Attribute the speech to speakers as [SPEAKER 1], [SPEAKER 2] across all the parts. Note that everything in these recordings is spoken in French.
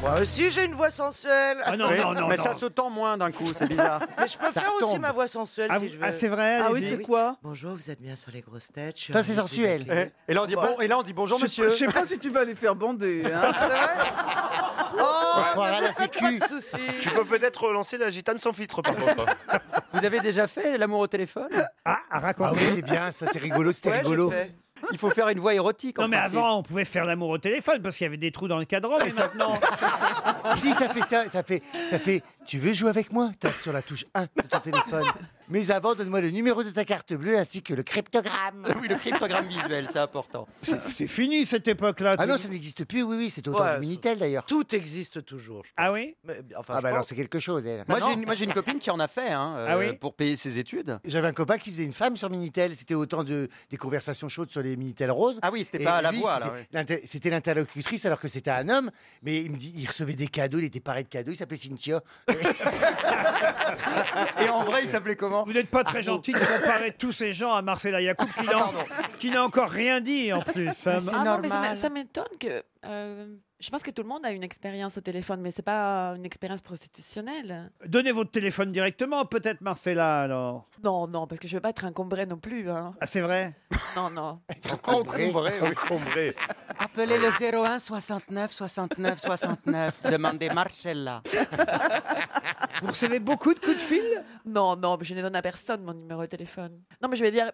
[SPEAKER 1] Moi aussi j'ai une voix sensuelle.
[SPEAKER 2] Ah non,
[SPEAKER 3] Oui,
[SPEAKER 2] non, non.
[SPEAKER 3] mais
[SPEAKER 2] non.
[SPEAKER 3] ça se tend moins d'un coup, c'est bizarre.
[SPEAKER 1] Mais je peux
[SPEAKER 4] Ah,
[SPEAKER 1] faire
[SPEAKER 5] retombe.
[SPEAKER 1] aussi ma voix sensuelle
[SPEAKER 2] Ah,
[SPEAKER 1] si
[SPEAKER 2] vous-
[SPEAKER 1] je veux.
[SPEAKER 2] ah, c'est vrai,
[SPEAKER 5] Ah oui,
[SPEAKER 2] allez-y.
[SPEAKER 5] c'est quoi
[SPEAKER 1] Bonjour, vous êtes bien sur les grosses têtes. je suis
[SPEAKER 5] Ça,
[SPEAKER 1] ravie
[SPEAKER 5] c'est
[SPEAKER 1] de vous
[SPEAKER 5] sensuel.
[SPEAKER 1] accueillir.
[SPEAKER 3] Eh, et, là, on dit bon, et là, on dit bonjour,
[SPEAKER 5] Je sais
[SPEAKER 3] monsieur.
[SPEAKER 5] pas-
[SPEAKER 3] Je,
[SPEAKER 5] je sais
[SPEAKER 1] Ah,
[SPEAKER 5] pas.
[SPEAKER 1] c'est-
[SPEAKER 5] c'est-
[SPEAKER 1] Tu
[SPEAKER 5] Tu,
[SPEAKER 1] vas les faire bander.
[SPEAKER 6] hein.
[SPEAKER 5] On se
[SPEAKER 1] Oh,
[SPEAKER 5] croirait à la sécu.
[SPEAKER 1] pas de soucis.
[SPEAKER 3] peux peut-être relancer la gitane sans filtre, par contre.
[SPEAKER 4] Vous avez déjà fait l'amour au téléphone
[SPEAKER 2] Ah, à
[SPEAKER 5] Ah
[SPEAKER 2] raconter.
[SPEAKER 5] oui, c'est bien, ça, c'est rigolo, c'était
[SPEAKER 1] Ouais, j'ai
[SPEAKER 5] rigolo.
[SPEAKER 1] fait.
[SPEAKER 4] Il faut faire une voix érotique. en
[SPEAKER 2] Non mais
[SPEAKER 4] principe.
[SPEAKER 2] avant on pouvait faire l'amour au téléphone parce qu'il y avait des trous dans le cadran mais maintenant
[SPEAKER 5] Si, ça fait ça, ça fait, ça fait, tu veux jouer avec moi Tape sur la touche 1 de ton téléphone. Mais avant, donne-moi le numéro de ta carte bleue ainsi que le cryptogramme.
[SPEAKER 1] Ah
[SPEAKER 4] Oui, le cryptogramme visuel, c'est important.
[SPEAKER 2] c'est- c'est fini cette époque là.
[SPEAKER 5] Ah non, ça n'existe plus, oui, oui, c'est au
[SPEAKER 1] Ouais,
[SPEAKER 5] temps du Minitel d'ailleurs.
[SPEAKER 1] Tout existe toujours. je pense.
[SPEAKER 2] Ah oui
[SPEAKER 1] Mais, enfin,
[SPEAKER 5] Ah
[SPEAKER 1] je
[SPEAKER 5] bah alors
[SPEAKER 1] pense.
[SPEAKER 5] c'est quelque chose, elle.
[SPEAKER 4] Moi, j'ai une, moi, j'ai une copine qui en a fait hein, euh,
[SPEAKER 2] Ah oui
[SPEAKER 4] pour payer ses études.
[SPEAKER 5] J'avais un copain qui faisait une femme sur Minitel, c'était au temps de, des conversations chaudes sur les Minitel roses.
[SPEAKER 4] Ah oui, c'était
[SPEAKER 5] Et
[SPEAKER 4] pas à la
[SPEAKER 5] lui,
[SPEAKER 4] voix, là.
[SPEAKER 5] c'était
[SPEAKER 4] ouais.
[SPEAKER 5] l'inter- C'était l'interlocutrice alors que c'était un homme, mais il me dit, il recevait des cadeaux, il était paré de cadeaux, il s'appelait Cynthia.
[SPEAKER 4] Et en vrai, il s'appelait comment
[SPEAKER 2] Vous n'êtes pas très gentil de comparer tous ces gens à Marcella Yacoub qui n'a- qui n'a encore rien dit en plus. hein.
[SPEAKER 7] Ah non, mais ça m'é- ça m'étonne que. euh, je pense que tout le monde a une expérience au téléphone, mais c'est pas une expérience prostitutionnelle.
[SPEAKER 2] Donnez votre téléphone directement peut-être Marcella alors.
[SPEAKER 7] Non, non, parce que je veux pas être encombrée non plus. hein.
[SPEAKER 2] Ah c'est vrai
[SPEAKER 7] Non, non.
[SPEAKER 5] Encombré,
[SPEAKER 4] Ah
[SPEAKER 5] oui.
[SPEAKER 3] Encombré.
[SPEAKER 4] Appelez le 01 69 69 69. Demandez Marcella.
[SPEAKER 2] Vous recevez beaucoup de coups de fil
[SPEAKER 7] Non, non, mais je ne donne à personne mon numéro de téléphone. Non, mais je vais dire.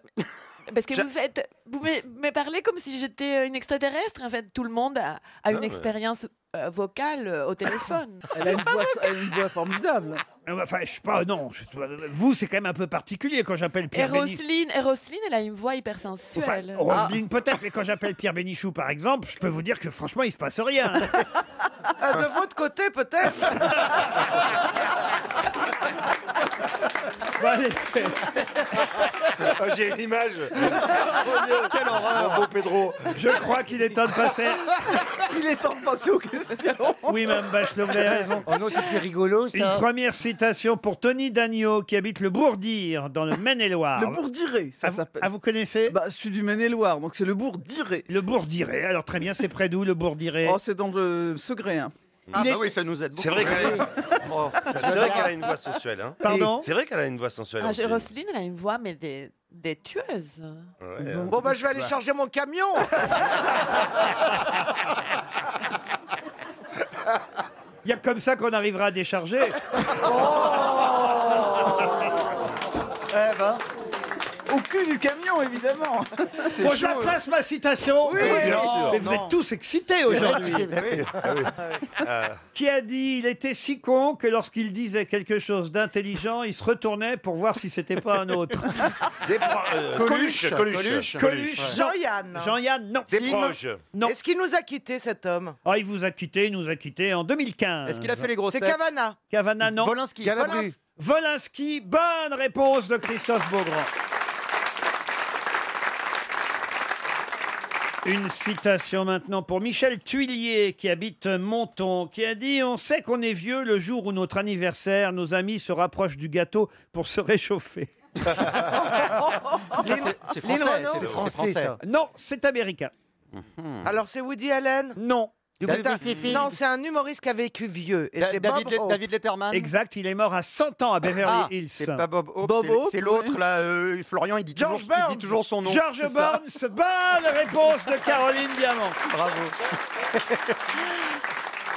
[SPEAKER 7] Parce que vous faites. Vous me me parlez comme si j'étais euh, une extraterrestre. En fait, tout le monde a,
[SPEAKER 2] Ah
[SPEAKER 7] a une expérience euh, vocale euh, au téléphone.
[SPEAKER 8] Elle a une voix, elle a une voix formidable.
[SPEAKER 2] Ah, bah, Enfin je sais pas non. je- vous c'est quand même un peu particulier quand j'appelle
[SPEAKER 7] Et
[SPEAKER 2] Pierre Bénichou.
[SPEAKER 7] Roselyne, et Roselyne, elle a une voix hyper
[SPEAKER 2] Enfin,
[SPEAKER 7] sensuelle.
[SPEAKER 2] Roselyne peut-être mais quand j'appelle Pierre Bénichou par exemple je peux vous dire que franchement il se passe rien.
[SPEAKER 1] Ah, de votre côté, peut-être.
[SPEAKER 2] Bon, allez. Oh,
[SPEAKER 3] Ah, j'ai une image. Oh, Dieu, Quelle horreur. Mon beau Pedro.
[SPEAKER 2] Je crois qu'il est temps de passer.
[SPEAKER 8] Il est temps de passer aux questions.
[SPEAKER 2] Oui, Mme Bachelot, vous avez raison.
[SPEAKER 5] Oh non, c'est plus rigolo
[SPEAKER 2] Une
[SPEAKER 5] ça.
[SPEAKER 2] première citation pour Tony Dagneau, qui habite le Bourdir, dans le Maine-et-Loire.
[SPEAKER 8] Le bourg d'Iré,
[SPEAKER 2] Ah,
[SPEAKER 8] ça
[SPEAKER 2] vous,
[SPEAKER 8] s'appelle.
[SPEAKER 2] ah, vous connaissez
[SPEAKER 8] Bah, je suis du Maine-et-Loire, donc c'est le bourg d'Iré.
[SPEAKER 2] Le Bourdiré. Alors très bien, c'est près d'où le Bourdiré
[SPEAKER 8] Oh, c'est dans le Segré. hein.
[SPEAKER 4] Ah
[SPEAKER 2] Il est-
[SPEAKER 4] bah oui, ça nous aide beaucoup. Ah
[SPEAKER 3] C'est vrai qu'elle a, Oh, c'est vrai qu'elle a une voix sensuelle. Hein.
[SPEAKER 2] Pardon
[SPEAKER 3] C'est vrai qu'elle a une voix sensuelle.
[SPEAKER 7] Ah,
[SPEAKER 3] en
[SPEAKER 7] je-
[SPEAKER 3] plus.
[SPEAKER 7] Roselyne, elle a une voix, mais des, des tueuses.
[SPEAKER 3] Ouais, hein.
[SPEAKER 1] Bon, bah, je vais aller charger mon camion.
[SPEAKER 2] Il y a comme ça qu'on arrivera à décharger.
[SPEAKER 4] Eh ben,
[SPEAKER 8] Au cul du camion, évidemment.
[SPEAKER 2] Bon, je la place, ma citation.
[SPEAKER 8] Oui.
[SPEAKER 2] Mais
[SPEAKER 3] Non,
[SPEAKER 2] vous êtes tous excités aujourd'hui.
[SPEAKER 4] Ah
[SPEAKER 3] Ah,
[SPEAKER 2] Qui a dit il était si con que lorsqu'il disait quelque chose d'intelligent, il se retournait pour voir si c'était pas un autre.
[SPEAKER 3] des pro- euh, Coluche. Coluche.
[SPEAKER 4] Coluche.
[SPEAKER 2] Coluche. non.
[SPEAKER 1] Jean-Yann.
[SPEAKER 2] Jean-Yann, non.
[SPEAKER 3] Des proches.
[SPEAKER 2] Non.
[SPEAKER 1] Est-ce qu'il nous a quittés, cet homme
[SPEAKER 2] Ah, il vous a quitté, il nous a quitté en 2015.
[SPEAKER 4] Est-ce qu'il a fait les grosses
[SPEAKER 1] C'est
[SPEAKER 4] têtes
[SPEAKER 1] Cavana.
[SPEAKER 2] Cavana, non.
[SPEAKER 4] Volinsky.
[SPEAKER 5] Galabru.
[SPEAKER 2] Volinsky, bonne réponse de Christophe Beaugrand. Une citation maintenant pour Michel Tuilier qui habite Menton, qui a dit On sait qu'on est vieux le jour où notre anniversaire, nos amis se rapprochent du gâteau pour se réchauffer.
[SPEAKER 4] Ça, c'est- C'est
[SPEAKER 1] Lynn
[SPEAKER 4] français. Hmm.
[SPEAKER 1] Renaud
[SPEAKER 4] c'est- c'est
[SPEAKER 5] Français, ça.
[SPEAKER 2] Non, c'est américain.
[SPEAKER 1] Alors, c'est Woody Allen.
[SPEAKER 2] Non.
[SPEAKER 1] Attends,
[SPEAKER 5] WCF.
[SPEAKER 1] Non, c'est un humoriste qui a vécu vieux. Et
[SPEAKER 4] Da-
[SPEAKER 1] c'est Bob
[SPEAKER 4] David, Le-
[SPEAKER 1] Hope.
[SPEAKER 4] David Letterman.
[SPEAKER 2] Exact, il est mort à 100 ans à Beverly
[SPEAKER 4] Ah,
[SPEAKER 2] Hills.
[SPEAKER 4] C'est pas Bob Hope,
[SPEAKER 8] Bob
[SPEAKER 4] c'est-
[SPEAKER 8] Hope,
[SPEAKER 4] c'est l'autre là. euh, Florian, il dit,
[SPEAKER 1] George
[SPEAKER 4] toujours, il dit
[SPEAKER 1] Burns.
[SPEAKER 4] toujours son nom.
[SPEAKER 2] George
[SPEAKER 4] c'est ça.
[SPEAKER 2] Burns, bonne réponse de Caroline Diamant.
[SPEAKER 4] Bravo.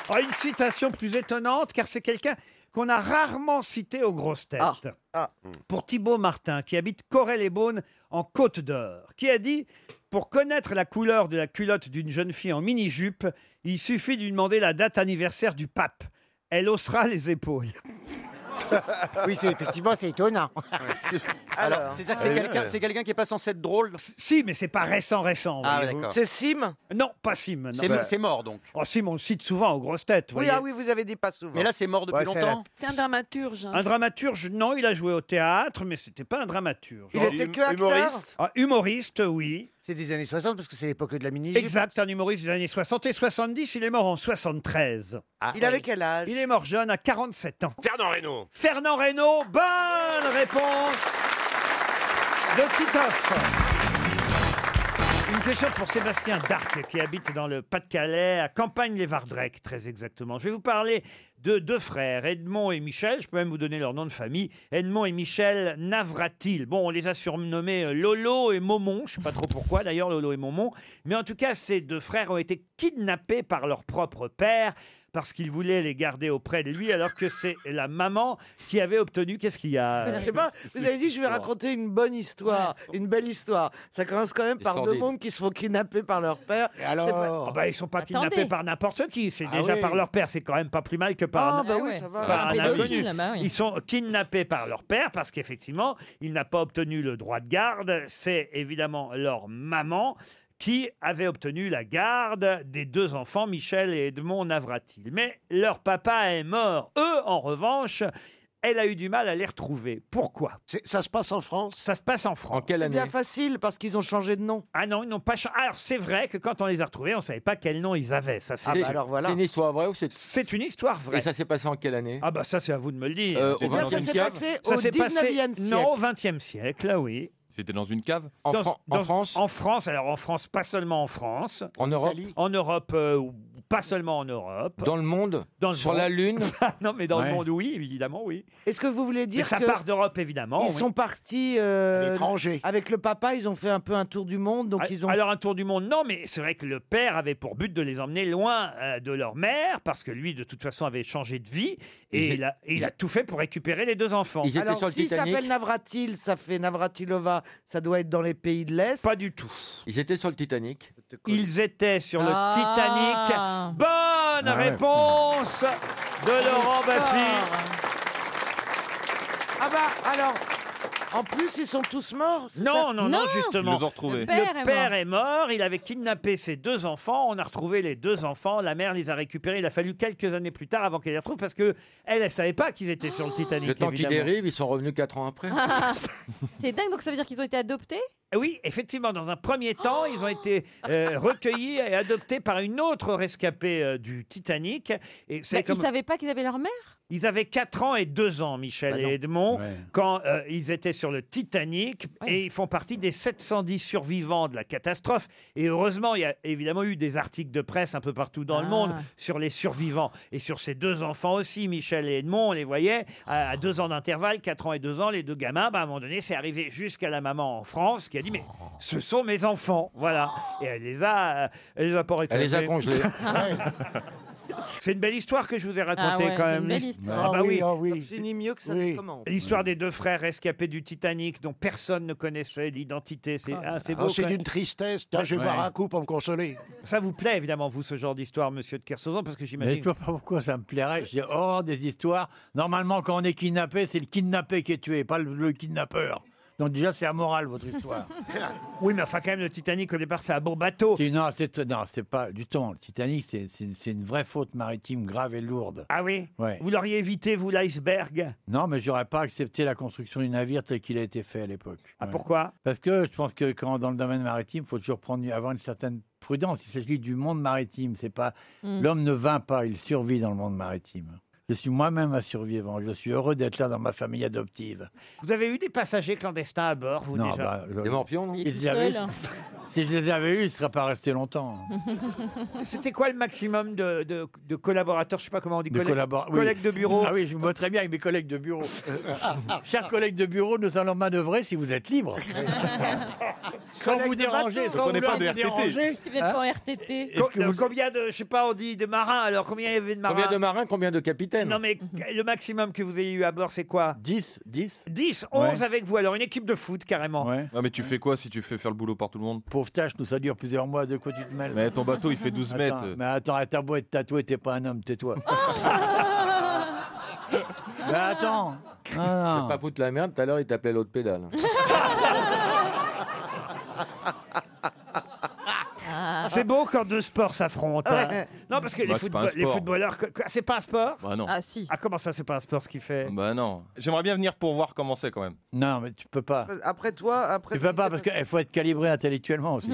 [SPEAKER 2] Ah, une citation plus étonnante, car c'est quelqu'un qu'on a rarement cité aux grosses têtes.
[SPEAKER 8] Ah.
[SPEAKER 1] Ah.
[SPEAKER 2] Pour Thibaut Martin, qui habite Corée-les-Beaunes, en Côte d'Or, qui a dit Pour connaître la couleur de la culotte d'une jeune fille en mini-jupe, il suffit de lui demander la date anniversaire du pape. Elle haussera les épaules.
[SPEAKER 5] Oui, c'est effectivement, c'est étonnant.
[SPEAKER 9] Alors, c'est-à-dire que c'est
[SPEAKER 4] Euh,
[SPEAKER 2] Ouais.
[SPEAKER 9] quelqu'un c'est quelqu'un qui est pas censé être drôle
[SPEAKER 2] Si, mais c'est pas récent, récent.
[SPEAKER 9] Ah,
[SPEAKER 2] voyez-vous.
[SPEAKER 9] d'accord.
[SPEAKER 1] C'est Sim
[SPEAKER 2] Non, pas Sim. non.
[SPEAKER 9] C'est- Bah- c'est mort, donc.
[SPEAKER 2] Oh, Sim, on le cite souvent aux grosses têtes.
[SPEAKER 1] Oui, ah oui, vous avez dit pas souvent.
[SPEAKER 2] Mais là, c'est mort depuis Ouais, c'est longtemps. la-
[SPEAKER 7] C'est un dramaturge. hein.
[SPEAKER 2] Un dramaturge, non, il a joué au théâtre, mais c'était pas un dramaturge.
[SPEAKER 7] Il était que acteur Humoriste
[SPEAKER 2] Ah, Humoriste, oui.
[SPEAKER 5] C'est des années 60 parce que c'est l'époque de la mini
[SPEAKER 2] Exact, un humoriste des années 60 et 70. Il est mort en 73.
[SPEAKER 1] Il avait quel âge
[SPEAKER 2] Il est mort jeune, à 47 ans.
[SPEAKER 10] Fernand Reynaud.
[SPEAKER 2] Fernand Reynaud, bonne réponse de Titoff. Une question pour Sébastien Darc, qui habite dans le Pas-de-Calais, à Campagne-les-Vardrec, très exactement. Je vais vous parler de deux frères, Edmond et Michel. Je peux même vous donner leur nom de famille. Edmond et Michel Navratil. Bon, on les a surnommés euh, Lolo et Momon. Je ne sais pas trop pourquoi, d'ailleurs, Lolo et Momon. Mais en tout cas, ces deux frères ont été kidnappés par leur propre père parce qu'il voulait les garder auprès de lui, alors que c'est la maman qui avait obtenu... Qu'est-ce qu'il y a euh,
[SPEAKER 1] Je sais pas, vous avez dit je vais raconter une bonne histoire, une belle histoire. Ça commence quand même par deux
[SPEAKER 2] sordide.
[SPEAKER 1] mondes qui se font kidnapper par leur père. C'est pas-
[SPEAKER 2] Ah bah, ils sont pas
[SPEAKER 1] Attendez.
[SPEAKER 2] kidnappés par n'importe qui, c'est
[SPEAKER 1] Ah
[SPEAKER 2] déjà
[SPEAKER 1] oui.
[SPEAKER 2] par leur père, c'est quand même pas plus mal que par,
[SPEAKER 1] Ah
[SPEAKER 2] un-
[SPEAKER 1] bah oui, ça va.
[SPEAKER 2] par
[SPEAKER 1] Un
[SPEAKER 2] un
[SPEAKER 1] pédophile,
[SPEAKER 2] inconnu.
[SPEAKER 1] là-bas, oui.
[SPEAKER 2] Ils sont kidnappés par leur père parce qu'effectivement, il n'a pas obtenu le droit de garde, c'est évidemment leur maman qui avait obtenu la garde des deux enfants, Michel et Edmond Navratil. Mais leur papa est mort. Eux, en revanche, elle a eu du mal à les retrouver. Pourquoi
[SPEAKER 11] Ça se passe en France
[SPEAKER 2] Ça se passe en France. En
[SPEAKER 11] quelle
[SPEAKER 1] C'est bien facile parce qu'ils ont changé de nom.
[SPEAKER 2] Ah non, ils n'ont pas changé. Alors c'est vrai que quand on les a retrouvés, on savait pas quel nom ils avaient. Ça, c'est
[SPEAKER 11] Ah bah
[SPEAKER 2] sûr.
[SPEAKER 11] alors voilà. C'est une histoire vraie ou c'est
[SPEAKER 2] C'est une histoire vraie.
[SPEAKER 11] Et ça s'est passé en quelle année
[SPEAKER 2] Ah bah ça c'est à vous de me le dire.
[SPEAKER 11] Euh, au Eh bien, ça 20e s'est siècle passé
[SPEAKER 2] Ça
[SPEAKER 11] au
[SPEAKER 2] s'est passé-
[SPEAKER 11] 19e siècle.
[SPEAKER 2] Non, au 20e siècle, là oui.
[SPEAKER 12] C'était dans une cave
[SPEAKER 2] Dans- dans- En France, alors en France, pas seulement en France.
[SPEAKER 11] En Europe
[SPEAKER 2] En Europe, euh, ou pas seulement en Europe.
[SPEAKER 11] Dans le monde
[SPEAKER 2] Dans le
[SPEAKER 11] Sur
[SPEAKER 2] monde.
[SPEAKER 11] la Lune
[SPEAKER 2] Non mais dans
[SPEAKER 11] Ouais.
[SPEAKER 2] le monde, oui, évidemment, oui.
[SPEAKER 1] Est-ce que vous voulez
[SPEAKER 2] Mais
[SPEAKER 1] dire
[SPEAKER 2] ça
[SPEAKER 1] que
[SPEAKER 2] part d'Europe, évidemment.
[SPEAKER 1] ils
[SPEAKER 2] oui.
[SPEAKER 1] sont partis euh,
[SPEAKER 2] À l'étranger.
[SPEAKER 1] avec le papa, ils ont fait un peu un tour du monde, donc
[SPEAKER 2] Ah,
[SPEAKER 1] ils ont.
[SPEAKER 2] Alors un tour du monde, non, mais c'est vrai que le père avait pour but de les emmener loin euh, de leur mère, parce que lui, de toute façon, avait changé de vie, et il, a, et il a tout fait pour récupérer les deux enfants.
[SPEAKER 1] Alors, s'il s'appelle Navratil, ça fait Navratilova, ça doit être dans les pays de l'Est.
[SPEAKER 2] Pas du tout.
[SPEAKER 11] Ils étaient sur le Titanic.
[SPEAKER 2] Ils étaient sur le
[SPEAKER 1] Ah.
[SPEAKER 2] Titanic. Bonne
[SPEAKER 11] Ah ouais.
[SPEAKER 2] réponse de Laurent Baffy.
[SPEAKER 1] Ah bah alors, en plus ils sont tous morts. c'est
[SPEAKER 2] Non,
[SPEAKER 1] ça
[SPEAKER 2] non, non, justement.
[SPEAKER 1] Le père est mort.
[SPEAKER 2] est mort, il avait kidnappé ses deux enfants, on a retrouvé les deux enfants, la mère les a récupérés, il a fallu quelques années plus tard avant qu'elle les retrouve parce que elle, elle savait pas qu'ils étaient sur le Titanic.
[SPEAKER 11] Oh. Le temps qu'ils
[SPEAKER 2] évidemment.
[SPEAKER 11] dérivent, ils sont revenus 4 ans après.
[SPEAKER 13] Ah. C'est dingue, donc ça veut dire qu'ils ont été adoptés
[SPEAKER 2] Ah Oui, effectivement, dans un premier temps, ils ont été euh, recueillis et adoptés par une autre rescapée euh, du Titanic. Et c'est
[SPEAKER 13] Bah,
[SPEAKER 2] comme-
[SPEAKER 13] Ils savaient pas qu'ils avaient leur mère
[SPEAKER 2] Ils avaient 4 ans et 2 ans, Michel et Edmond, quand euh, ils étaient sur le Titanic. Et ils font partie des 710 survivants de la catastrophe. Et heureusement, il y a évidemment eu des articles de presse un peu partout dans le
[SPEAKER 14] Ah.
[SPEAKER 2] monde sur les survivants. Et sur ces deux enfants aussi, Michel et Edmond, on les voyait à, à deux ans d'intervalle, 4 ans et 2 ans, les deux gamins. Bah, à un moment donné, c'est arrivé jusqu'à la maman en France qui a dit Mais ce sont mes enfants. Voilà. Et elle les a. euh, Elle les a pas
[SPEAKER 11] Elle les a
[SPEAKER 2] récupérés.
[SPEAKER 11] congelés.
[SPEAKER 2] C'est une belle histoire que je vous ai racontée
[SPEAKER 1] Ah ouais,
[SPEAKER 2] quand
[SPEAKER 1] c'est
[SPEAKER 2] même.
[SPEAKER 1] une belle
[SPEAKER 2] l'his-
[SPEAKER 1] histoire.
[SPEAKER 2] Ah bah
[SPEAKER 1] Ah
[SPEAKER 2] oui.
[SPEAKER 1] oui, ah oui. Ça finit mieux que ça ne commence.
[SPEAKER 2] L'histoire des deux frères rescapés du Titanic dont personne ne connaissait l'identité. C'est ah, c'est beau.
[SPEAKER 11] Oh, c'est
[SPEAKER 2] quand même.
[SPEAKER 11] d'une tristesse. Tiens, je vais boire un coup
[SPEAKER 2] pour me consoler. Ça vous plaît évidemment vous ce genre d'histoire, Monsieur de Kersauzon, parce que
[SPEAKER 14] Mais
[SPEAKER 2] j'imagine.
[SPEAKER 14] je vois pas pourquoi ça me plairait. Je dis, oh, des histoires. Normalement, quand on est kidnappé, c'est le kidnappé qui est tué, pas le, le kidnappeur. Donc déjà, c'est amoral, votre histoire.
[SPEAKER 2] oui, mais enfin, quand même, le Titanic, au départ, c'est un bon bateau.
[SPEAKER 14] Non, c'est non, c'est pas du temps. Le Titanic, c'est- c'est c'est une vraie faute maritime grave et lourde.
[SPEAKER 2] Ah oui
[SPEAKER 14] Ouais.
[SPEAKER 2] Vous l'auriez évité, vous, l'iceberg
[SPEAKER 14] Non, mais j'aurais pas accepté la construction du navire tel qu'il a été fait à l'époque.
[SPEAKER 2] Ah, pourquoi
[SPEAKER 14] Parce que je pense que quand dans le domaine maritime, il faut toujours prendre, avoir une certaine prudence. Il s'agit du monde maritime. C'est pas
[SPEAKER 2] Hmm.
[SPEAKER 11] Mm.
[SPEAKER 14] l'homme ne vint pas, il survit dans le monde maritime. Je suis moi-même un survivant. Je suis heureux d'être là dans ma famille adoptive.
[SPEAKER 2] Vous avez eu des passagers clandestins à bord, vous
[SPEAKER 14] Non,
[SPEAKER 2] déjà
[SPEAKER 14] bah, je-
[SPEAKER 11] Il
[SPEAKER 2] est
[SPEAKER 14] Ils
[SPEAKER 2] tout
[SPEAKER 14] y avaient-
[SPEAKER 2] seul.
[SPEAKER 14] Si je les avais eus, ils ne seraient pas restés longtemps.
[SPEAKER 2] C'était quoi le maximum de, de- de collaborateurs Je sais pas comment on dit.
[SPEAKER 14] De
[SPEAKER 2] collègues-
[SPEAKER 14] collabora- oui.
[SPEAKER 2] collègues de bureau.
[SPEAKER 14] Ah oui, je me vois très bien avec mes collègues de bureau. Chers collègues de bureau, nous allons manœuvrer si vous êtes libres. sans vous déranger, sans vouloir vous déranger.
[SPEAKER 13] C'est peut-être
[SPEAKER 14] Hein
[SPEAKER 13] pas en RTT.
[SPEAKER 2] Com- euh, combien de, je sais pas, on dit de marins, alors combien il y avait de marins
[SPEAKER 11] Combien de marins, combien de capitaines
[SPEAKER 2] Non mais que- le maximum que vous ayez eu à bord, c'est quoi
[SPEAKER 14] 10 10
[SPEAKER 2] 10,
[SPEAKER 12] Ouais.
[SPEAKER 2] 11 avec vous, alors une équipe de foot carrément.
[SPEAKER 12] Non, Ah, mais tu fais quoi si tu fais faire le boulot par tout le monde
[SPEAKER 14] Pauvre tâche, nous ça dure plusieurs mois, de quoi tu te mêles
[SPEAKER 12] Mais ton bateau, il fait 12
[SPEAKER 14] Attends,
[SPEAKER 12] mètres.
[SPEAKER 14] Mais attends, t'as beau être tatoué, t'es pas un homme, tais-toi. Bah, attends.
[SPEAKER 11] Je
[SPEAKER 2] Ah.
[SPEAKER 11] vais pas foutre la merde, tout à l'heure il t'appelait l'autre pédale.
[SPEAKER 8] Ah.
[SPEAKER 2] C'est beau quand deux sports s'affrontent. hein.
[SPEAKER 11] Ouais.
[SPEAKER 2] Non, parce que
[SPEAKER 12] Bah,
[SPEAKER 2] les,
[SPEAKER 12] c'est pas un
[SPEAKER 2] football- les
[SPEAKER 12] sport.
[SPEAKER 2] footballeurs. que- que- C'est pas un sport
[SPEAKER 12] Bah non. Ah, si.
[SPEAKER 2] Ah, comment ça, c'est pas un sport ce qu'il fait
[SPEAKER 12] Bah non. J'aimerais bien venir pour voir comment c'est quand même.
[SPEAKER 14] Non, mais tu peux pas.
[SPEAKER 4] Après toi, après.
[SPEAKER 14] Tu peux pas parce qu'il faut être calibré intellectuellement aussi.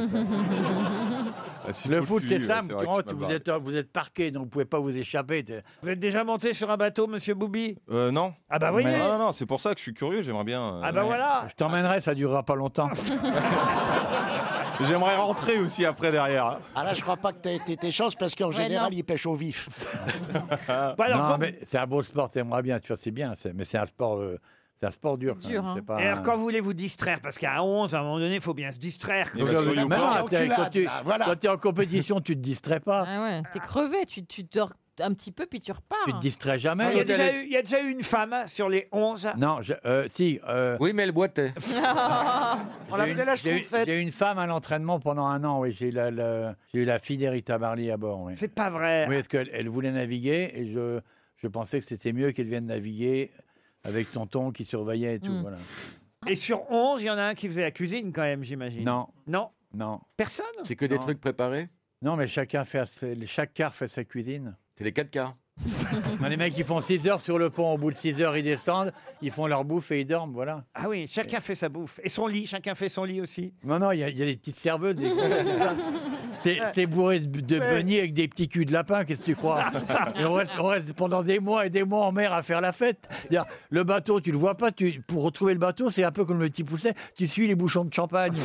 [SPEAKER 14] Ah, Le foot, c'est simple. tu rentres, vous êtes, vous êtes parqué, donc vous pouvez pas vous échapper.
[SPEAKER 2] Vous êtes déjà monté sur un bateau, monsieur Boubi
[SPEAKER 12] Euh, non.
[SPEAKER 2] Ah bah voyez.
[SPEAKER 12] Non, non, non, c'est pour ça que je suis curieux, j'aimerais bien. euh,
[SPEAKER 2] Ah bah voilà.
[SPEAKER 14] Je t'emmènerai, ça durera pas longtemps.
[SPEAKER 12] J'aimerais rentrer aussi après
[SPEAKER 2] Bah,
[SPEAKER 12] derrière.
[SPEAKER 15] Ah là, je crois pas que t'as été tes chances parce qu'en
[SPEAKER 14] Ouais,
[SPEAKER 15] général,
[SPEAKER 14] non.
[SPEAKER 15] ils pêchent au vif.
[SPEAKER 14] non, mais c'est un beau sport, t'aimerais bien, tu vois, c'est bien, c'est- mais c'est un sport, euh, c'est un sport dur. hein. quand même, c'est pas
[SPEAKER 2] Et alors,
[SPEAKER 14] un-
[SPEAKER 2] quand vous voulez vous distraire, parce qu'à 11, à un moment donné, il faut bien se distraire.
[SPEAKER 14] Faut dire- mais non, t'es- quand tu quand t'es en compétition, tu te distrais pas,
[SPEAKER 6] Ah ouais, t'es crevé, tu, tu dors un petit peu puis tu repars.
[SPEAKER 14] tu te distrais jamais.
[SPEAKER 2] Ah, Il y, a déjà eu, il y a déjà eu une femme sur les 11.
[SPEAKER 14] Non, je- euh, si. Oui, mais elle boitait.
[SPEAKER 2] On
[SPEAKER 14] J'ai une- j'ai eu- J'ai eu une femme à l'entraînement pendant un an, oui. J'ai eu la, la- j'ai eu la fille d'Erita Barley à bord, oui.
[SPEAKER 2] C'est pas vrai.
[SPEAKER 14] Oui, parce qu'elle elle voulait naviguer et je, je pensais que c'était mieux qu'elle vienne naviguer avec tonton qui surveillait et tout,
[SPEAKER 2] Mm.
[SPEAKER 14] voilà.
[SPEAKER 2] Et sur 11, il y en a un qui faisait la cuisine quand même, j'imagine.
[SPEAKER 14] Non.
[SPEAKER 2] Non
[SPEAKER 14] Non.
[SPEAKER 2] Personne
[SPEAKER 11] C'est que des trucs préparés
[SPEAKER 14] Non, mais chacun fait, assez- chaque quart fait sa cuisine.
[SPEAKER 11] C'est les 4 quarts.
[SPEAKER 14] Non, les mecs, ils font 6 heures sur le pont. Au bout de 6 heures, ils descendent, ils font leur bouffe et ils dorment, voilà.
[SPEAKER 2] Ah oui, chacun fait sa bouffe. Et son lit, chacun fait son lit aussi.
[SPEAKER 14] Non, non, il y, a il y a des petites serveuses. des- C'est c'est bourré de, de
[SPEAKER 2] Ouais.
[SPEAKER 14] beignets avec des petits culs de lapin, qu'est-ce que tu crois Et on, reste, on reste pendant des mois et des mois en mer à faire la fête. C'est-à-dire, Le bateau, tu le vois pas. Tu, pour retrouver le bateau, c'est un peu comme le petit pousset. Tu suis les bouchons de champagne.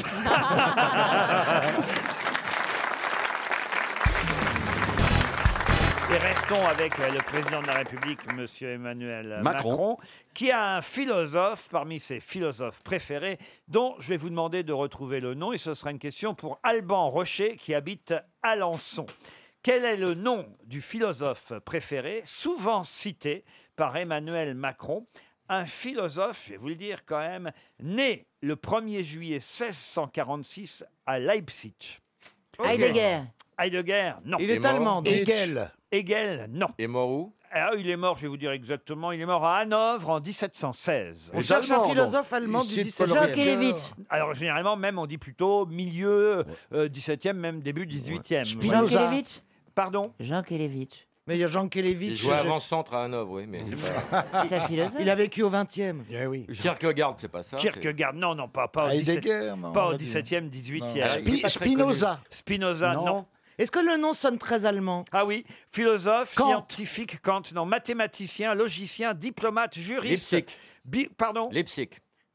[SPEAKER 2] Et restons avec euh, le président de la République, M. Emmanuel Macron.
[SPEAKER 12] Macron.
[SPEAKER 2] qui a un philosophe parmi ses philosophes préférés, dont je vais vous demander de retrouver le nom, et ce sera une question pour Alban Rocher, qui habite Alençon. Quel est le nom du philosophe préféré, souvent cité par Emmanuel Macron Un philosophe, je vais vous le dire quand même, né le 1er juillet 1646 à Leipzig.
[SPEAKER 16] Heidegger.
[SPEAKER 2] Heidegger, non.
[SPEAKER 16] Il est Il est mort allemand, donc.
[SPEAKER 2] Hegel. Hegel, non. Il est mort où Il est mort, je vais vous dire exactement, il est mort à Hanovre en 1716.
[SPEAKER 4] On Les cherche un Allemands, philosophe donc. allemand du Ici, Paul 17e. Jacques
[SPEAKER 2] Alors généralement, même on dit plutôt milieu euh, 17e, même début 18e.
[SPEAKER 16] Spinoza. Jean Kelevitch
[SPEAKER 2] Pardon
[SPEAKER 16] Jean Kelevitch.
[SPEAKER 4] Mais il y a Jean
[SPEAKER 11] Il
[SPEAKER 4] Kelevitch.
[SPEAKER 11] jouait avant-centre à Hanovre, oui, mais c'est pas.
[SPEAKER 16] C'est un philosophe.
[SPEAKER 4] Il a vécu au 20e. oui.
[SPEAKER 11] Kierkegaard, c'est pas ça. c'est-
[SPEAKER 2] Kierkegaard, non, non, pas, pas au,
[SPEAKER 11] Heidegger,
[SPEAKER 2] 17e,
[SPEAKER 11] non,
[SPEAKER 2] pas
[SPEAKER 11] on
[SPEAKER 2] au
[SPEAKER 11] l'a dit. hein.
[SPEAKER 2] 17e,
[SPEAKER 11] Non.
[SPEAKER 2] 18e.
[SPEAKER 11] Ah, il est pas très Spinoza. connu.
[SPEAKER 2] Spinoza, non.
[SPEAKER 4] Est-ce que le nom sonne très allemand
[SPEAKER 2] Ah oui, philosophe, scientifique, Kant, non, mathématicien, logicien, diplomate, juriste.
[SPEAKER 11] Leipzig.
[SPEAKER 2] Bi- pardon
[SPEAKER 11] Leipzig.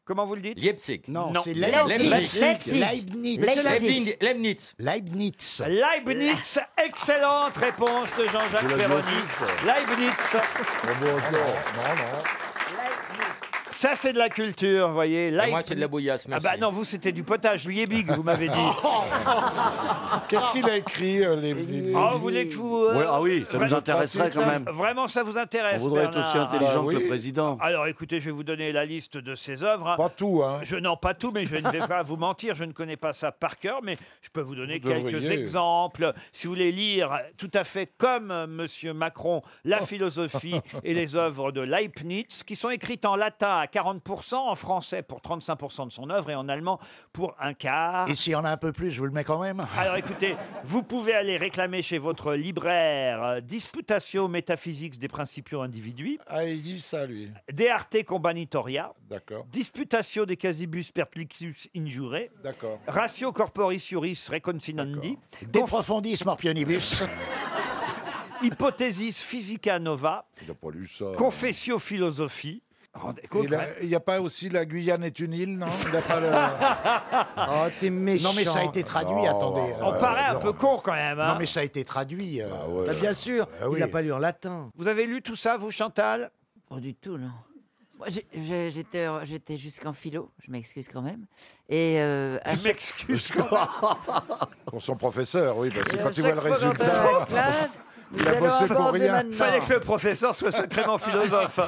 [SPEAKER 2] Comment vous le dites
[SPEAKER 11] Leipzig.
[SPEAKER 2] Non, c'est
[SPEAKER 11] Leipzig.
[SPEAKER 2] Leipzig. Leipzig.
[SPEAKER 11] Mais c'est
[SPEAKER 2] Leipzig.
[SPEAKER 11] Leibniz.
[SPEAKER 2] Leibniz. Leibniz, excellente réponse de
[SPEAKER 11] Je
[SPEAKER 2] Jean-Jacques
[SPEAKER 11] l'ai
[SPEAKER 2] Perroni.
[SPEAKER 11] dit.
[SPEAKER 2] Leibniz. Ça, c'est de la culture, vous voyez.
[SPEAKER 11] Et moi,
[SPEAKER 2] Leibniz.
[SPEAKER 11] c'est de la bouillasse,
[SPEAKER 2] Ah
[SPEAKER 11] merci.
[SPEAKER 2] bah non, vous, c'était du potage. Liebig, vous m'avez dit.
[SPEAKER 15] Qu'est-ce qu'il a écrit, euh, les...
[SPEAKER 2] Ah, vous voulez que je vous...
[SPEAKER 17] Ouais, ah oui, ça nous
[SPEAKER 2] vraiment-
[SPEAKER 17] intéresserait quand même.
[SPEAKER 2] Vraiment, ça vous intéresse,
[SPEAKER 17] On voudrait être
[SPEAKER 2] Bernard.
[SPEAKER 17] aussi intelligent
[SPEAKER 15] Ah
[SPEAKER 17] que le président.
[SPEAKER 2] Alors, écoutez, je vais vous donner la liste de ses œuvres.
[SPEAKER 17] Pas tout, hein.
[SPEAKER 2] Je n'en pas tout, mais je ne vais pas vous mentir, je ne connais pas ça par cœur, mais je peux vous donner
[SPEAKER 17] Vous
[SPEAKER 2] quelques
[SPEAKER 17] devriez.
[SPEAKER 2] exemples. Si vous voulez lire tout à fait comme euh, Monsieur Macron, la philosophie et les œuvres de Leibniz, qui sont écrites en latin à 40%, en français pour 35% de son œuvre et en allemand pour un quart.
[SPEAKER 15] Et s'il y en a un peu plus, je vous le mets quand même.
[SPEAKER 2] Alors écoutez, vous pouvez aller réclamer chez votre libraire euh, Disputatio Metaphysics des Principio Individui.
[SPEAKER 17] Ah, il dit ça, lui.
[SPEAKER 2] De Arte Combanitoria.
[SPEAKER 17] D'accord.
[SPEAKER 2] Disputatio de Casibus Perplexus Injure.
[SPEAKER 17] D'accord.
[SPEAKER 2] Ratio Corporis Iuris Reconciliandi.
[SPEAKER 15] De profundis morpionibus.
[SPEAKER 2] Hypothesis Physica Nova.
[SPEAKER 17] Il n'a pas lu
[SPEAKER 15] Oh.
[SPEAKER 17] ça.
[SPEAKER 2] Confessio Philosophie. Rendez compte,
[SPEAKER 17] Il a- Il n'y a pas aussi la Guyane est une île, non Il a pas le...
[SPEAKER 4] Oh, t'es méchant.
[SPEAKER 15] Non, mais ça a été traduit, attendez.
[SPEAKER 2] On
[SPEAKER 15] Euh,
[SPEAKER 2] paraît un
[SPEAKER 15] non.
[SPEAKER 2] Ah, peu con quand même. hein.
[SPEAKER 15] Non, mais ça a été traduit. euh,
[SPEAKER 4] Bah, bien sûr,
[SPEAKER 15] Ah oui.
[SPEAKER 4] il n'a pas lu en latin.
[SPEAKER 2] Vous avez lu tout ça, vous, Chantal
[SPEAKER 16] Pas du tout, non. Moi, j'ai- j'ai- j'étais, j'étais jusqu'en philo, je m'excuse quand même. Et euh, à chaque-
[SPEAKER 2] m'excuse
[SPEAKER 17] Pour son professeur, oui, parce que
[SPEAKER 16] Et à
[SPEAKER 17] quand il voit le
[SPEAKER 16] chaque fois qu'on
[SPEAKER 17] résultat...
[SPEAKER 16] t'arrête en classe,
[SPEAKER 17] Il a bossé pour rien.
[SPEAKER 2] Fallait que le professeur soit sacrément philosophe.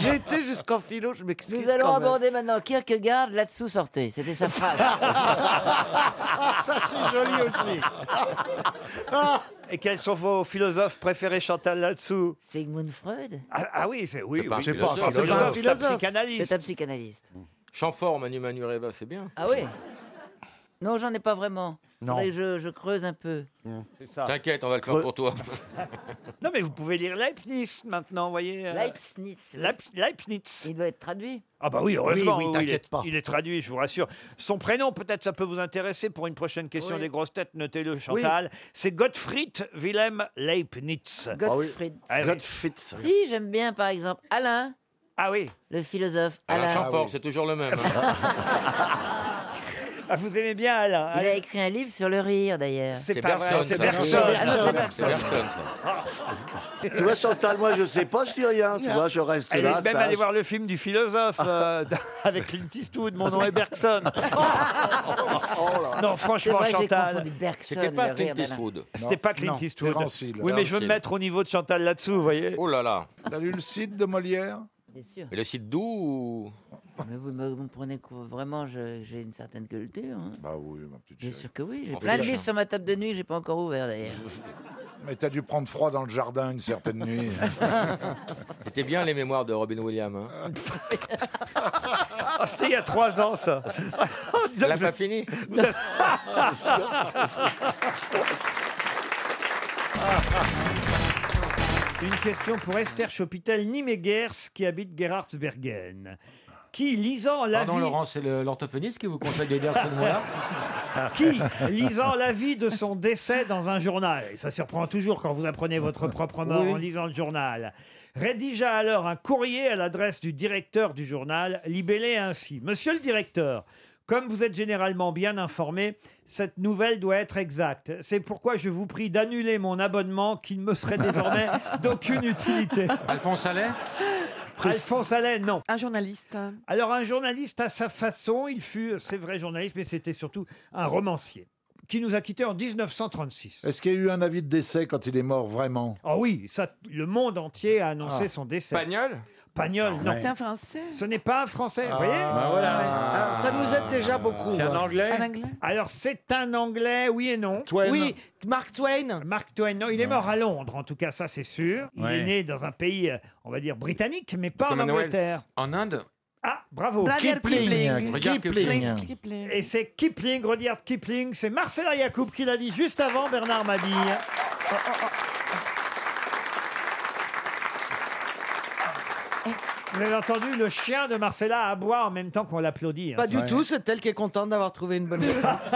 [SPEAKER 4] J'ai été jusqu'en philo, je m'excuse.
[SPEAKER 16] Nous allons
[SPEAKER 4] quand même.
[SPEAKER 16] aborder maintenant Kierkegaard, là-dessous sortez. C'était sa phrase.
[SPEAKER 2] Ça, c'est joli aussi.
[SPEAKER 15] Ah
[SPEAKER 2] Et quels sont vos philosophes préférés, Chantal, là-dessous
[SPEAKER 16] Sigmund Freud
[SPEAKER 2] ah, ah oui, c'est oui,
[SPEAKER 11] C'est pas
[SPEAKER 2] oui.
[SPEAKER 11] un philosophe.
[SPEAKER 2] C'est
[SPEAKER 11] C'est pas un
[SPEAKER 2] c'est un
[SPEAKER 11] philosophe.
[SPEAKER 2] psychanalyste.
[SPEAKER 16] C'est un psychanalyste.
[SPEAKER 11] Chamfort, Manu Manu Reva, c'est bien.
[SPEAKER 16] Ah oui Non, j'en ai pas vraiment.
[SPEAKER 11] Non.
[SPEAKER 16] Faudrait que Je, je creuse un peu.
[SPEAKER 11] T'inquiète, on va le faire pour toi.
[SPEAKER 2] Non, mais vous pouvez lire Leibniz maintenant, vous voyez. euh,
[SPEAKER 16] Leibniz.
[SPEAKER 2] Leib- Leibniz.
[SPEAKER 16] Il doit être traduit.
[SPEAKER 2] Ah bah oui, heureusement.
[SPEAKER 16] Oui, oui,
[SPEAKER 2] il, est,
[SPEAKER 16] t'inquiète pas.
[SPEAKER 2] il est traduit, je vous rassure. Son prénom, peut-être, ça peut vous intéresser pour une prochaine question
[SPEAKER 16] Oui.
[SPEAKER 2] des grosses têtes. Notez-le, Chantal. C'est Gottfried Wilhelm Leibniz.
[SPEAKER 16] Gottfried.
[SPEAKER 2] Ah oui.
[SPEAKER 16] Si, j'aime bien, par exemple, Alain.
[SPEAKER 2] Ah oui.
[SPEAKER 16] Le philosophe Alain. Ah
[SPEAKER 11] Alain Chamfort, c'est toujours le même.
[SPEAKER 2] Ah, vous aimez bien Alain
[SPEAKER 16] Il a écrit un livre sur le rire, d'ailleurs.
[SPEAKER 2] C'est pas
[SPEAKER 11] Bergson,
[SPEAKER 2] vrai, c'est
[SPEAKER 11] ça.
[SPEAKER 2] Bergson.
[SPEAKER 11] C'est
[SPEAKER 16] Ah non, c'est
[SPEAKER 11] Bergson,
[SPEAKER 16] Bergson.
[SPEAKER 11] ça.
[SPEAKER 18] Tu vois, Chantal, moi, je sais pas, je dis rien. Tu vois, je reste
[SPEAKER 2] Elle
[SPEAKER 18] là.
[SPEAKER 2] est même
[SPEAKER 18] sage.
[SPEAKER 2] allée voir le film du philosophe euh, avec Clint Eastwood, Mon nom est Bergson. non, franchement,
[SPEAKER 16] Oh C'est vrai que j'ai
[SPEAKER 2] Chantal.
[SPEAKER 16] confondu Bergson, C'était pas le Clint rire d'Alain. Eastwood.
[SPEAKER 2] C'était pas Clint
[SPEAKER 17] Non,
[SPEAKER 2] Eastwood.
[SPEAKER 17] Rancil.
[SPEAKER 2] Oui, mais je veux me
[SPEAKER 17] Rancil.
[SPEAKER 2] mettre au niveau de Chantal là-dessous, vous voyez.
[SPEAKER 11] Oh là là.
[SPEAKER 17] T'as lu le site de Molière
[SPEAKER 16] Bien sûr.
[SPEAKER 11] Mais le site d'où ou-
[SPEAKER 16] Mais vous me comprenez que vraiment, je- j'ai une certaine culture. hein.
[SPEAKER 17] Bah oui, ma petite
[SPEAKER 16] Bien sûr que oui. J'ai
[SPEAKER 17] On
[SPEAKER 16] plein
[SPEAKER 17] fait
[SPEAKER 16] de
[SPEAKER 17] la
[SPEAKER 16] livres
[SPEAKER 17] chance.
[SPEAKER 16] sur ma table de nuit que j'ai pas encore ouvert, d'ailleurs.
[SPEAKER 17] Mais t'as dû prendre froid dans le jardin une certaine nuit.
[SPEAKER 11] C'était bien les mémoires de Robin Williams. hein.
[SPEAKER 2] Ah, C'était il y a trois ans, ça.
[SPEAKER 11] Elle a pas fini.
[SPEAKER 2] Vous avez- Une question pour Esther Chopitel Nimegers qui habite Gerhardsbergen. Qui, lisant la
[SPEAKER 11] Pardon,
[SPEAKER 2] vie...
[SPEAKER 11] Laurent, c'est le- l'orthophoniste qui vous conseille de lire ce mois-là
[SPEAKER 2] Qui, lisant la vie de son décès dans un journal, et ça surprend toujours quand vous apprenez votre propre mort
[SPEAKER 11] Oui.
[SPEAKER 2] en lisant le journal, rédigea alors un courrier à l'adresse du directeur du journal, libellé ainsi. Monsieur le directeur, comme vous êtes généralement bien informé, cette nouvelle doit être exacte. C'est pourquoi je vous prie d'annuler mon abonnement qui ne me serait désormais d'aucune utilité.
[SPEAKER 11] Alphonse Allais
[SPEAKER 2] Alphonse Allais, non.
[SPEAKER 7] Un journaliste.
[SPEAKER 2] Alors un journaliste à sa façon, il fut, c'est vrai, journaliste, mais c'était surtout un romancier qui nous a quittés en 1936.
[SPEAKER 17] Est-ce qu'il y a eu un avis de décès quand il est mort vraiment
[SPEAKER 2] Ah oui, ça, le monde entier a annoncé
[SPEAKER 17] Ah.
[SPEAKER 2] son décès.
[SPEAKER 11] Pagnol
[SPEAKER 2] Pagnol, non.
[SPEAKER 7] C'est un français.
[SPEAKER 2] Ce n'est pas un français, vous voyez
[SPEAKER 7] Ah, voilà. Ah, ouais. Ça nous aide déjà beaucoup. C'est un Anglais Un Anglais
[SPEAKER 2] Alors, c'est un Anglais, oui et non.
[SPEAKER 4] Oui,
[SPEAKER 2] Mark Twain. Mark Twain, non, il est mort à Londres, en tout cas, ça c'est sûr. Il
[SPEAKER 11] Ouais.
[SPEAKER 2] est né dans un pays, euh, on va dire, britannique, mais pas en
[SPEAKER 11] Commonwealth.
[SPEAKER 2] Angleterre.
[SPEAKER 11] En Inde
[SPEAKER 2] Ah, bravo.
[SPEAKER 11] Rudyard Kipling. Rudyard Kipling.
[SPEAKER 2] Et c'est Kipling, Rudyard Kipling. C'est Marcella Yacoub qui l'a dit juste avant Bernard Mabille. Vous avez entendu le chien de Marcella aboie en même temps qu'on l'applaudit. hein.
[SPEAKER 4] Pas du tout, c'est elle qui est contente d'avoir trouvé une bonne réponse.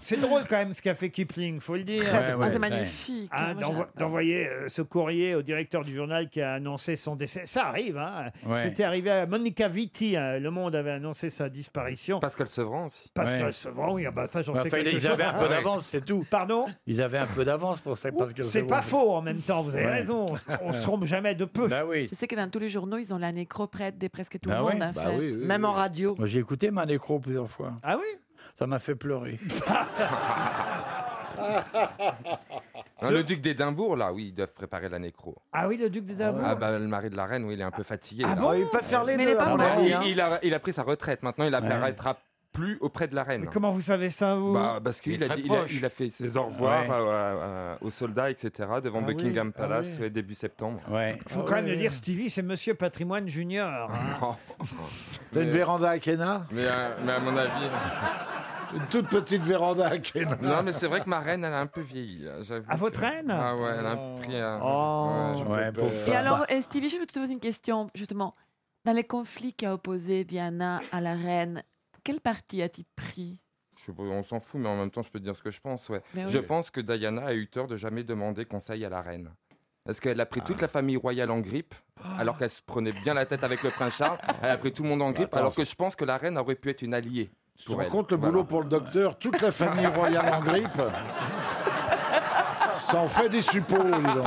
[SPEAKER 2] C'est drôle quand même ce qu'a fait Kipling, faut le dire.
[SPEAKER 4] Ouais, Ah, ouais, c'est c'est magnifique,
[SPEAKER 2] Hein,
[SPEAKER 4] hein, moi,
[SPEAKER 2] d'envo-
[SPEAKER 4] j'adore.
[SPEAKER 2] D'envoyer euh, ce courrier au directeur du journal qui a annoncé son décès. Ça arrive. hein.
[SPEAKER 11] Ouais.
[SPEAKER 2] C'était arrivé à Monica Vitti. hein. Le Monde avait annoncé sa disparition.
[SPEAKER 11] Pascal Sevran aussi.
[SPEAKER 2] Pascal Sevran, oui, ah bah ça j'en sais quelque chose. Ah
[SPEAKER 14] c'est tout.
[SPEAKER 2] Pardon
[SPEAKER 14] Ils avaient un peu d'avance pour ça. parce que
[SPEAKER 2] C'est pas faux en même temps, vous avez
[SPEAKER 14] Ouais.
[SPEAKER 2] raison. On, se- on se trompe jamais de peu.
[SPEAKER 14] Bah oui.
[SPEAKER 7] Je sais que dans tous les journaux, ils ont la nécroprète de presque tout
[SPEAKER 14] Bah
[SPEAKER 7] le monde,
[SPEAKER 14] ouais.
[SPEAKER 7] en
[SPEAKER 14] Bah
[SPEAKER 7] fait.
[SPEAKER 14] oui, oui, Même oui. en
[SPEAKER 7] radio.
[SPEAKER 14] Moi, j'ai écouté ma nécro plusieurs fois.
[SPEAKER 2] Ah oui
[SPEAKER 14] Ça m'a fait pleurer.
[SPEAKER 11] Hein, le duc d'Édimbourg, là, oui, ils doivent préparer la nécro.
[SPEAKER 2] Ah oui, le duc des Avaux.
[SPEAKER 11] Ah bah, le mari de la reine, oui, il est un peu fatigué. là.
[SPEAKER 2] bon Ah, Il peut faire les Mais il deux, hein. est pas à mon
[SPEAKER 11] Ah,
[SPEAKER 2] mort.
[SPEAKER 11] il, il a, il a pris sa retraite. Maintenant, il apparaîtra plus auprès de la reine.
[SPEAKER 2] Comment vous savez ça, vous
[SPEAKER 11] Bah, parce
[SPEAKER 2] Il
[SPEAKER 11] qu'il
[SPEAKER 2] est
[SPEAKER 11] a,
[SPEAKER 2] très
[SPEAKER 11] dit- il a-
[SPEAKER 2] proche.
[SPEAKER 11] il a fait ses au revoir
[SPEAKER 2] Ouais.
[SPEAKER 11] à- à- à- aux soldats, etc., devant
[SPEAKER 2] Ah oui,
[SPEAKER 11] Buckingham
[SPEAKER 2] ah
[SPEAKER 11] Palace
[SPEAKER 2] oui.
[SPEAKER 11] ouais, début septembre.
[SPEAKER 2] Faut
[SPEAKER 5] Ah
[SPEAKER 2] quand même le dire, Stevie, c'est Monsieur Patrimoine Junior. hein.
[SPEAKER 17] T'as une
[SPEAKER 11] Mais-
[SPEAKER 17] véranda à Kena
[SPEAKER 11] Mais, à- mais à mon avis.
[SPEAKER 17] Une toute petite véranda à Kena.
[SPEAKER 11] Non, mais c'est vrai que ma reine, elle a un peu vieilli. là, j'avoue
[SPEAKER 2] À
[SPEAKER 11] que-
[SPEAKER 2] votre reine
[SPEAKER 11] Ah ouais, elle a pris un.
[SPEAKER 2] Oh.
[SPEAKER 11] ouais,
[SPEAKER 14] pauvre
[SPEAKER 7] Et
[SPEAKER 14] bah.
[SPEAKER 7] alors, euh, Stevie, je veux te poser une question, justement. Dans les conflits qu'a opposé Diana à la reine, quel parti a-t-il pris
[SPEAKER 11] Je sais pas, on s'en fout, mais en même temps, je peux te dire ce que je pense. Ouais.
[SPEAKER 7] Mais oui.
[SPEAKER 11] Je pense que Diana a eu tort de jamais demander conseil à la reine. Parce qu'elle a pris toute
[SPEAKER 17] Ah.
[SPEAKER 11] la famille royale en grippe, alors qu'elle se prenait bien la tête avec le prince Charles. Elle a pris tout le monde en grippe,
[SPEAKER 17] attends,
[SPEAKER 11] alors que je pense que la reine aurait pu être une alliée.
[SPEAKER 17] Tu te
[SPEAKER 11] Pour
[SPEAKER 17] rends
[SPEAKER 11] elle.
[SPEAKER 17] compte le
[SPEAKER 11] Voilà.
[SPEAKER 17] boulot pour le docteur Toute la famille royale en grippe Ça en fait des suppôts, dis donc.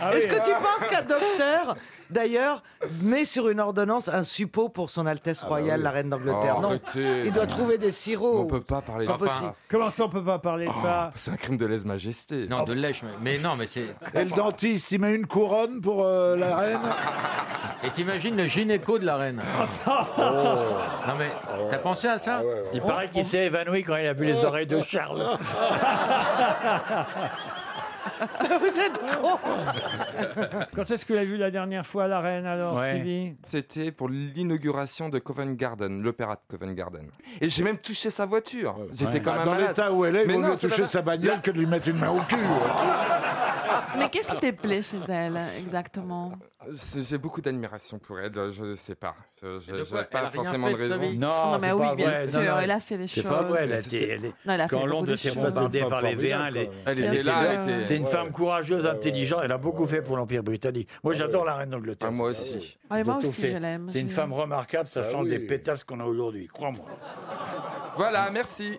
[SPEAKER 2] Ah oui,
[SPEAKER 4] Est-ce que tu
[SPEAKER 2] ah. hein.
[SPEAKER 4] penses qu'un docteur,
[SPEAKER 1] D'ailleurs, met sur une ordonnance un suppôt pour son
[SPEAKER 2] Ah
[SPEAKER 1] Altesse
[SPEAKER 2] bah
[SPEAKER 1] royale,
[SPEAKER 11] oui.
[SPEAKER 1] la reine d'Angleterre.
[SPEAKER 11] Oh,
[SPEAKER 1] non,
[SPEAKER 11] arrêtez,
[SPEAKER 1] il doit
[SPEAKER 11] non.
[SPEAKER 1] trouver des sirops.
[SPEAKER 11] On peut pas parler
[SPEAKER 1] Pas
[SPEAKER 11] de ça.
[SPEAKER 1] possible.
[SPEAKER 2] Comment ça, on peut pas parler de ça
[SPEAKER 11] Oh, C'est un crime de lèse-majesté. Non, de lèche, mais non, mais c'est.
[SPEAKER 17] Et le dentiste, il met une couronne pour euh, la reine
[SPEAKER 19] Et t'imagines le gynéco de la reine. Oh. Non mais, t'as pensé à
[SPEAKER 2] Ah
[SPEAKER 19] ça Oh.
[SPEAKER 14] Il paraît qu'il s'est évanoui quand il a vu les oreilles de Charles.
[SPEAKER 1] Vous êtes con
[SPEAKER 2] Quand est-ce que l'a vu la dernière fois, la reine, alors, Stevie
[SPEAKER 11] C'était pour l'inauguration de Covent Garden, l'opéra de Covent Garden. Et j'ai même touché sa voiture. J'étais
[SPEAKER 17] Ouais. Bah,
[SPEAKER 11] quand même
[SPEAKER 17] Dans
[SPEAKER 11] malade.
[SPEAKER 17] l'état où elle est, il
[SPEAKER 11] Mais
[SPEAKER 17] vaut
[SPEAKER 11] non,
[SPEAKER 17] mieux
[SPEAKER 11] c'est
[SPEAKER 17] toucher
[SPEAKER 11] pas-
[SPEAKER 17] sa bagnole que de lui mettre une main au cul.
[SPEAKER 7] Mais qu'est-ce qui te plaît chez elle, exactement
[SPEAKER 11] C'est- J'ai beaucoup d'admiration pour elle, euh, je ne sais pas. Je
[SPEAKER 7] de quoi
[SPEAKER 11] n'ai pas
[SPEAKER 7] Elle a rien
[SPEAKER 11] forcément
[SPEAKER 7] fait
[SPEAKER 11] de
[SPEAKER 7] de sa
[SPEAKER 11] raison.
[SPEAKER 7] vie Non, Non, mais c'est oui, pas bien vrai, sûr, non, non. elle a fait des
[SPEAKER 14] C'est pas
[SPEAKER 7] choses.
[SPEAKER 14] vrai, elle a
[SPEAKER 7] Ah C'est-
[SPEAKER 14] été-
[SPEAKER 7] c'est-
[SPEAKER 14] elle est-
[SPEAKER 7] Non, elle a fait
[SPEAKER 14] quand
[SPEAKER 7] beaucoup
[SPEAKER 14] Londres
[SPEAKER 7] de
[SPEAKER 14] s'est
[SPEAKER 7] choses.
[SPEAKER 14] bombardée par les
[SPEAKER 7] Formidable,
[SPEAKER 14] V1, elle, est-
[SPEAKER 11] Elle était
[SPEAKER 14] elle
[SPEAKER 11] là,
[SPEAKER 14] s'est-
[SPEAKER 11] elle était-
[SPEAKER 14] C'est une
[SPEAKER 11] ouais,
[SPEAKER 14] femme
[SPEAKER 11] ouais.
[SPEAKER 14] courageuse, intelligente, elle a beaucoup fait pour l'Empire britannique. Moi, j'adore la reine d'Angleterre.
[SPEAKER 11] moi aussi.
[SPEAKER 7] Ah, et moi
[SPEAKER 14] J'ai tout
[SPEAKER 7] aussi,
[SPEAKER 14] fait.
[SPEAKER 7] je l'aime.
[SPEAKER 14] C'est une
[SPEAKER 7] Je-
[SPEAKER 14] femme remarquable, sachant
[SPEAKER 19] Ah oui.
[SPEAKER 14] des pétasses qu'on a aujourd'hui, crois-moi.
[SPEAKER 11] Voilà, merci.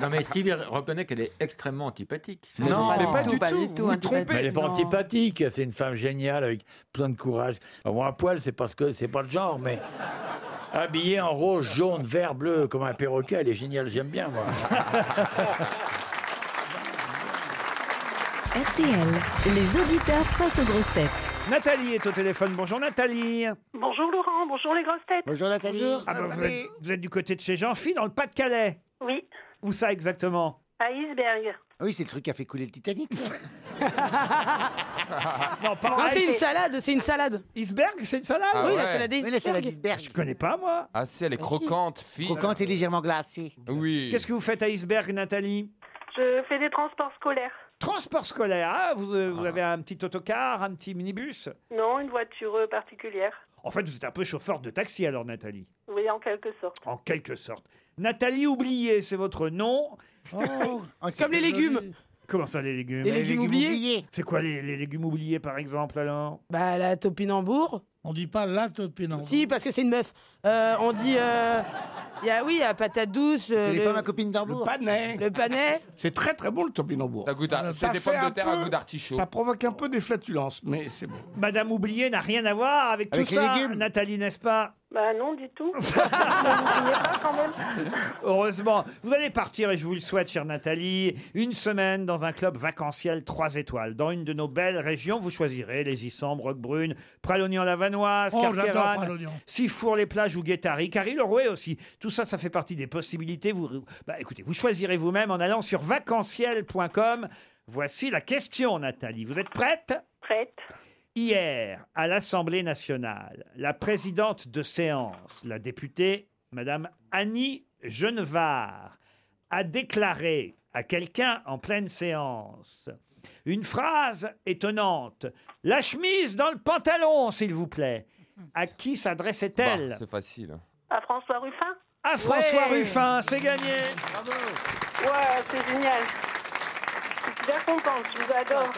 [SPEAKER 19] Non mais Stevie reconnaît qu'elle est extrêmement antipathique.
[SPEAKER 14] Mais elle n'est pas antipathique, c'est une femme géniale avec plein de courage. Alors, Bon, à poil, c'est parce que c'est pas le genre, mais habillée en rose, jaune, vert, bleu, comme un perroquet, elle est géniale, j'aime bien, moi.
[SPEAKER 20] RTL, les auditeurs face aux grosses têtes.
[SPEAKER 2] Nathalie est au téléphone. Bonjour Nathalie.
[SPEAKER 21] Bonjour Laurent, bonjour les grosses têtes.
[SPEAKER 5] Bonjour Nathalie.
[SPEAKER 2] Ah bah, vous, êtes, vous êtes du côté de chez Jean-Phi, dans le Pas-de-Calais.
[SPEAKER 21] Oui,
[SPEAKER 2] Où ça exactement
[SPEAKER 21] à Iceberg.
[SPEAKER 5] Ah Oui, c'est le truc qui a fait couler le Titanic.
[SPEAKER 2] Non,
[SPEAKER 22] Non,
[SPEAKER 2] pareil.
[SPEAKER 22] Ah, c'est une salade, c'est une salade.
[SPEAKER 2] Iceberg, c'est une salade
[SPEAKER 11] Ah
[SPEAKER 22] Oui,
[SPEAKER 11] ouais.
[SPEAKER 22] la salade
[SPEAKER 5] Oui, la salade
[SPEAKER 22] iceberg.
[SPEAKER 5] iceberg.
[SPEAKER 2] Je connais pas, moi.
[SPEAKER 11] Ah si, elle est
[SPEAKER 2] Ah, si.
[SPEAKER 11] croquante, fine.
[SPEAKER 5] Croquante et légèrement glacée.
[SPEAKER 11] Oui.
[SPEAKER 2] Qu'est-ce que vous faites à Iceberg, Nathalie
[SPEAKER 21] Je fais des transports scolaires.
[SPEAKER 2] Transport scolaire. Ah, vous, euh, vous avez un petit autocar, un petit minibus.
[SPEAKER 21] Non, une voiture euh, particulière.
[SPEAKER 2] En fait, vous êtes un peu chauffeur de taxi alors, Nathalie.
[SPEAKER 21] Oui, en quelque sorte.
[SPEAKER 2] En quelque sorte. Nathalie Oublié, c'est votre nom.
[SPEAKER 22] Oh. Comme les légumes.
[SPEAKER 2] Comment ça, les légumes
[SPEAKER 22] Les Les légumes légumes oubliés. oubliés.
[SPEAKER 2] C'est quoi les, les légumes oubliés, par exemple, alors
[SPEAKER 22] Bah, la topinambour. On dit pas la topinambour. Si, parce que c'est une meuf. Euh, on dit. Euh, y a, oui, la patate douce. euh,
[SPEAKER 5] Elle est
[SPEAKER 22] le-
[SPEAKER 5] pas ma copine d'Hambourg.
[SPEAKER 22] Le panais. Le panais.
[SPEAKER 4] C'est très très bon le topinambour.
[SPEAKER 11] Ça goûte
[SPEAKER 2] Ah,
[SPEAKER 11] à-
[SPEAKER 4] Ça
[SPEAKER 11] c'est des
[SPEAKER 4] fait
[SPEAKER 11] pommes
[SPEAKER 4] un
[SPEAKER 11] de terre à
[SPEAKER 4] peu-
[SPEAKER 11] goût d'artichaut.
[SPEAKER 4] Ça provoque un peu des flatulences, mais c'est bon.
[SPEAKER 2] Madame Oublié n'a rien à voir avec,
[SPEAKER 4] Avec
[SPEAKER 2] tout
[SPEAKER 4] les
[SPEAKER 2] ça,
[SPEAKER 4] légumes.
[SPEAKER 2] Nathalie, n'est-ce pas
[SPEAKER 21] Bah non, du tout. Mais vous oubliez pas quand même.
[SPEAKER 2] Heureusement, vous allez partir et je vous le souhaite, chère Nathalie, une semaine dans un club vacanciel 3 étoiles, dans une de nos belles régions. Vous choisirez les Issambres, Roquebrune, Pralognan-la-Vanoise,
[SPEAKER 8] Oh, j'adore
[SPEAKER 2] Carqueiranne,
[SPEAKER 8] Pralognan.
[SPEAKER 2] Sifour-les-Plages ou Guétari, Carry-le-Rouet aussi. Tout ça, ça fait partie des possibilités. Vous, bah, écoutez, vous choisirez vous-même en allant sur vacanciel.com. Voici la question, Nathalie. Vous êtes prête
[SPEAKER 21] Prête.
[SPEAKER 2] Hier, à l'Assemblée nationale, la présidente de séance, la députée Madame Annie Genevard, a déclaré à quelqu'un en pleine séance une phrase étonnante La chemise dans le pantalon, s'il vous plaît. À qui s'adressait-elle
[SPEAKER 11] Bah, c'est facile.
[SPEAKER 21] À François Ruffin
[SPEAKER 2] À François
[SPEAKER 21] Ouais.
[SPEAKER 2] Ruffin, c'est gagné.
[SPEAKER 21] Ouais, c'est génial. Je suis bien contente, je vous adore.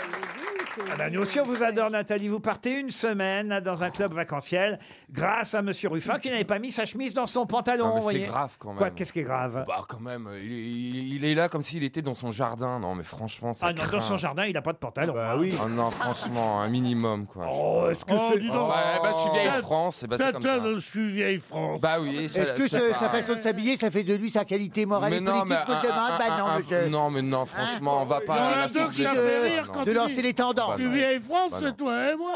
[SPEAKER 2] Ah bah, nous aussi, on vous adore, Nathalie. Vous partez une semaine dans un club vacanciel grâce à Monsieur Ruffin qui n'avait pas mis sa chemise dans son pantalon.
[SPEAKER 11] Non, Ah, mais
[SPEAKER 2] vous
[SPEAKER 11] c'est
[SPEAKER 2] voyez.
[SPEAKER 11] grave quand même.
[SPEAKER 2] Quoi, qu'est-ce qui est grave
[SPEAKER 11] Bah quand même, il, est- il est- il est là comme s'il était dans son jardin. Non mais franchement, ça
[SPEAKER 2] Ah non,
[SPEAKER 11] craint.
[SPEAKER 2] dans son jardin, il n'a pas de
[SPEAKER 8] Bah
[SPEAKER 2] pantalon. Ah oui.
[SPEAKER 11] Oh non, franchement, un minimum quoi.
[SPEAKER 2] Oh, est-ce
[SPEAKER 11] que
[SPEAKER 2] c'est-
[SPEAKER 11] Ouais, bah, je suis vieille France, et bah, c'est comme ça.
[SPEAKER 8] je suis vieille France.
[SPEAKER 11] Bah oui. ça-
[SPEAKER 5] Est-ce que
[SPEAKER 11] c'est
[SPEAKER 5] ce-
[SPEAKER 11] pas-
[SPEAKER 5] sa façon de s'habiller, ça fait de lui sa qualité morale
[SPEAKER 11] Mais
[SPEAKER 5] et
[SPEAKER 11] non,
[SPEAKER 5] politique
[SPEAKER 11] mais
[SPEAKER 5] qu'on
[SPEAKER 11] un-
[SPEAKER 5] demande
[SPEAKER 11] un-
[SPEAKER 5] Bah non,
[SPEAKER 11] un-
[SPEAKER 5] monsieur.
[SPEAKER 11] non, mais
[SPEAKER 8] Hein
[SPEAKER 11] non, franchement, on va
[SPEAKER 5] Non,
[SPEAKER 11] pas.
[SPEAKER 5] mais ça suffit de- de lancer les tendances.
[SPEAKER 11] Tu
[SPEAKER 8] Tu vieille France,
[SPEAKER 11] Bah non.
[SPEAKER 8] c'est toi et moi.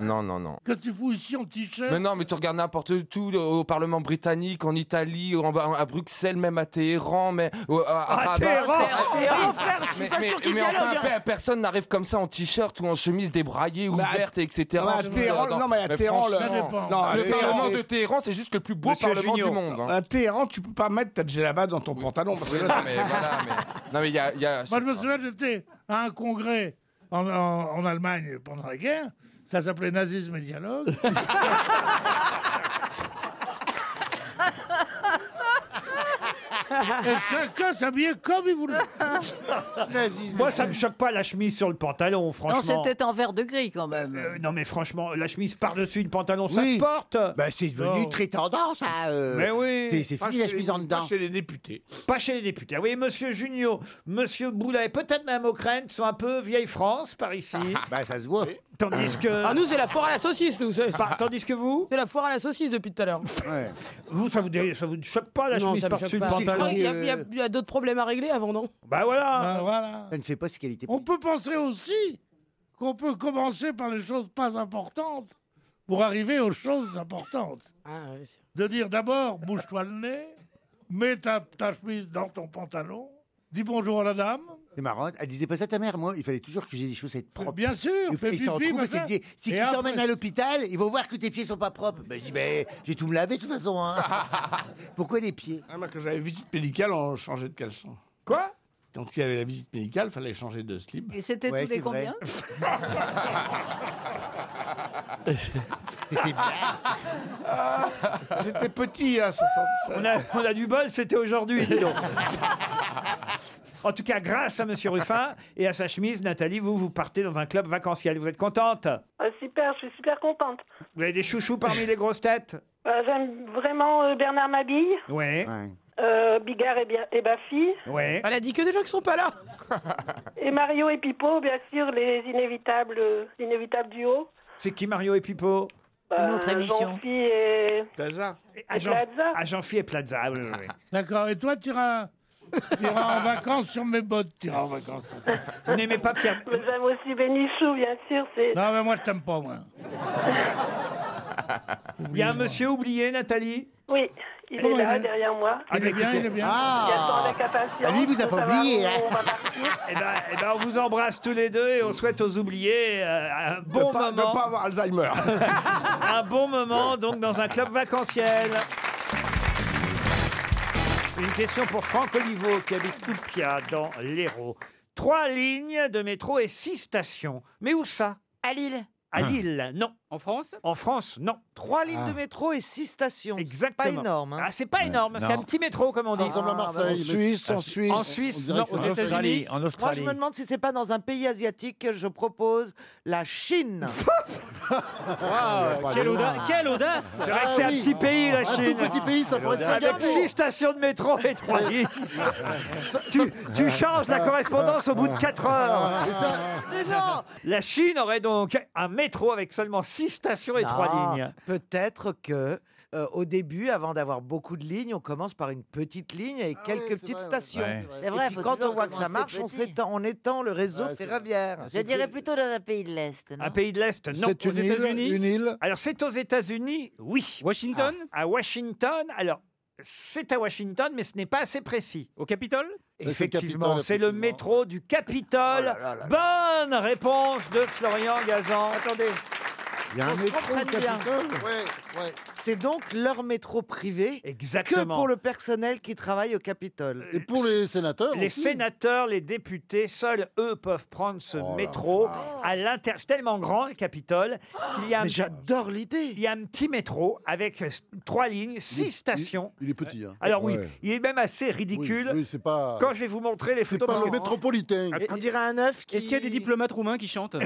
[SPEAKER 11] Non, non, non.
[SPEAKER 8] Qu'est-ce que tu fous ici en t-shirt
[SPEAKER 11] Mais non, mais tu regardes n'importe où, le- au Parlement britannique, en Italie, en- en- à Bruxelles, même à Téhéran, mais au- à, à
[SPEAKER 2] À
[SPEAKER 11] Rabat.
[SPEAKER 2] Téhéran
[SPEAKER 22] Ah, Téhéran, Ah, frère, je suis pas sûr qu'il
[SPEAKER 11] mais
[SPEAKER 22] dialogue,
[SPEAKER 11] enfin,
[SPEAKER 22] hein.
[SPEAKER 11] pe- personne n'arrive comme ça en t-shirt ou en chemise débraillée, ouverte, etc.
[SPEAKER 4] Bah, Non, mais à
[SPEAKER 11] Je vous
[SPEAKER 4] Téhéran-
[SPEAKER 11] adore.
[SPEAKER 4] non, mais à Téhéran, le-
[SPEAKER 11] franchement,
[SPEAKER 4] Ça dépend.
[SPEAKER 11] non,
[SPEAKER 4] À
[SPEAKER 11] le
[SPEAKER 4] Téhéran,
[SPEAKER 11] Parlement
[SPEAKER 4] c'est-
[SPEAKER 11] de Téhéran, c'est juste le plus beau
[SPEAKER 4] Monsieur
[SPEAKER 11] Parlement
[SPEAKER 4] Gignot,
[SPEAKER 11] du monde. hein.
[SPEAKER 4] À Téhéran, tu peux pas mettre ta djellaba dans ton pantalon. parce que
[SPEAKER 11] Oui,
[SPEAKER 4] là,
[SPEAKER 11] non, mais voilà, mais- non, mais il y a. il y a-
[SPEAKER 8] Moi, je me souviens, j'étais à un congrès en, en- en Allemagne pendant la guerre. Ça s'appelait Nazisme et Dialogue. et chacun s'habillait comme il voulait.
[SPEAKER 2] Moi, ça me choque pas la chemise sur le pantalon,
[SPEAKER 23] Non,
[SPEAKER 2] franchement.
[SPEAKER 23] c'était en vert de gris quand même.
[SPEAKER 2] Euh, non, mais franchement, la chemise par-dessus le pantalon, ça
[SPEAKER 5] Oui.
[SPEAKER 2] se porte.
[SPEAKER 5] Bah, c'est devenu
[SPEAKER 2] Oh.
[SPEAKER 5] très tendance, ça. euh.
[SPEAKER 2] Mais oui.
[SPEAKER 5] C'est- C'est
[SPEAKER 2] Pas
[SPEAKER 5] fini la
[SPEAKER 2] chez
[SPEAKER 5] chemise
[SPEAKER 2] les-
[SPEAKER 5] en dedans.
[SPEAKER 2] pas
[SPEAKER 4] chez les députés.
[SPEAKER 2] Pas chez les députés. Ah oui, Monsieur Junio, Monsieur Boulet, peut-être même O'Krent sont un peu vieille France par ici.
[SPEAKER 5] Bah, ça se voit.
[SPEAKER 2] Tandis que.
[SPEAKER 22] Ah, nous, c'est la foire à la saucisse, nous. c'est-
[SPEAKER 2] Par- tandis que vous
[SPEAKER 22] C'est la foire à la saucisse depuis tout à l'heure.
[SPEAKER 2] Vous, ça vous, dé- ça vous choque pas la
[SPEAKER 22] non,
[SPEAKER 2] chemise
[SPEAKER 22] ça me
[SPEAKER 2] par-dessus
[SPEAKER 22] choque
[SPEAKER 2] le
[SPEAKER 22] pas.
[SPEAKER 2] pantalon euh,
[SPEAKER 22] Il y a, il y a- il y a d'autres problèmes à régler avant, non
[SPEAKER 2] Bah voilà.
[SPEAKER 5] Ça ne fait pas ce qu'elle était.
[SPEAKER 8] On peut penser aussi qu'on peut commencer par les choses pas importantes pour arriver aux choses importantes.
[SPEAKER 5] Ah,
[SPEAKER 8] De dire d'abord, bouge-toi le nez, mets ta, ta chemise dans ton pantalon, dis bonjour à la dame.
[SPEAKER 5] C'est marrant. Elle disait pas ça ta mère, moi. Il fallait toujours que j'ai des chaussettes propres. Bien
[SPEAKER 8] sûr, fais
[SPEAKER 5] Et c'est en
[SPEAKER 8] pipi,
[SPEAKER 5] trou parce qu'elle
[SPEAKER 8] machin.
[SPEAKER 5] disait si
[SPEAKER 8] Et
[SPEAKER 5] tu
[SPEAKER 8] après-
[SPEAKER 5] t'emmènes à l'hôpital, ils vont voir que tes pieds sont pas propres. Ben, je dis ben, j'ai tout me lavé de toute façon. hein. Pourquoi les pieds
[SPEAKER 24] Ah, moi, quand j'avais visite médicale, on changeait de caleçon.
[SPEAKER 2] Quoi
[SPEAKER 24] Quand il y avait la visite médicale, fallait changer de slip.
[SPEAKER 25] Et c'était
[SPEAKER 24] Ouais,
[SPEAKER 25] tous les
[SPEAKER 24] c'est vrai.
[SPEAKER 25] combien
[SPEAKER 24] C'était
[SPEAKER 2] C'était petit, hein, ça On a, on a du bol, c'était aujourd'hui, dis donc. En tout cas, grâce à Monsieur Ruffin et à sa chemise, Nathalie, vous, vous partez dans un club vacanciel. Vous êtes contente
[SPEAKER 21] Euh, super, je suis super contente.
[SPEAKER 2] Vous avez des chouchous parmi les grosses têtes
[SPEAKER 21] Euh, J'aime vraiment euh, Bernard Mabille,
[SPEAKER 2] Ouais.
[SPEAKER 21] euh, Bigard et, Bia- et Baffy,
[SPEAKER 2] Ouais.
[SPEAKER 22] Elle a dit que des gens qui sont pas là.
[SPEAKER 21] et Mario et Pipo, bien sûr, les inévitables, euh, inévitables duos.
[SPEAKER 2] C'est qui Mario et Pipo
[SPEAKER 21] Euh,
[SPEAKER 2] Une autre émission.
[SPEAKER 21] Jean-Phi et...
[SPEAKER 2] Plaza. Ah,
[SPEAKER 21] et Plaza.
[SPEAKER 2] À Jean-Phi et Plaza. oui, oui, oui.
[SPEAKER 8] D'accord, et toi, tu iras, tu iras en vacances sur mes bottes, tu iras en vacances.
[SPEAKER 2] Vous n'aimez pas Pierre
[SPEAKER 21] Mais J'aime aussi Bénichou, bien sûr. C'est...
[SPEAKER 8] Non, mais moi, je t'aime pas, moi.
[SPEAKER 2] Il y a un monsieur oublié, Nathalie
[SPEAKER 21] Oui, il
[SPEAKER 2] Comment
[SPEAKER 21] est là,
[SPEAKER 2] il est
[SPEAKER 21] derrière moi.
[SPEAKER 2] Ah, bah, écoutez.
[SPEAKER 7] Ah.
[SPEAKER 21] Il attend avec impatience.
[SPEAKER 2] Ah, lui, vous a
[SPEAKER 21] de
[SPEAKER 2] pas
[SPEAKER 21] savoir
[SPEAKER 2] oublié,
[SPEAKER 21] où
[SPEAKER 2] hein.
[SPEAKER 21] on va partir.
[SPEAKER 2] Eh ben, eh ben, on vous embrasse tous les deux et on souhaite aux oubliés euh, un bon
[SPEAKER 24] pas- de
[SPEAKER 2] moment.
[SPEAKER 24] pas avoir
[SPEAKER 2] Alzheimer. un bon moment, donc, dans un club vacanciel. Une question pour Franck Oliveau, qui habite Toupia, dans l'Hérault. Trois lignes de métro et six stations. Mais où ça
[SPEAKER 16] À Lille.
[SPEAKER 2] À Lille, non. Ah. En France Ah. En France, non.
[SPEAKER 1] Trois lignes de métro et six stations.
[SPEAKER 2] Exactement.
[SPEAKER 1] Pas énorme. hein.
[SPEAKER 2] Ah, c'est pas énorme, c'est un petit métro, comme on dit. Ah,
[SPEAKER 1] bah,
[SPEAKER 2] En Suisse, en Suisse. En Suisse, non, aux États-Unis.
[SPEAKER 1] Moi, je me demande si c'est pas dans un pays asiatique que je propose la Chine.
[SPEAKER 2] quelle audace- quelle audace C'est vrai que c'est ah. un petit pays, la Chine. Ah, Avec six stations de métro et trois lignes. tu, tu changes la correspondance au bout de quatre heures.
[SPEAKER 1] Mais non
[SPEAKER 2] La Chine aurait donc un métro avec seulement six stations et
[SPEAKER 1] Non,
[SPEAKER 2] trois lignes.
[SPEAKER 1] Peut-être que. euh, au début, avant d'avoir beaucoup de lignes, on commence par une petite ligne et quelques petites stations.
[SPEAKER 16] Ouais. C'est
[SPEAKER 1] Et
[SPEAKER 16] vrai,
[SPEAKER 1] puis
[SPEAKER 16] faut
[SPEAKER 1] quand on
[SPEAKER 16] toujours
[SPEAKER 1] voit que ça
[SPEAKER 16] commencer
[SPEAKER 1] marche, on,
[SPEAKER 16] petit.
[SPEAKER 1] s'étend- on étend le réseau
[SPEAKER 16] Ouais, c'est
[SPEAKER 1] ferroviaire.
[SPEAKER 16] Je dirais plutôt dans un pays de l'Est. non
[SPEAKER 2] Un pays de l'Est, non.
[SPEAKER 16] C'est une Aux île, États-Unis une
[SPEAKER 2] Alors, c'est aux États-Unis, oui. Washington À Washington, alors, c'est à Washington, mais ce n'est pas assez précis. Au Capitole
[SPEAKER 4] C'est le
[SPEAKER 2] Effectivement,
[SPEAKER 4] Capitole, Oh
[SPEAKER 2] c'est le métro du Capitole.
[SPEAKER 4] là
[SPEAKER 2] Bonne réponse de Florian Gazan. Attendez.
[SPEAKER 4] Il y a un
[SPEAKER 1] On se
[SPEAKER 4] métro au
[SPEAKER 1] comprenne bien.
[SPEAKER 4] Capitole
[SPEAKER 1] C'est donc leur métro privé que
[SPEAKER 2] Exactement.
[SPEAKER 1] pour le personnel qui travaille au Capitole.
[SPEAKER 4] Et pour les sénateurs
[SPEAKER 2] Les
[SPEAKER 4] aussi.
[SPEAKER 2] sénateurs, les députés, seuls eux peuvent prendre ce
[SPEAKER 4] Oh
[SPEAKER 2] métro à l'intérieur. C'est tellement grand, le Capitole, qu'il y a.
[SPEAKER 1] J'adore l'idée.
[SPEAKER 2] Il y a un petit métro avec euh, trois lignes, six stations.
[SPEAKER 4] Il est petit. Hein.
[SPEAKER 2] Alors oui,
[SPEAKER 4] Ouais.
[SPEAKER 2] il est même assez ridicule.
[SPEAKER 4] Oui, oui, c'est pas.
[SPEAKER 2] Quand je vais vous montrer les
[SPEAKER 4] C'est
[SPEAKER 2] photos,
[SPEAKER 4] pas
[SPEAKER 2] parce
[SPEAKER 4] le
[SPEAKER 2] que-
[SPEAKER 4] métropolitain.
[SPEAKER 1] On dirait un œuf qui.
[SPEAKER 3] Est-ce qu'il y a des diplomates roumains qui chantent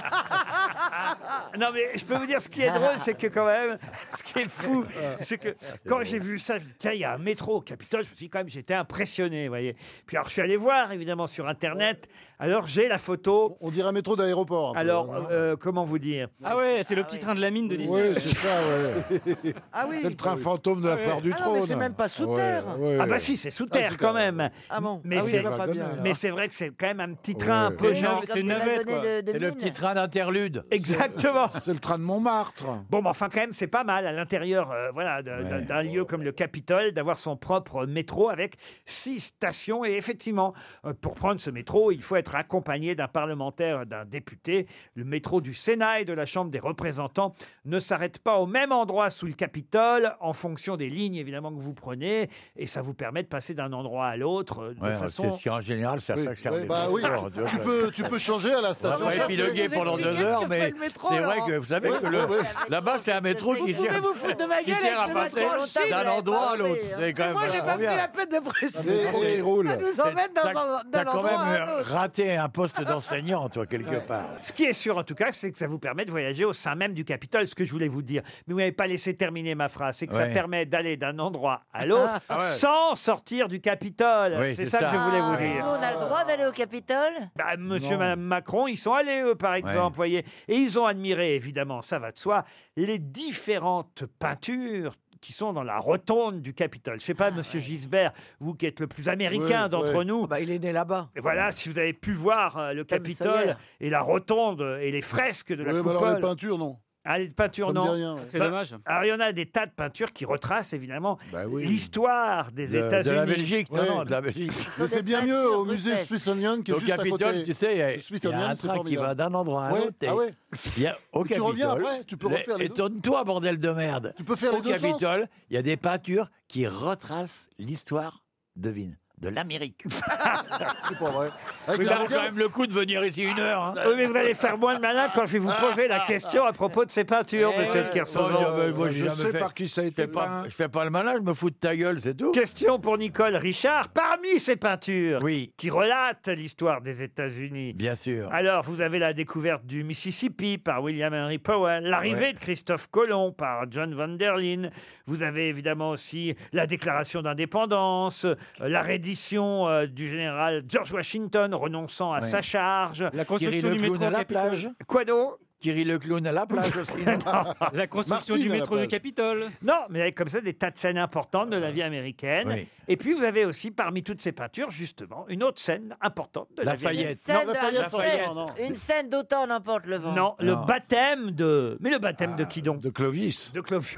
[SPEAKER 2] Non mais je peux vous dire ce qui est drôle, c'est que quand même, ce qui est fou, c'est que quand j'ai vu ça, je me dis, tiens, il y a un métro au Capitole, je me suis dit, quand même, j'étais impressionné, vous voyez. Puis alors je suis allé voir évidemment sur internet. Alors j'ai la photo.
[SPEAKER 4] On dirait un métro d'aéroport. un peu. hein.
[SPEAKER 2] Alors euh, comment vous dire
[SPEAKER 3] Ah ouais, c'est le petit train de la mine de Disney.
[SPEAKER 4] Oui, c'est ça, ouais.
[SPEAKER 1] Ah oui.
[SPEAKER 4] C'est le train fantôme de la foire du
[SPEAKER 1] Ah non,
[SPEAKER 4] trône.
[SPEAKER 1] mais c'est même pas sous
[SPEAKER 4] Ouais,
[SPEAKER 1] terre.
[SPEAKER 4] ouais.
[SPEAKER 2] Ah bah si, c'est sous terre
[SPEAKER 4] sous
[SPEAKER 2] quand
[SPEAKER 4] terre.
[SPEAKER 2] même.
[SPEAKER 1] Ah bon
[SPEAKER 2] Mais
[SPEAKER 1] Ah oui,
[SPEAKER 2] c'est
[SPEAKER 1] ça va pas bien, alors.
[SPEAKER 2] mais c'est vrai que c'est quand même un petit train un
[SPEAKER 4] Ouais.
[SPEAKER 2] peu
[SPEAKER 4] C'est
[SPEAKER 2] genre.
[SPEAKER 4] une- c'est une Comme les navette, wagonnets quoi. de- de
[SPEAKER 19] Et le
[SPEAKER 4] mine.
[SPEAKER 19] petit train d'interlude.
[SPEAKER 2] Exactement.
[SPEAKER 4] C'est le train de Montmartre.
[SPEAKER 2] Bon, mais enfin, quand même, c'est pas mal à l'intérieur euh, voilà, de- d'un d'un lieu comme le Capitole d'avoir son propre métro avec six stations. Et effectivement, euh, pour prendre ce métro, il faut être accompagné d'un parlementaire, d'un député. Le métro du Sénat et de la Chambre des représentants ne s'arrête pas au même endroit sous le Capitole en fonction des lignes, évidemment, que vous prenez. Et ça vous permet de passer d'un endroit à l'autre euh, de
[SPEAKER 14] Ouais,
[SPEAKER 2] façon.
[SPEAKER 14] C'est sûr, en général, c'est à ça que servent
[SPEAKER 4] Oui,
[SPEAKER 14] les
[SPEAKER 4] bah oui.
[SPEAKER 14] transports, vois,
[SPEAKER 4] tu,
[SPEAKER 14] ça-
[SPEAKER 4] peux, tu peux changer à la
[SPEAKER 14] On
[SPEAKER 4] station.
[SPEAKER 14] va pas
[SPEAKER 4] Chartres.
[SPEAKER 14] épiloguer pendant deux heures, mais c'est vrai que vous savez
[SPEAKER 4] Ouais,
[SPEAKER 14] que le-
[SPEAKER 4] ouais, ouais.
[SPEAKER 14] la Là-bas, c'est un métro
[SPEAKER 22] Vous
[SPEAKER 14] qui
[SPEAKER 22] pouvez
[SPEAKER 14] sert,
[SPEAKER 22] vous foutre de ma
[SPEAKER 14] qui
[SPEAKER 22] gueule
[SPEAKER 14] sert à
[SPEAKER 22] avec le
[SPEAKER 14] passer
[SPEAKER 22] métro en Chine, vous
[SPEAKER 14] d'un
[SPEAKER 22] l'avez
[SPEAKER 14] endroit
[SPEAKER 22] pas
[SPEAKER 14] à l'autre.
[SPEAKER 22] fait, hein.
[SPEAKER 14] C'est quand même
[SPEAKER 22] Moi, j'ai pas
[SPEAKER 14] vachement
[SPEAKER 22] pris
[SPEAKER 14] bien.
[SPEAKER 22] la peine de préciser.
[SPEAKER 14] Ah, mais-
[SPEAKER 22] Ça nous emmène dans
[SPEAKER 14] T'as-
[SPEAKER 22] un
[SPEAKER 14] T'as
[SPEAKER 22] d'un
[SPEAKER 14] quand
[SPEAKER 22] endroit à
[SPEAKER 14] même
[SPEAKER 22] un
[SPEAKER 14] euh,
[SPEAKER 22] autre.
[SPEAKER 14] raté un poste d'enseignant, toi, quelque
[SPEAKER 2] Ouais.
[SPEAKER 14] part.
[SPEAKER 2] Ce qui est sûr, en tout cas, c'est que ça vous permet de voyager au sein même du Capitole, ce que je voulais vous dire. Mais vous n'avez pas laissé terminer ma phrase. C'est que ça
[SPEAKER 14] Ouais.
[SPEAKER 2] permet d'aller d'un endroit à l'autre
[SPEAKER 14] Ah ouais.
[SPEAKER 2] sans sortir du Capitole.
[SPEAKER 14] Oui,
[SPEAKER 2] c'est
[SPEAKER 14] c'est
[SPEAKER 2] ça,
[SPEAKER 14] ça.
[SPEAKER 2] que je voulais
[SPEAKER 16] Ah,
[SPEAKER 2] vous
[SPEAKER 16] mais
[SPEAKER 2] dire.
[SPEAKER 16] nous, on a le droit d'aller au Capitole
[SPEAKER 2] Bah, monsieur et
[SPEAKER 16] Non.
[SPEAKER 2] madame Macron, ils sont allés, eux, par exemple, voyez. Et ils ont admiré, évidemment, ça va de soi, les différentes peintures qui sont dans la rotonde du Capitole. Je sais
[SPEAKER 17] Ah
[SPEAKER 2] pas, monsieur Gisbert, vous qui êtes le plus américain
[SPEAKER 22] Oui,
[SPEAKER 2] d'entre
[SPEAKER 22] oui.
[SPEAKER 2] nous.
[SPEAKER 1] Ah bah, il est né là-bas.
[SPEAKER 2] Voilà, si vous avez pu voir euh,
[SPEAKER 17] Ah,
[SPEAKER 2] le Capitole
[SPEAKER 22] Sawyer.
[SPEAKER 2] et la rotonde et les fresques de la
[SPEAKER 17] Oui, mais
[SPEAKER 2] coupole.
[SPEAKER 17] alors les peintures, non.
[SPEAKER 2] Ah, les peintures,
[SPEAKER 17] Ça me
[SPEAKER 2] non.
[SPEAKER 17] dit rien, ouais.
[SPEAKER 3] C'est
[SPEAKER 2] Bah,
[SPEAKER 3] dommage.
[SPEAKER 2] Alors, il y en a des tas de peintures qui retracent, évidemment,
[SPEAKER 17] Bah
[SPEAKER 2] l'histoire des
[SPEAKER 14] De- de la
[SPEAKER 2] États-Unis.
[SPEAKER 14] Belgique, non, Ouais. non, de la Belgique.
[SPEAKER 17] Mais c'est bien mieux au musée Smithsonian qui est
[SPEAKER 14] Au
[SPEAKER 17] juste à côté.
[SPEAKER 14] Capitole, tu sais, il y a-
[SPEAKER 17] Le
[SPEAKER 14] il y a un
[SPEAKER 17] c'est
[SPEAKER 14] train qui
[SPEAKER 17] formidable.
[SPEAKER 14] va d'un endroit à
[SPEAKER 17] Ouais,
[SPEAKER 14] l'autre. et-
[SPEAKER 17] ah ouais.
[SPEAKER 14] il y a- au
[SPEAKER 17] Tu reviens
[SPEAKER 14] Capitole,
[SPEAKER 17] après, tu peux
[SPEAKER 14] les-
[SPEAKER 17] refaire les
[SPEAKER 14] Et
[SPEAKER 17] deux.
[SPEAKER 14] tourne-toi, bordel de merde.
[SPEAKER 17] Tu peux faire
[SPEAKER 14] au
[SPEAKER 17] les deux sens.
[SPEAKER 14] Capitole, il y a des peintures qui retracent l'histoire, devine, de l'Amérique.
[SPEAKER 17] C'est pas vrai.
[SPEAKER 14] Mais
[SPEAKER 17] Avec la
[SPEAKER 14] t'as
[SPEAKER 17] rotonde-
[SPEAKER 14] quand même le coup de venir ici une heure. hein.
[SPEAKER 2] Oui, mais vous allez faire moins de malin quand je vais vous poser la question à propos de ces peintures,
[SPEAKER 14] Eh
[SPEAKER 2] monsieur de
[SPEAKER 14] ouais.
[SPEAKER 2] Kersauzon.
[SPEAKER 14] Bon, euh, moi, j'ai jamais fait-
[SPEAKER 17] ça a
[SPEAKER 14] Je fais pas- je fais pas le malin, je me fous de ta gueule, c'est tout.
[SPEAKER 2] Question pour Nicole Richard. Parmi ces peintures qui relatent l'histoire des États-Unis,
[SPEAKER 14] Bien sûr.
[SPEAKER 2] alors vous avez la découverte du Mississippi par William Henry Powell, l'arrivée
[SPEAKER 14] Ouais.
[SPEAKER 2] de Christophe Colomb par John Van der Linde. Vous avez évidemment aussi la Déclaration d'indépendance, euh, la reddition euh, du général George Washington renonçant à
[SPEAKER 14] Ouais.
[SPEAKER 2] sa charge,
[SPEAKER 14] La construction du métro à la plage.
[SPEAKER 2] Quoi d'autre
[SPEAKER 14] Thierry le clown à la plage aussi. non
[SPEAKER 3] La construction
[SPEAKER 14] Martine
[SPEAKER 3] du
[SPEAKER 14] à la
[SPEAKER 3] métro du
[SPEAKER 14] plage.
[SPEAKER 3] Capitole.
[SPEAKER 2] Non, mais avec comme ça des tas de scènes importantes de la vie américaine.
[SPEAKER 14] Oui.
[SPEAKER 2] Et puis vous avez aussi parmi toutes ces peintures justement une autre scène importante de la, vie
[SPEAKER 14] Lafayette.
[SPEAKER 2] américaine.
[SPEAKER 17] Non,
[SPEAKER 16] Scène de-
[SPEAKER 17] Lafayette,
[SPEAKER 16] une scène-
[SPEAKER 17] non, non.
[SPEAKER 16] Une scène d'autant n'importe le vent.
[SPEAKER 2] Non, le baptême de. Mais le baptême de qui donc
[SPEAKER 17] Ah, De Clovis.
[SPEAKER 2] De Clovis.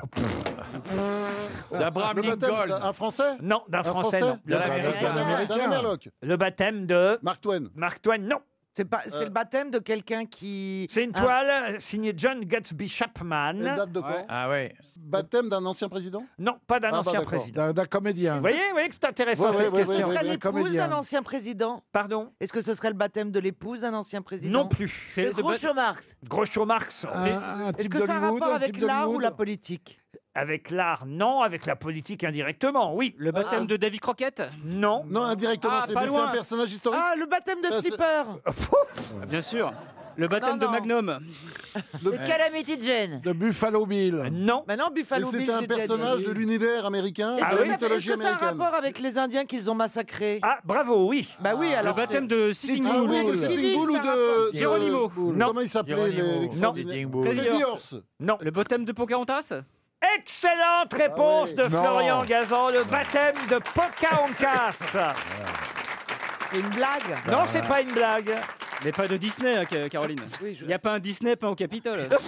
[SPEAKER 14] D'Abraham
[SPEAKER 17] Le baptême,
[SPEAKER 14] Lincoln.
[SPEAKER 17] ça- un français
[SPEAKER 2] Non, d'un
[SPEAKER 17] Un
[SPEAKER 2] Français, non.
[SPEAKER 14] De
[SPEAKER 2] Le,
[SPEAKER 17] Un
[SPEAKER 14] l'Américain.
[SPEAKER 17] américain. Merloc.
[SPEAKER 2] le baptême de
[SPEAKER 17] Mark Twain.
[SPEAKER 2] Mark Twain, non.
[SPEAKER 1] C'est pas, c'est
[SPEAKER 17] Euh.
[SPEAKER 1] le baptême de quelqu'un qui.
[SPEAKER 2] C'est une
[SPEAKER 1] Ah.
[SPEAKER 2] toile euh, signée John Gatsby
[SPEAKER 17] Elle
[SPEAKER 2] Chapman.
[SPEAKER 17] date de quand
[SPEAKER 14] Ah ouais.
[SPEAKER 17] Baptême d'un ancien président
[SPEAKER 2] Non, pas d'un
[SPEAKER 17] Ah, bah,
[SPEAKER 2] ancien
[SPEAKER 17] d'accord.
[SPEAKER 2] président.
[SPEAKER 17] D'un d'un comédien.
[SPEAKER 2] Vous voyez, vous voyez que c'est intéressant
[SPEAKER 17] Ouais, ouais,
[SPEAKER 2] cette
[SPEAKER 17] ouais,
[SPEAKER 2] question.
[SPEAKER 17] ouais,
[SPEAKER 1] Ce
[SPEAKER 17] ouais.
[SPEAKER 1] serait l'épouse
[SPEAKER 17] comédien.
[SPEAKER 1] d'un ancien président.
[SPEAKER 2] Pardon
[SPEAKER 1] Est-ce que ce serait le baptême de l'épouse d'un ancien président
[SPEAKER 2] Non plus.
[SPEAKER 16] Le
[SPEAKER 3] C'est
[SPEAKER 16] gros
[SPEAKER 3] baptême-
[SPEAKER 16] Marx.
[SPEAKER 2] Gros Marx.
[SPEAKER 17] Ah, Un, un
[SPEAKER 1] Est-ce
[SPEAKER 17] type
[SPEAKER 1] que ça a un
[SPEAKER 17] d'Hollywood,
[SPEAKER 1] rapport
[SPEAKER 17] un
[SPEAKER 1] avec
[SPEAKER 17] type
[SPEAKER 1] l'art ou
[SPEAKER 17] d'Hollywood.
[SPEAKER 1] la politique
[SPEAKER 2] Avec l'art, non. Avec la politique, indirectement, oui.
[SPEAKER 3] le
[SPEAKER 1] Ah.
[SPEAKER 3] baptême de David Crockett
[SPEAKER 2] Non.
[SPEAKER 17] Non, indirectement,
[SPEAKER 3] Ah,
[SPEAKER 17] c'est
[SPEAKER 3] pas
[SPEAKER 17] mais c'est
[SPEAKER 3] loin.
[SPEAKER 17] un personnage historique.
[SPEAKER 1] Ah, le baptême de
[SPEAKER 17] Ça, c'est-
[SPEAKER 1] Flipper
[SPEAKER 3] Bien sûr. Le baptême
[SPEAKER 1] Non,
[SPEAKER 3] de
[SPEAKER 1] non.
[SPEAKER 3] Magnum.
[SPEAKER 16] De Calamity Jane.
[SPEAKER 17] De Buffalo
[SPEAKER 14] Euh,
[SPEAKER 17] Bill.
[SPEAKER 2] Non.
[SPEAKER 1] Maintenant,
[SPEAKER 17] Et
[SPEAKER 1] Bah Buffalo Bill.
[SPEAKER 17] c'était un
[SPEAKER 1] j'ai déjà
[SPEAKER 17] personnage
[SPEAKER 1] dit.
[SPEAKER 17] de l'univers américain,
[SPEAKER 1] Est-ce
[SPEAKER 2] Ah
[SPEAKER 17] de
[SPEAKER 1] que
[SPEAKER 17] la
[SPEAKER 2] oui.
[SPEAKER 1] ça- est-ce
[SPEAKER 17] mythologie
[SPEAKER 1] que ça a un
[SPEAKER 17] américaine.
[SPEAKER 1] rapport avec les Indiens qu'ils ont massacrés
[SPEAKER 2] Ah, bravo, oui.
[SPEAKER 1] Bah oui,
[SPEAKER 3] Ah, Le
[SPEAKER 1] alors.
[SPEAKER 3] baptême de Sitting
[SPEAKER 17] Ah oui,
[SPEAKER 3] Bull.
[SPEAKER 17] de Sitting
[SPEAKER 1] Civil,
[SPEAKER 17] Bull ou
[SPEAKER 1] ça a
[SPEAKER 17] de. euh, de-
[SPEAKER 3] Geronimo.
[SPEAKER 2] Non.
[SPEAKER 17] Comment il s'appelait les- l'extraordinaire Crazy Horse.
[SPEAKER 2] Non.
[SPEAKER 3] Le baptême de Pocahontas
[SPEAKER 2] Excellente réponse
[SPEAKER 17] Ah ouais.
[SPEAKER 2] de
[SPEAKER 17] Non.
[SPEAKER 2] Florian Gazan, le baptême de Pocahontas.
[SPEAKER 1] C'est une blague.
[SPEAKER 2] non, c'est pas une blague.
[SPEAKER 3] Mais pas de Disney, hein, Ca- Caroline. Il n'y a pas un Disney, pas au Capitole.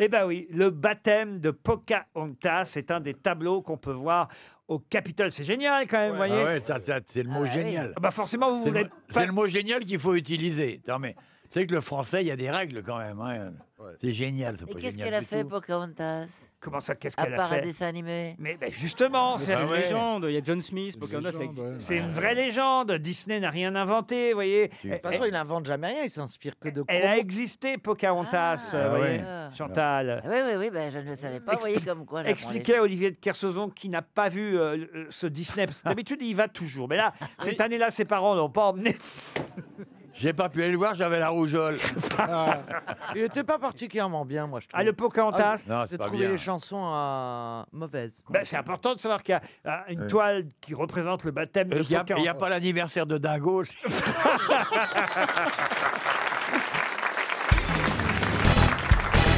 [SPEAKER 2] Eh ben oui, le baptême de Pocahontas, c'est un des tableaux qu'on peut voir au Capitole. C'est génial quand même, vous
[SPEAKER 14] Ah
[SPEAKER 2] voyez.
[SPEAKER 14] ouais, ça, ça, c'est le mot génial.
[SPEAKER 2] Ah bah forcément, vous
[SPEAKER 14] C'est
[SPEAKER 2] voulez
[SPEAKER 14] le,
[SPEAKER 2] pas...
[SPEAKER 14] c'est le mot génial qu'il faut utiliser. Non, mais c'est que le français, il y a des règles quand même. hein. C'est génial. c'est pas
[SPEAKER 16] Et qu'est-ce
[SPEAKER 14] génial
[SPEAKER 16] qu'elle a
[SPEAKER 14] du
[SPEAKER 16] fait,
[SPEAKER 14] tout.
[SPEAKER 16] Pocahontas
[SPEAKER 2] Comment ça, qu'est-ce
[SPEAKER 16] À
[SPEAKER 2] qu'elle a
[SPEAKER 16] part un
[SPEAKER 2] fait
[SPEAKER 16] dessin animé.
[SPEAKER 2] Mais ben justement,
[SPEAKER 14] Mais
[SPEAKER 2] c'est
[SPEAKER 14] Ah
[SPEAKER 3] Une
[SPEAKER 14] ouais.
[SPEAKER 3] légende. Il y a John Smith, Pocahontas, ça existe.
[SPEAKER 2] c'est une vraie légende. Disney n'a rien inventé, vous voyez.
[SPEAKER 14] Tu-
[SPEAKER 1] De toute façon, il n'invente jamais rien, il s'inspire que de
[SPEAKER 2] Elle a existé, Pocahontas,
[SPEAKER 16] Ah,
[SPEAKER 2] vous voyez,
[SPEAKER 16] ouais.
[SPEAKER 2] Chantal.
[SPEAKER 16] Ah oui, oui, oui, ben, je ne le savais pas. Vous voyez comme quoi j'apprends les
[SPEAKER 2] Expliquez à Olivier de Kersauzon qui n'a pas vu euh, le- ce Disney. Parce que d'habitude, il y va toujours. Mais là, cette année-là, ses parents l'ont pas emmené.
[SPEAKER 14] J'ai pas pu aller le voir, j'avais la rougeole.
[SPEAKER 17] Ah.
[SPEAKER 1] Il n'était pas particulièrement bien, moi, je trouve.
[SPEAKER 2] Ah, le Pocahontas
[SPEAKER 14] Non,
[SPEAKER 1] J'ai
[SPEAKER 14] c'est pas
[SPEAKER 1] trouvé
[SPEAKER 14] bien.
[SPEAKER 1] les chansons euh, mauvaises.
[SPEAKER 2] Ben, C'est important de savoir qu'il y a euh, une
[SPEAKER 14] Ouais.
[SPEAKER 2] toile qui représente le baptême de
[SPEAKER 14] Euh, Il n'y a, il y a
[SPEAKER 2] Pocahontas.
[SPEAKER 14] pas l'anniversaire de Dingo.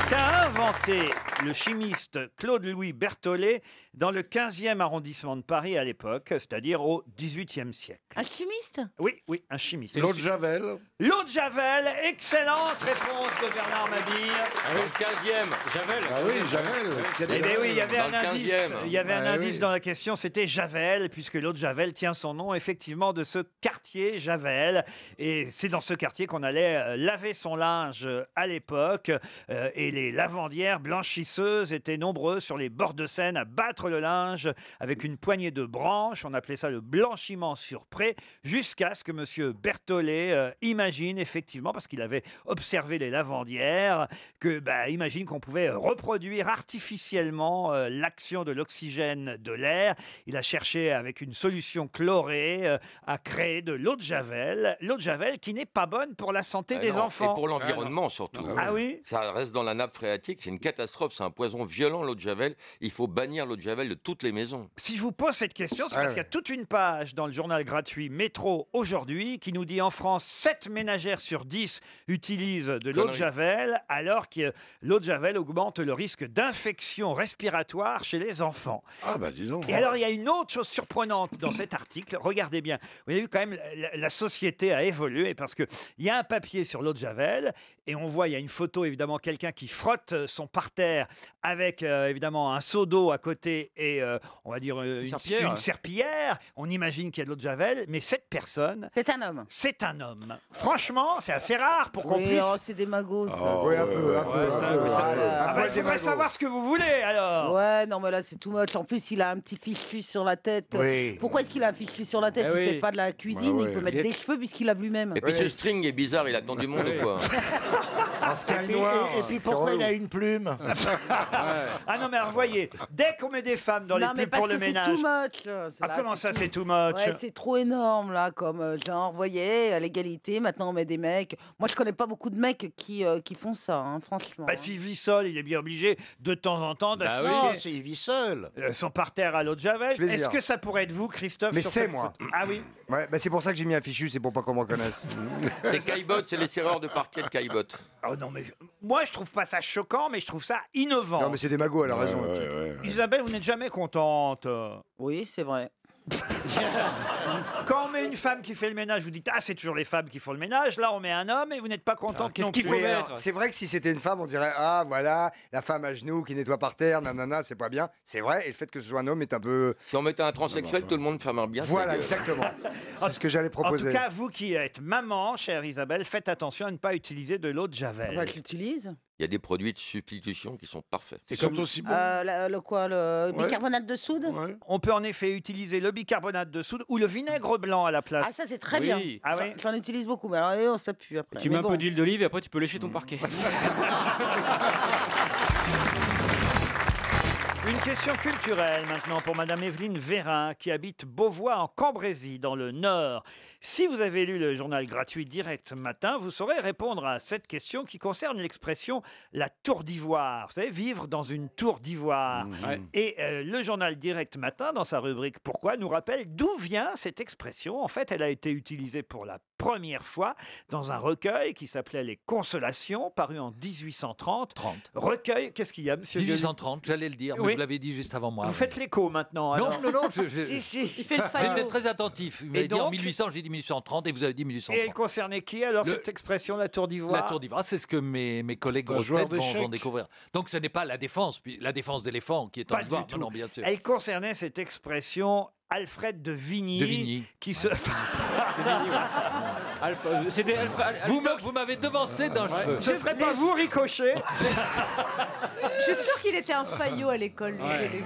[SPEAKER 2] Qu'a inventé le chimiste Claude-Louis Berthollet dans le 15e arrondissement de Paris à l'époque, c'est-à-dire au 18e siècle
[SPEAKER 4] Un chimiste
[SPEAKER 2] Oui, oui, un chimiste.
[SPEAKER 17] L'eau de Javel.
[SPEAKER 2] L'eau de Javel, excellente réponse de Bernard Mabille.
[SPEAKER 11] Ah
[SPEAKER 19] Dans le 15e, Javel.
[SPEAKER 17] Ah oui, Javel.
[SPEAKER 2] Eh ben oui, il y avait
[SPEAKER 19] Dans
[SPEAKER 2] un
[SPEAKER 19] le
[SPEAKER 2] indice.
[SPEAKER 19] 15e.
[SPEAKER 2] Il y avait un
[SPEAKER 4] Bah
[SPEAKER 17] Ouais,
[SPEAKER 2] indice
[SPEAKER 17] oui.
[SPEAKER 2] dans la question, c'était Javel, puisque l'eau de Javel tient son nom effectivement de ce quartier Javel. Et c'est dans ce quartier qu'on allait euh, laver son linge euh, à l'époque. Euh, et les lavandières blanchisseuses étaient nombreuses sur les bords de Seine à battre battre le linge avec une poignée de branches. On appelait ça le blanchiment sur pré, jusqu'à ce que Monsieur Berthollet euh, imagine effectivement, parce qu'il avait observé les lavandières, que bah, imagine qu'on pouvait reproduire artificiellement euh, l'action de l'oxygène de l'air. Il a cherché avec une solution chlorée euh, à créer de l'eau de javel, l'eau de javel qui n'est pas bonne pour la santé
[SPEAKER 11] Ah
[SPEAKER 2] des
[SPEAKER 11] non,
[SPEAKER 2] enfants.
[SPEAKER 11] Et pour l'environnement surtout.
[SPEAKER 2] Ah oui
[SPEAKER 11] Ça reste dans la nappe phréatique, c'est une catastrophe, c'est un poison violent l'eau de javel. Il faut bannir l'eau de javel de toutes les maisons.
[SPEAKER 2] Si je vous pose cette question, c'est
[SPEAKER 11] Ah
[SPEAKER 2] parce
[SPEAKER 11] ouais.
[SPEAKER 2] qu'il y a toute une page dans le journal gratuit Métro aujourd'hui qui nous dit en France 7 ménagères sur 10 utilisent de l'eau de
[SPEAKER 11] Connerie.
[SPEAKER 2] javel alors que l'eau de javel augmente le risque d'infection respiratoire chez les enfants.
[SPEAKER 17] Ah bah dis donc.
[SPEAKER 2] Et alors, il y a une autre chose surprenante dans cet article. Regardez bien. Vous avez vu quand même, la, la société a évolué parce que il y a un papier sur l'eau de Javel et on voit, il y a une photo évidemment, quelqu'un qui frotte euh, son parterre avec euh, évidemment un seau d'eau à côté et euh, on va dire euh, une, une serpillière.
[SPEAKER 6] serpillière.
[SPEAKER 2] On imagine qu'il y a de l'eau de Javel, mais cette personne.
[SPEAKER 6] C'est un homme.
[SPEAKER 2] C'est un homme. Franchement, c'est assez rare pour qu'on
[SPEAKER 6] Oui,
[SPEAKER 2] puisse.
[SPEAKER 6] oh, c'est des magots, ça.
[SPEAKER 4] Oh,
[SPEAKER 2] oui, un peu, un peu, un peu. Ah bah, il faudrait savoir ce que vous voulez, alors.
[SPEAKER 6] Ouais, non, mais là, c'est tout moche. En plus, il a un petit fichu sur la tête.
[SPEAKER 11] Oui.
[SPEAKER 6] Pourquoi est-ce qu'il a un fichu sur la tête
[SPEAKER 2] Bah
[SPEAKER 11] Eh
[SPEAKER 6] Il
[SPEAKER 11] oui.
[SPEAKER 6] fait pas de la cuisine,
[SPEAKER 11] Ouais, ouais.
[SPEAKER 6] il peut mettre
[SPEAKER 11] Il est-
[SPEAKER 6] des cheveux puisqu'il lave
[SPEAKER 15] Ah.
[SPEAKER 6] lui-même.
[SPEAKER 11] Et puis ce string est bizarre, il attend du monde ou quoi
[SPEAKER 26] et, puis, et- et puis pourquoi il a une plume
[SPEAKER 2] Ah non, mais alors, voyez, dès qu'on met des femmes dans
[SPEAKER 6] non,
[SPEAKER 2] les
[SPEAKER 6] mais
[SPEAKER 2] pubs pour
[SPEAKER 6] parce
[SPEAKER 2] le
[SPEAKER 6] que c'est
[SPEAKER 2] ménage.
[SPEAKER 6] too much. là,
[SPEAKER 2] Ah,
[SPEAKER 6] là,
[SPEAKER 2] comment ça, c'est too much
[SPEAKER 6] Ouais, c'est trop énorme, là, comme euh, genre, vous voyez, à l'égalité, maintenant on met des mecs. Moi, je connais pas beaucoup de mecs qui, euh, qui font ça, hein, franchement.
[SPEAKER 2] Bah, s'il vit seul, il est bien obligé de temps en
[SPEAKER 11] Bah
[SPEAKER 2] temps d'acheter
[SPEAKER 6] oui.
[SPEAKER 2] Non, s'il vit seul. son parterre à l'eau de Javel.
[SPEAKER 5] Plaisir.
[SPEAKER 2] Est-ce que ça pourrait être vous, Christophe
[SPEAKER 5] Mais
[SPEAKER 2] sur
[SPEAKER 5] c'est
[SPEAKER 2] cette
[SPEAKER 5] moi.
[SPEAKER 2] photo Ah oui
[SPEAKER 5] Ouais, bah c'est pour ça que j'ai mis un fichu, c'est pour pas qu'on me reconnaisse.
[SPEAKER 11] C'est Caillebotte, c'est les serreurs de parquet de Caillebotte.
[SPEAKER 2] Oh non, mais moi, je trouve pas ça choquant, mais je trouve ça innovant.
[SPEAKER 5] non, mais c'est des magots, elle a raison.
[SPEAKER 2] Isabelle, vous n'êtes jamais contente.
[SPEAKER 6] Oui, c'est vrai.
[SPEAKER 2] Quand on met une femme qui fait le ménage, vous dites Ah, c'est toujours les femmes qui font le ménage. Là, on met un homme et vous n'êtes pas contente. non plus.
[SPEAKER 5] Ah, Oui, alors, C'est vrai que si c'était une femme, on dirait Ah, voilà, la femme à genoux qui nettoie par terre, nanana, c'est pas bien. C'est vrai, et le fait que ce soit un homme est un peu.
[SPEAKER 11] Si on mettait un transsexuel, tout le monde fermerait bien. sa
[SPEAKER 5] Voilà,
[SPEAKER 11] gueule.
[SPEAKER 5] exactement. C'est ce que j'allais
[SPEAKER 2] En tout
[SPEAKER 5] proposer.
[SPEAKER 2] cas, vous qui êtes maman, chère Isabelle, faites attention à ne pas utiliser de l'eau de Javel.
[SPEAKER 6] Moi, Bah, je l'utilise.
[SPEAKER 11] Il y a des produits de substitution qui sont parfaits.
[SPEAKER 2] C'est Ils comme- sont aussi bons.
[SPEAKER 6] Euh, la- le quoi Le
[SPEAKER 2] Ouais.
[SPEAKER 6] bicarbonate de soude
[SPEAKER 2] On peut en effet utiliser le bicarbonate de soude ou le vinaigre blanc à la place.
[SPEAKER 6] Ah, ça, c'est très bien.
[SPEAKER 2] Ah
[SPEAKER 6] J'en-
[SPEAKER 2] oui
[SPEAKER 6] J'en utilise beaucoup, mais alors, eh, on s'appuie après.
[SPEAKER 20] Tu
[SPEAKER 6] Mais
[SPEAKER 20] mets un
[SPEAKER 6] bon.
[SPEAKER 20] peu d'huile d'olive et après tu peux lécher
[SPEAKER 2] Mmh.
[SPEAKER 20] ton parquet.
[SPEAKER 2] Une question culturelle maintenant pour Madame Evelyne Vérin qui habite Beauvois en Cambrésie dans le Nord. Si vous avez lu le journal gratuit direct matin, vous saurez répondre à cette question qui concerne l'expression la tour d'ivoire. Vous savez, vivre dans une tour d'ivoire.
[SPEAKER 20] Ouais.
[SPEAKER 2] Et euh, le journal direct matin, dans sa rubrique Pourquoi, nous rappelle d'où vient cette expression. En fait, elle a été utilisée pour la première fois dans un recueil qui s'appelait Les Consolations, paru en 1830. Recueil, qu'est-ce qu'il y a, monsieur Gueluc
[SPEAKER 19] 1830, j'allais le dire, mais
[SPEAKER 2] Oui.
[SPEAKER 19] vous l'avez dit juste avant moi.
[SPEAKER 2] vous faites l'écho maintenant.
[SPEAKER 19] Non,
[SPEAKER 2] alors.
[SPEAKER 19] non, non, je- je-
[SPEAKER 2] Si, si.
[SPEAKER 19] J'étais très attentif. Vous
[SPEAKER 2] Et
[SPEAKER 19] m'avez dit en
[SPEAKER 2] donc
[SPEAKER 19] 1800, j'ai dit 1830 et vous avez dit
[SPEAKER 2] Et
[SPEAKER 19] 1830.
[SPEAKER 2] elle concernait qui alors
[SPEAKER 19] Le-
[SPEAKER 2] cette expression, la tour
[SPEAKER 19] La
[SPEAKER 2] d'ivoire
[SPEAKER 19] tour d'ivoire, c'est ce que mes, mes collègues
[SPEAKER 2] Un
[SPEAKER 19] grosses
[SPEAKER 2] joueur
[SPEAKER 19] têtes vont,
[SPEAKER 2] d'échecs.
[SPEAKER 19] vont découvrir. Donc ce n'est pas la défense, puis la défense d'éléphant qui est en
[SPEAKER 2] Pas
[SPEAKER 19] ivoire.
[SPEAKER 2] du tout.
[SPEAKER 19] Non, non, bien sûr.
[SPEAKER 2] Elle concernait cette expression Alfred de Vigny.
[SPEAKER 19] De Vigny.
[SPEAKER 2] Qui se.
[SPEAKER 19] Alpha- c'était Alpha- Al- vous m'a- vous m'avez devancé d'un
[SPEAKER 2] Ouais.
[SPEAKER 19] cheveu.
[SPEAKER 2] Ce serait pas vous, Ricochet
[SPEAKER 4] Je suis sûre qu'il était un faillot à l'école. lui,
[SPEAKER 2] Ouais.
[SPEAKER 4] Gueluc.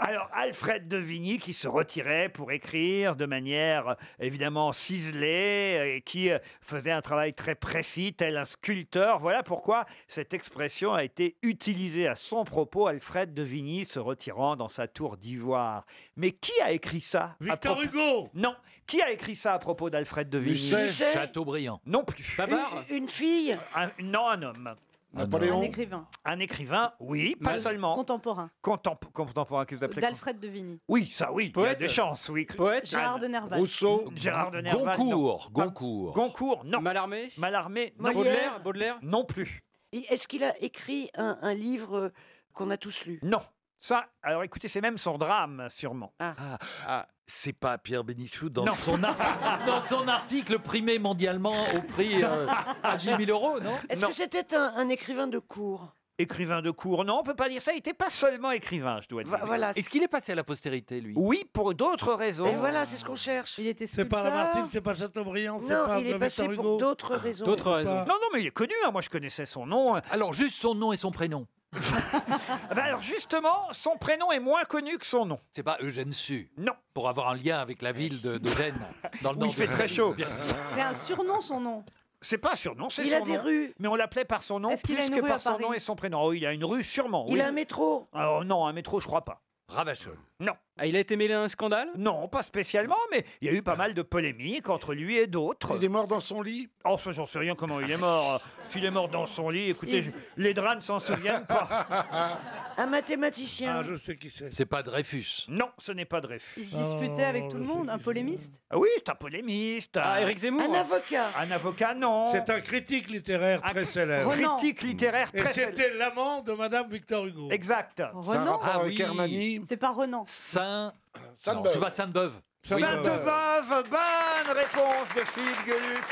[SPEAKER 2] Alors, Alfred de Vigny qui se retirait pour écrire de manière euh, évidemment ciselée euh, et qui euh, faisait un travail très précis, tel un sculpteur. Voilà pourquoi cette expression a été utilisée à son propos, Alfred de Vigny se retirant dans sa tour d'ivoire. Mais qui a écrit ça à
[SPEAKER 6] Victor
[SPEAKER 2] propos-
[SPEAKER 6] Hugo
[SPEAKER 2] Non. Qui a écrit ça à propos d'Alfred de Vigny
[SPEAKER 6] Musset. Musset.
[SPEAKER 19] Chateaubriand.
[SPEAKER 2] Non plus.
[SPEAKER 6] Une- Une, fille
[SPEAKER 2] Un- non, un homme.
[SPEAKER 4] Un écrivain.
[SPEAKER 2] Un écrivain, oui, pas
[SPEAKER 4] Mal-
[SPEAKER 2] seulement.
[SPEAKER 4] Contemporain.
[SPEAKER 2] Contempo- contemporain que vous appelez
[SPEAKER 4] D'Alfred de Vigny.
[SPEAKER 2] oui, ça, oui.
[SPEAKER 4] Poète.
[SPEAKER 2] Il y a des chances, oui.
[SPEAKER 4] Poète. Gérard de Nerval. Rousseau.
[SPEAKER 2] Gérard de Nerval.
[SPEAKER 19] Mmh. Goncourt,
[SPEAKER 2] non.
[SPEAKER 19] Goncourt.
[SPEAKER 2] Goncourt, non. Mallarmé. Mallarmé, non.
[SPEAKER 23] Baudelaire,
[SPEAKER 2] Baudelaire. Non plus.
[SPEAKER 23] Et Est-ce qu'il a écrit un, un livre euh, qu'on a tous lu
[SPEAKER 2] Non. Ça, alors écoutez, c'est même son drame, sûrement.
[SPEAKER 19] Ah, ah, c'est pas Pierre Bénichou dans,
[SPEAKER 2] Non.
[SPEAKER 19] son ar- dans son article primé mondialement au prix euh, à 10 000 euros, non
[SPEAKER 23] Est-ce que c'était un, un écrivain de cours
[SPEAKER 2] Écrivain de cours, non, on peut pas dire ça. Il n'était pas seulement écrivain, je dois dire.
[SPEAKER 23] Va- voilà.
[SPEAKER 19] Est-ce qu'il est passé à la postérité, lui
[SPEAKER 2] Oui, pour d'autres raisons.
[SPEAKER 23] Et voilà, c'est ce qu'on cherche. Il était
[SPEAKER 2] C'est pas Lamartine, c'est
[SPEAKER 23] pas
[SPEAKER 2] Chateaubriand,
[SPEAKER 23] c'est Non, pas il est de passé Victor pour Hugo. d'autres raisons. D'autres raisons.
[SPEAKER 2] Non, non, mais il est connu. hein, Moi, je connaissais son nom.
[SPEAKER 19] Alors, juste son nom et son prénom.
[SPEAKER 2] Ah bah alors justement, son prénom est moins connu que son nom.
[SPEAKER 7] C'est pas Eugène Su.
[SPEAKER 2] Non.
[SPEAKER 7] Pour avoir un lien avec la ville de, de Gênes, dans le
[SPEAKER 2] Où il
[SPEAKER 7] nord
[SPEAKER 2] fait
[SPEAKER 7] de-
[SPEAKER 2] très chaud.
[SPEAKER 7] Bien sûr.
[SPEAKER 13] C'est un surnom, son nom.
[SPEAKER 2] C'est pas un surnom, c'est
[SPEAKER 13] Il a
[SPEAKER 2] son
[SPEAKER 13] des
[SPEAKER 2] nom.
[SPEAKER 13] rues.
[SPEAKER 2] Mais on l'appelait par son nom
[SPEAKER 13] Est-ce
[SPEAKER 2] plus
[SPEAKER 13] qu'il a une
[SPEAKER 2] que
[SPEAKER 13] rue à
[SPEAKER 2] par son
[SPEAKER 13] Paris
[SPEAKER 2] nom et son prénom. Oh, il a une rue sûrement.
[SPEAKER 13] Il
[SPEAKER 2] oui.
[SPEAKER 13] a un métro.
[SPEAKER 2] Alors non, un métro, je crois pas.
[SPEAKER 7] Ravachol.
[SPEAKER 2] Non. Ah, il a été mêlé à un scandale Non, pas spécialement, mais il y a eu pas mal de polémiques entre lui et d'autres. Il est mort dans son lit Oh, ça, j'en sais rien comment il est mort. S'il est mort dans son lit, écoutez,
[SPEAKER 23] Il-
[SPEAKER 2] je- les draps ne s'en souviennent pas.
[SPEAKER 23] Un mathématicien.
[SPEAKER 2] Ah,
[SPEAKER 8] Je sais qui c'est.
[SPEAKER 7] C'est pas Dreyfus.
[SPEAKER 2] Non, ce n'est pas Dreyfus.
[SPEAKER 13] Il se disputait avec tout le
[SPEAKER 2] Oh,
[SPEAKER 13] monde, un polémiste.
[SPEAKER 2] Ah oui, c'est un polémiste.
[SPEAKER 13] Ah,
[SPEAKER 2] un-
[SPEAKER 13] Éric Zemmour. Un avocat.
[SPEAKER 2] Un avocat, non.
[SPEAKER 8] C'est un critique littéraire très célèbre.
[SPEAKER 2] Renan. critique littéraire
[SPEAKER 8] Et
[SPEAKER 2] très
[SPEAKER 8] c'était l'amant de Madame Victor Hugo.
[SPEAKER 2] Exact.
[SPEAKER 13] Renan C'est pas Renan.
[SPEAKER 7] Saint. Non,
[SPEAKER 2] Sainte-Beuve.
[SPEAKER 7] C'est pas Sainte-Beuve.
[SPEAKER 2] Sainte-Beuve, bonne réponse de Philippe Gueluc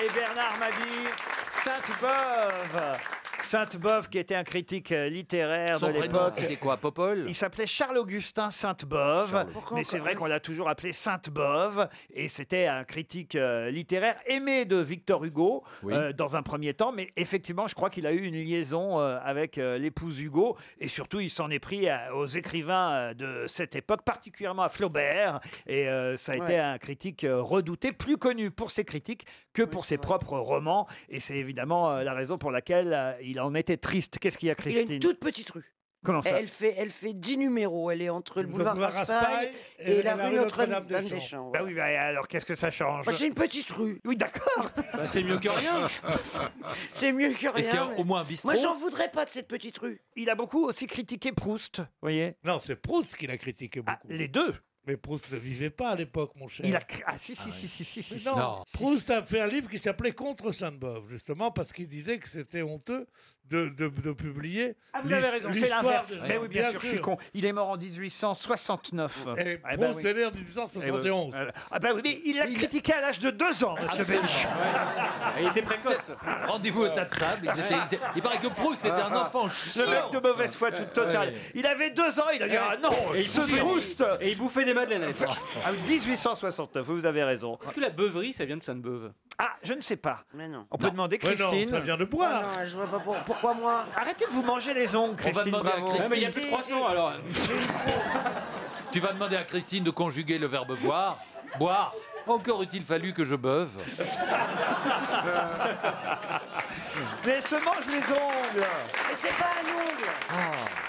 [SPEAKER 2] et Bernard Mabie. Sainte-Beuve. Sainte-Beuve, qui était un critique euh, littéraire
[SPEAKER 7] Son
[SPEAKER 2] de
[SPEAKER 7] prénom,
[SPEAKER 2] l'époque.
[SPEAKER 7] c'était quoi Popol
[SPEAKER 2] Il s'appelait Charles-Augustin Sainte-Beuve, mais c'est vrai qu'on l'a toujours appelé Sainte-Beuve, et c'était un critique euh, littéraire aimé de Victor Hugo euh, dans un premier temps, mais effectivement, je crois qu'il a eu une liaison euh, avec euh, l'épouse Hugo, et surtout, il s'en est pris à- aux écrivains euh, de cette époque, particulièrement à Flaubert, et euh, ça a été
[SPEAKER 11] Ouais.
[SPEAKER 2] un critique euh, redouté, plus connu pour ses critiques que pour ses propres romans, et c'est évidemment euh, la raison pour laquelle euh, il en était triste. Qu'est-ce qu'il y a,
[SPEAKER 23] Il a
[SPEAKER 2] Christine
[SPEAKER 23] une toute petite rue.
[SPEAKER 2] Comment ça
[SPEAKER 23] elle fait, elle fait 10 numéros. Elle est entre le boulevard
[SPEAKER 2] boulevard
[SPEAKER 23] Raspail
[SPEAKER 2] Raspail
[SPEAKER 23] et, la rue Notre-Dame-des-Champs.
[SPEAKER 2] Bah oui, bah alors qu'est-ce que ça change
[SPEAKER 23] Bah, c'est une petite rue.
[SPEAKER 2] Oui, d'accord.
[SPEAKER 7] Bah, c'est mieux que rien.
[SPEAKER 23] c'est mieux que rien.
[SPEAKER 7] Est-ce qu'il y a
[SPEAKER 23] mais-
[SPEAKER 7] au moins un bistrot
[SPEAKER 23] Moi, j'en voudrais pas de cette petite rue.
[SPEAKER 2] Il a beaucoup aussi critiqué Proust, voyez Ah,
[SPEAKER 8] Non, c'est Proust qui l'a critiqué beaucoup.
[SPEAKER 2] les deux
[SPEAKER 8] Mais Proust ne vivait pas à l'époque, mon cher.
[SPEAKER 2] Il a cri- Ah, si, si, si, si, si, si,
[SPEAKER 8] non.
[SPEAKER 2] non.
[SPEAKER 8] Proust a fait un livre qui s'appelait Contre Sainte-Beuve, justement, parce qu'il disait que c'était honteux de, de- de publier.
[SPEAKER 2] Ah, vous avez
[SPEAKER 8] l'his-
[SPEAKER 2] raison, c'est
[SPEAKER 8] l'histoire
[SPEAKER 2] l'inverse.
[SPEAKER 8] de-
[SPEAKER 2] Mais oui, bien, sûr, je suis con. Il est mort en 1869.
[SPEAKER 8] Et
[SPEAKER 2] Eh ben
[SPEAKER 8] Proust
[SPEAKER 2] oui.
[SPEAKER 8] est né en 1871.
[SPEAKER 2] Eh ben, Ah bah oui, mais il l'a critiqué à l'âge de deux ans, monsieur
[SPEAKER 7] Absolument.
[SPEAKER 2] Bénichon.
[SPEAKER 7] Il était précoce. Rendez-vous au tas de sable. Ils étaient- ils étaient- Il paraît que Proust était
[SPEAKER 8] Ah,
[SPEAKER 7] un enfant
[SPEAKER 2] Le mec
[SPEAKER 7] chiant.
[SPEAKER 2] de mauvaise foi toute totale.
[SPEAKER 7] Ouais.
[SPEAKER 2] Il avait deux ans, il a dit Ah non,
[SPEAKER 3] Et il
[SPEAKER 2] ce
[SPEAKER 3] bouffait-
[SPEAKER 2] Proust
[SPEAKER 3] Et il bouffait des madeleines à l'époque.
[SPEAKER 2] Ah, 1869, vous avez raison.
[SPEAKER 3] Est-ce que la beuverie, ça vient de Sainte-Beuve
[SPEAKER 2] Ah, je ne sais pas.
[SPEAKER 23] Mais non.
[SPEAKER 2] On peut demander
[SPEAKER 8] Mais non,
[SPEAKER 2] Christine.
[SPEAKER 8] ça vient de boire.
[SPEAKER 23] Ah non, je vois pas pour- pourquoi moi.
[SPEAKER 2] Arrêtez de vous manger les ongles,
[SPEAKER 7] On va
[SPEAKER 2] Christine
[SPEAKER 7] demander à
[SPEAKER 2] Bravo.
[SPEAKER 7] Christine. alors. tu vas demander à Christine de conjuguer le verbe boire. Boire. Encore eût-il fallu que je beuve.
[SPEAKER 2] Mais se mange les ongles.
[SPEAKER 23] Mais c'est pas un ongle.
[SPEAKER 7] Ah.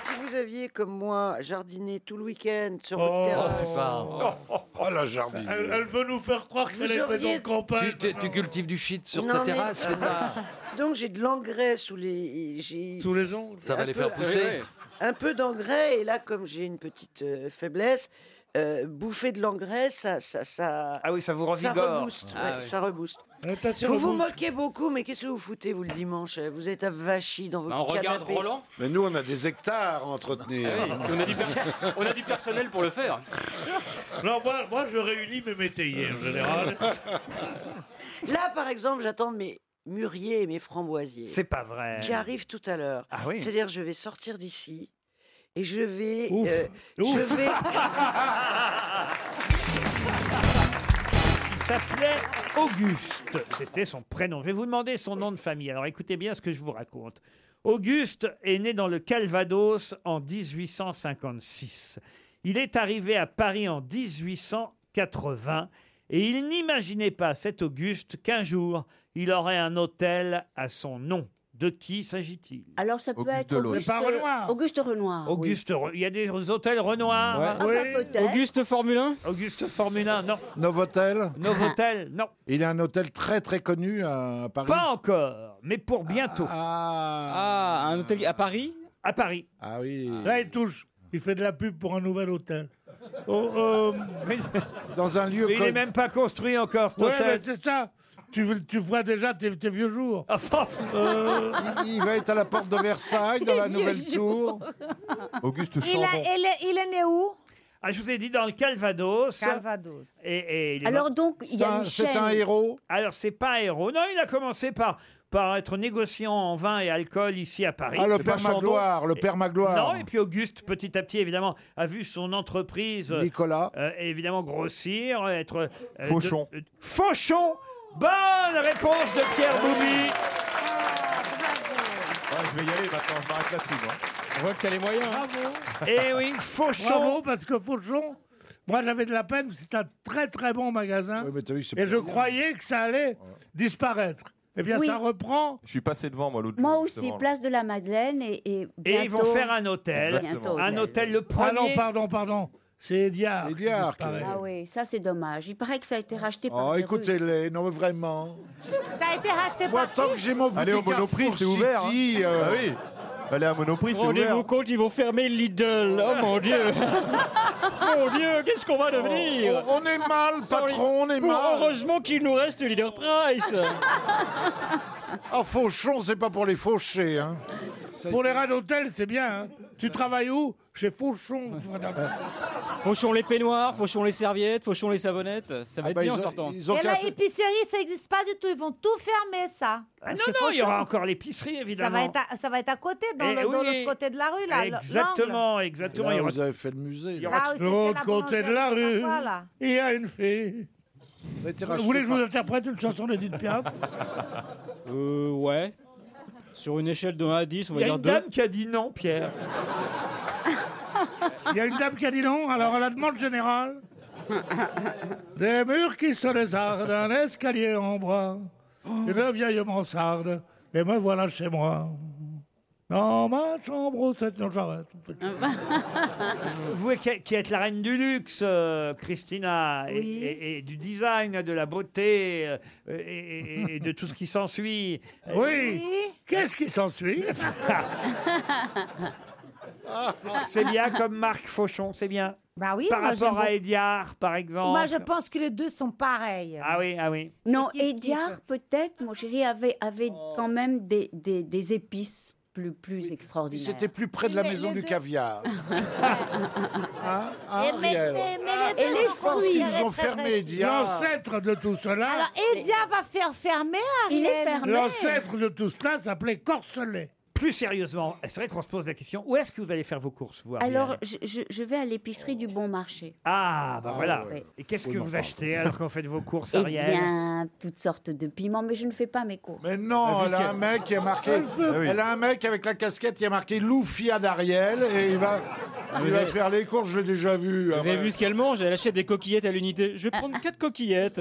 [SPEAKER 23] Si vous aviez, comme moi, jardiné tout le week-end sur
[SPEAKER 8] Oh,
[SPEAKER 23] votre terrasse.
[SPEAKER 8] putain.
[SPEAKER 17] Oh la jardine.
[SPEAKER 8] Elle, elle veut nous faire croire
[SPEAKER 23] Vous
[SPEAKER 8] qu'elle est une maison
[SPEAKER 23] auriez-
[SPEAKER 8] de campagne.
[SPEAKER 7] Tu, tu- tu cultives du shit sur
[SPEAKER 23] Non,
[SPEAKER 7] ta
[SPEAKER 23] mais-
[SPEAKER 7] terrasse, c'est ça
[SPEAKER 23] Donc j'ai de l'engrais sous les. j'ai-
[SPEAKER 8] Sous les ongles.
[SPEAKER 7] Ça va
[SPEAKER 23] un
[SPEAKER 7] les
[SPEAKER 23] peu-
[SPEAKER 7] faire pousser.
[SPEAKER 23] Un peu d'engrais, et là, comme j'ai une petite euh, faiblesse, euh, bouffer de l'engrais, ça, ça, ça.
[SPEAKER 2] Ah oui, ça vous rend
[SPEAKER 23] Ça
[SPEAKER 2] vigore.
[SPEAKER 23] rebooste. ouais,
[SPEAKER 2] Ah oui.
[SPEAKER 23] Ça rebooste.
[SPEAKER 8] Attention,
[SPEAKER 23] Vous
[SPEAKER 8] le
[SPEAKER 23] vous
[SPEAKER 8] monstre.
[SPEAKER 23] moquez beaucoup, mais qu'est-ce que vous foutez, vous, le dimanche euh, Vous êtes avachis dans
[SPEAKER 17] Bah,
[SPEAKER 7] Bah,
[SPEAKER 23] votre canapé.
[SPEAKER 17] Mais nous, on a des hectares à entretenir.
[SPEAKER 3] on, a du pers- on a du personnel pour le faire.
[SPEAKER 8] Non, moi, moi, je réunis mes métayers en général.
[SPEAKER 23] Là, par exemple, j'attends mes mûriers et mes framboisiers.
[SPEAKER 2] C'est pas vrai.
[SPEAKER 23] Qui arrivent tout à l'heure.
[SPEAKER 2] Ah oui.
[SPEAKER 23] C'est-à-dire, je vais sortir d'ici et je vais.
[SPEAKER 8] Ouf.
[SPEAKER 23] euh,
[SPEAKER 8] Ouf.
[SPEAKER 23] Je vais.
[SPEAKER 2] Il s'appelait Auguste. C'était son prénom. Je vais vous demander son nom de famille. Alors écoutez bien ce que je vous raconte. Auguste est né dans le Calvados en 1856. Il est arrivé à Paris en 1880 et il n'imaginait pas, cet Auguste, qu'un jour il aurait un hôtel à son nom. De qui s'agit-il
[SPEAKER 12] Alors ça peut être
[SPEAKER 2] Deloche.
[SPEAKER 12] Auguste,
[SPEAKER 2] Mais pas Renoir.
[SPEAKER 12] Auguste Renoir. oui.
[SPEAKER 2] Auguste, Re- il y a des hôtels Renoir.
[SPEAKER 12] Ouais. Ah bah, Oui. peut-être.
[SPEAKER 2] Auguste Formule 1 Auguste Formule 1, non.
[SPEAKER 17] Novotel Ah.
[SPEAKER 2] Novotel, non.
[SPEAKER 17] Il a un hôtel très très connu à Paris.
[SPEAKER 2] Pas encore, mais pour bientôt.
[SPEAKER 17] Ah,
[SPEAKER 2] un hôtel à Paris À Paris.
[SPEAKER 17] Ah oui.
[SPEAKER 8] Là, il touche. Il fait de la pub pour un nouvel hôtel. Oh, euh,
[SPEAKER 17] Dans un lieu.
[SPEAKER 2] Mais il n'est même pas construit encore, cet
[SPEAKER 8] Ouais, mais
[SPEAKER 2] hôtel.
[SPEAKER 8] c'est ça. Tu, veux- tu vois déjà tes, tes vieux jours. Euh,
[SPEAKER 17] Ah, Il, il va être à la porte de Versailles, dans la nouvelle tour.
[SPEAKER 6] Auguste
[SPEAKER 12] Il, a- il est- il est né où
[SPEAKER 2] Ah, je vous ai dit dans le Calvados.
[SPEAKER 12] Calvados.
[SPEAKER 2] Et, et il est
[SPEAKER 12] Alors
[SPEAKER 2] mort-
[SPEAKER 12] donc, il y a une chaîne.
[SPEAKER 2] Alors, c'est pas un héros. Non, il a commencé par, par être négociant en vin et alcool ici à Paris.
[SPEAKER 17] Ah, le
[SPEAKER 2] C'est pas
[SPEAKER 17] père Magloire,
[SPEAKER 2] Chandon.
[SPEAKER 17] le père Magloire.
[SPEAKER 2] Non, et puis Auguste, petit à petit, évidemment, a vu son entreprise. euh,
[SPEAKER 17] Nicolas.
[SPEAKER 2] euh, évidemment, grossir, être. euh,
[SPEAKER 17] Fauchon.
[SPEAKER 2] de- euh, Fauchon Bonne réponse de Pierre Boubi.
[SPEAKER 15] je vais y aller maintenant, je m'arrête là-dessus. moi. On voit que t'as les moyens. hein.
[SPEAKER 8] Bravo.
[SPEAKER 15] Eh oui, Fauchon.
[SPEAKER 8] Bravo, parce que Fauchon, moi j'avais de la peine, c'est un très très bon magasin. et je croyais que ça allait disparaître. Eh bien,
[SPEAKER 15] Oui.
[SPEAKER 8] ça reprend.
[SPEAKER 15] Je suis passé devant, moi, l'autre
[SPEAKER 6] Moi
[SPEAKER 15] jour,
[SPEAKER 6] aussi,
[SPEAKER 15] justement.
[SPEAKER 6] place de la Madeleine et, et
[SPEAKER 2] Et ils vont
[SPEAKER 6] bientôt-
[SPEAKER 2] faire un hôtel.
[SPEAKER 6] Bientôt,
[SPEAKER 2] Un hôtel, le
[SPEAKER 8] Ah non,
[SPEAKER 2] premier.
[SPEAKER 8] pardon, pardon. C'est Ediard. C'est
[SPEAKER 17] Ediard qui-
[SPEAKER 6] Ah oui, ça c'est dommage. Il paraît que ça a été racheté par.
[SPEAKER 17] Oh,
[SPEAKER 6] des Russes.
[SPEAKER 17] écoutez-les, non, mais vraiment.
[SPEAKER 6] Ça a été racheté
[SPEAKER 17] Moi,
[SPEAKER 6] par.
[SPEAKER 17] tant
[SPEAKER 6] qui
[SPEAKER 17] que j'ai mon
[SPEAKER 15] Allez au
[SPEAKER 17] boutique
[SPEAKER 15] Monoprix,
[SPEAKER 17] Carrefour
[SPEAKER 15] c'est ouvert.
[SPEAKER 17] City, euh,
[SPEAKER 15] Ah oui. Allez à Monoprix, c'est ouvert.
[SPEAKER 20] Rendez-vous compte, ils vont fermer Lidl. Oh mon Dieu. mon Dieu, qu'est-ce qu'on va
[SPEAKER 15] Oh,
[SPEAKER 20] devenir
[SPEAKER 17] Oh, On, on est mal, patron, on est
[SPEAKER 20] Bon,
[SPEAKER 17] mal.
[SPEAKER 20] Heureusement qu'il nous reste Leader Price.
[SPEAKER 17] Ah, fauchon, c'est pas pour les fauchés. Hein.
[SPEAKER 8] Pour les rats d'hôtel, c'est bien. hein. Tu travailles où Chez Fauchon.
[SPEAKER 20] Fauchons les peignoirs, fauchons les serviettes, fauchons les savonnettes.
[SPEAKER 2] Ah
[SPEAKER 20] Ça va
[SPEAKER 2] bah,
[SPEAKER 20] être bien en sortant.
[SPEAKER 6] Et la épicerie, ça n'existe pas du tout. Ils vont tout fermer, ça.
[SPEAKER 2] Ah, non, non, il y aura encore l'épicerie,
[SPEAKER 6] Ça
[SPEAKER 2] évidemment.
[SPEAKER 6] va, être à, ça va être à côté, dans
[SPEAKER 2] Eh
[SPEAKER 6] le- dans
[SPEAKER 2] oui.
[SPEAKER 6] l'autre côté de la rue, là. le-
[SPEAKER 2] Exactement,
[SPEAKER 6] l'angle.
[SPEAKER 2] exactement.
[SPEAKER 17] Là,
[SPEAKER 2] il y aura-
[SPEAKER 17] vous avez fait le musée.
[SPEAKER 2] il y aura-
[SPEAKER 6] Là où
[SPEAKER 8] De
[SPEAKER 6] c'était
[SPEAKER 8] l'autre
[SPEAKER 6] la
[SPEAKER 8] côté de la
[SPEAKER 6] boulangerie, je sais
[SPEAKER 8] rue,
[SPEAKER 6] pas quoi, là.
[SPEAKER 8] il y a une fée. Vous voulez que je vous interprète une chanson d'Edith Piaf
[SPEAKER 20] Euh, ouais. Sur une échelle de 1 à 10, on
[SPEAKER 2] Il
[SPEAKER 20] va
[SPEAKER 2] y a
[SPEAKER 20] dire
[SPEAKER 2] une
[SPEAKER 20] 2.
[SPEAKER 2] dame qui a dit non, Pierre.
[SPEAKER 8] Il y a une dame qui a dit non, alors à la demande générale. Des murs qui se lézardent, un escalier en bois,
[SPEAKER 6] Oh.
[SPEAKER 8] une vieille mansarde, et me voilà chez moi. Dans ma chambre, au sept- non, j'arrête.
[SPEAKER 2] Vous qui, qui êtes la reine du luxe, euh, Christina, et-
[SPEAKER 8] Oui.
[SPEAKER 2] et, et du design, de la beauté, euh, et, et- et de tout ce qui s'ensuit. Euh,
[SPEAKER 8] Oui. Qu'est-ce qui s'ensuit
[SPEAKER 2] C'est bien comme Marc Fauchon, c'est bien.
[SPEAKER 6] Bah oui,
[SPEAKER 2] par
[SPEAKER 6] moi, j'aime
[SPEAKER 2] rapport à
[SPEAKER 6] beaucoup.
[SPEAKER 2] Ediard, par exemple.
[SPEAKER 12] Bah,
[SPEAKER 6] Moi, je pense que les deux sont pareils.
[SPEAKER 2] Ah oui, ah oui.
[SPEAKER 12] Non, Ediard, peut-être, mon chéri, avait, avait
[SPEAKER 17] Oh.
[SPEAKER 12] quand même des, des, des épices plus, plus extraordinaires.
[SPEAKER 17] C'était plus près de la maison du caviar. hein, hein,
[SPEAKER 6] Eh,
[SPEAKER 12] Et mais-
[SPEAKER 17] Ariel
[SPEAKER 12] mais-
[SPEAKER 17] Ah,
[SPEAKER 6] mais les deux
[SPEAKER 17] je pense
[SPEAKER 6] fruits,
[SPEAKER 17] qu'ils
[SPEAKER 6] elle
[SPEAKER 17] ont
[SPEAKER 6] est très
[SPEAKER 17] fermé
[SPEAKER 6] fraîche.
[SPEAKER 17] Dia.
[SPEAKER 8] L'ancêtre de tout cela,
[SPEAKER 6] Alors, Edia va faire fermer,
[SPEAKER 12] Il est
[SPEAKER 6] Ariel.
[SPEAKER 12] fermé.
[SPEAKER 8] l'ancêtre de tout cela s'appelait Corselet.
[SPEAKER 2] Plus sérieusement, c'est vrai qu'on se pose la question, où est-ce que vous allez faire vos courses, vous Ariel
[SPEAKER 12] Alors, je, je- je vais à l'épicerie du bon marché.
[SPEAKER 2] Ah, bah
[SPEAKER 12] Ah,
[SPEAKER 2] voilà.
[SPEAKER 12] ouais.
[SPEAKER 2] Et qu'est-ce
[SPEAKER 12] Oui,
[SPEAKER 2] que
[SPEAKER 12] mais
[SPEAKER 2] vous
[SPEAKER 12] enfin.
[SPEAKER 2] achetez alors qu'on fait vos courses,
[SPEAKER 12] Eh
[SPEAKER 2] Ariel
[SPEAKER 12] bien, toutes sortes de piments, mais je ne fais pas mes courses.
[SPEAKER 17] Mais
[SPEAKER 2] Ah,
[SPEAKER 17] non, elle a un mec qui a marqué. Ah Elle a un mec avec la casquette qui a marqué Loufia d'Ariel et il va, il
[SPEAKER 20] Vous
[SPEAKER 17] va
[SPEAKER 20] avez-
[SPEAKER 17] faire les courses, je l'ai déjà vu. ah
[SPEAKER 20] Vous avez vu ce qu'elle mange Elle achète des coquillettes à l'unité. Je vais prendre 4 coquillettes.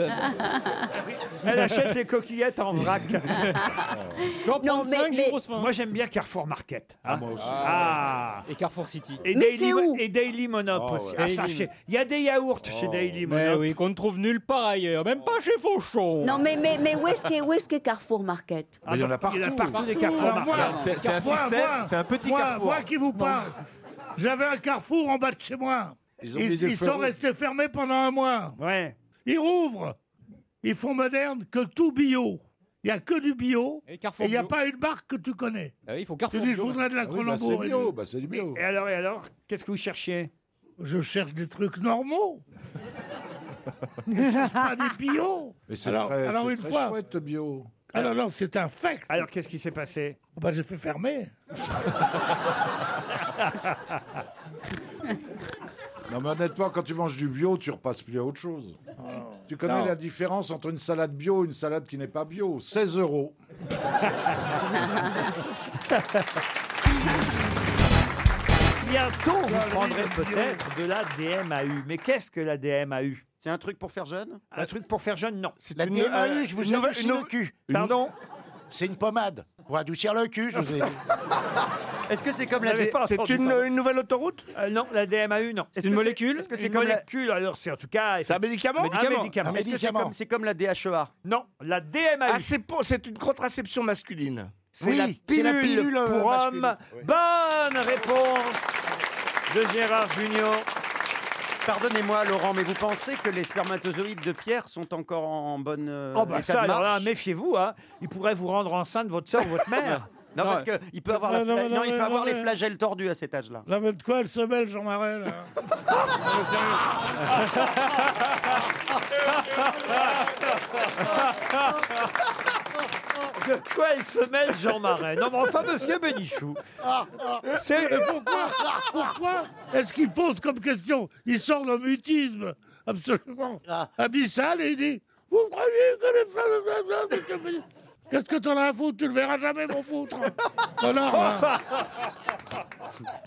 [SPEAKER 2] Elle achète les coquillettes en vrac.
[SPEAKER 20] J'en prends 5, j'ai grosse faim.
[SPEAKER 2] Moi, j'aime bien Carrefour Market.
[SPEAKER 20] Ah,
[SPEAKER 2] hein.
[SPEAKER 17] moi aussi.
[SPEAKER 2] Ah.
[SPEAKER 20] Et Carrefour City.
[SPEAKER 2] Et
[SPEAKER 20] Mais
[SPEAKER 2] Daily,
[SPEAKER 20] c'est
[SPEAKER 2] Mo- et Daily Monop
[SPEAKER 20] Oh,
[SPEAKER 2] aussi.
[SPEAKER 20] ouais.
[SPEAKER 2] Ah, ça,
[SPEAKER 20] Daily
[SPEAKER 2] chez-
[SPEAKER 20] Mo-
[SPEAKER 2] Il y a des yaourts chez Daily
[SPEAKER 20] Mais
[SPEAKER 2] Monop.
[SPEAKER 20] oui, qu'on ne trouve nulle part ailleurs, même pas chez Fauchon.
[SPEAKER 12] Non, mais, mais, mais où est-ce qu'est où est-ce qu'est Carrefour Market
[SPEAKER 2] Ah, bah, Il y en a partout des Carrefour
[SPEAKER 8] Alors, moi,
[SPEAKER 2] Market.
[SPEAKER 15] C'est- c'est un
[SPEAKER 8] moi,
[SPEAKER 15] système,
[SPEAKER 8] moi,
[SPEAKER 15] c'est un petit
[SPEAKER 8] moi,
[SPEAKER 15] carrefour.
[SPEAKER 8] Moi qui vous parle, j'avais un carrefour en bas de chez moi.
[SPEAKER 17] Ils
[SPEAKER 8] Ils,
[SPEAKER 17] ont mis des
[SPEAKER 8] ils
[SPEAKER 17] feux
[SPEAKER 8] sont
[SPEAKER 17] rouges.
[SPEAKER 8] restés fermés pendant un mois.
[SPEAKER 2] Ouais.
[SPEAKER 8] Ils rouvrent. Ils font moderne que tout bio. Il n'y a que du bio.
[SPEAKER 20] Et
[SPEAKER 8] Et
[SPEAKER 20] Carrefour
[SPEAKER 8] il n'y a
[SPEAKER 20] bio.
[SPEAKER 8] pas une marque que tu connais.
[SPEAKER 20] Ah oui, il faut
[SPEAKER 8] Tu
[SPEAKER 20] Carrefour.
[SPEAKER 8] dis, je
[SPEAKER 20] bio, Ah
[SPEAKER 8] voudrais de la Cronenbourg. et tout.
[SPEAKER 17] bah, c'est du bio.
[SPEAKER 2] Et alors, et alors qu'est-ce que vous cherchiez
[SPEAKER 8] Je cherche des trucs normaux. Je cherche pas des bio.
[SPEAKER 17] Mais c'est
[SPEAKER 8] Alors-
[SPEAKER 17] très,
[SPEAKER 8] alors
[SPEAKER 17] c'est
[SPEAKER 8] une
[SPEAKER 17] très
[SPEAKER 8] fois-
[SPEAKER 17] chouette le bio.
[SPEAKER 8] Ah non, non, c'est un fact.
[SPEAKER 2] Alors, qu'est-ce qui s'est passé
[SPEAKER 8] Bah, j'ai fait fermer.
[SPEAKER 17] Non mais honnêtement, quand tu manges du bio, tu repasses plus à autre chose. Tu connais
[SPEAKER 8] Non.
[SPEAKER 17] la différence entre une salade bio et une salade qui n'est pas bio 16 euros.
[SPEAKER 2] Bientôt, vous prendrez peut-être de la DMAU. Mais qu'est-ce que la DMAU
[SPEAKER 4] C'est un truc pour faire jeune
[SPEAKER 2] Un truc pour faire jeune, non.
[SPEAKER 5] La
[SPEAKER 2] une-
[SPEAKER 5] DMAU
[SPEAKER 2] euh,
[SPEAKER 5] qui vous
[SPEAKER 2] une nouvelle-
[SPEAKER 5] adoucit
[SPEAKER 2] une
[SPEAKER 5] le
[SPEAKER 2] nou-
[SPEAKER 5] cul.
[SPEAKER 2] Pardon
[SPEAKER 5] C'est une pommade pour adoucir le cul, je vous ai dit.
[SPEAKER 4] Est-ce que c'est
[SPEAKER 2] Vous
[SPEAKER 4] comme la
[SPEAKER 2] n'avez
[SPEAKER 4] dé-
[SPEAKER 2] pas
[SPEAKER 4] C'est
[SPEAKER 2] entendu
[SPEAKER 4] une,
[SPEAKER 2] parler.
[SPEAKER 4] une nouvelle autoroute
[SPEAKER 2] Euh, non, la DMAU, non.
[SPEAKER 4] Est-ce que c'est- est-ce que c'est
[SPEAKER 2] une
[SPEAKER 4] comme la-
[SPEAKER 2] molécule, alors c'est en tout cas... C'est un médicament Un médicament.
[SPEAKER 4] Est-ce que c'est comme, c'est comme la DHEA
[SPEAKER 2] Non, la DMAU.
[SPEAKER 4] Ah, c'est pour- c'est une contraception masculine.
[SPEAKER 2] C'est la pilule, euh, pour homme. Bonne réponse de Gérard Junior.
[SPEAKER 4] Pardonnez-moi, Laurent, mais vous pensez que les spermatozoïdes de Pierre sont encore en, en bonne euh,
[SPEAKER 2] Oh bah
[SPEAKER 4] état
[SPEAKER 2] ça,
[SPEAKER 4] de
[SPEAKER 2] alors
[SPEAKER 4] marche
[SPEAKER 2] là, méfiez-vous, hein. il pourrait vous rendre enceinte votre soeur ou votre mère.
[SPEAKER 4] Non, parce qu'il peut avoir, la
[SPEAKER 8] Non, non,
[SPEAKER 4] fla-
[SPEAKER 8] non,
[SPEAKER 4] non, il
[SPEAKER 8] non,
[SPEAKER 4] peut avoir
[SPEAKER 8] non,
[SPEAKER 4] les
[SPEAKER 8] non.
[SPEAKER 4] flagelles tordus à cet âge-là.
[SPEAKER 8] Là, mais de quoi elle se mêle, Jean Marais, là
[SPEAKER 15] Ah,
[SPEAKER 4] Ah,
[SPEAKER 2] De quoi elle se mêle, Jean Marais Ah, ben, Non, mais enfin, monsieur Bénichou. C'est-
[SPEAKER 8] Mais pourquoi, pourquoi est-ce qu'il pose comme question Il sort d'un mutisme absolument abyssal et il dit Vous croyez que les femmes. Qu'est-ce que t'en as à foutre Tu le verras jamais, mon foutre Connard, hein.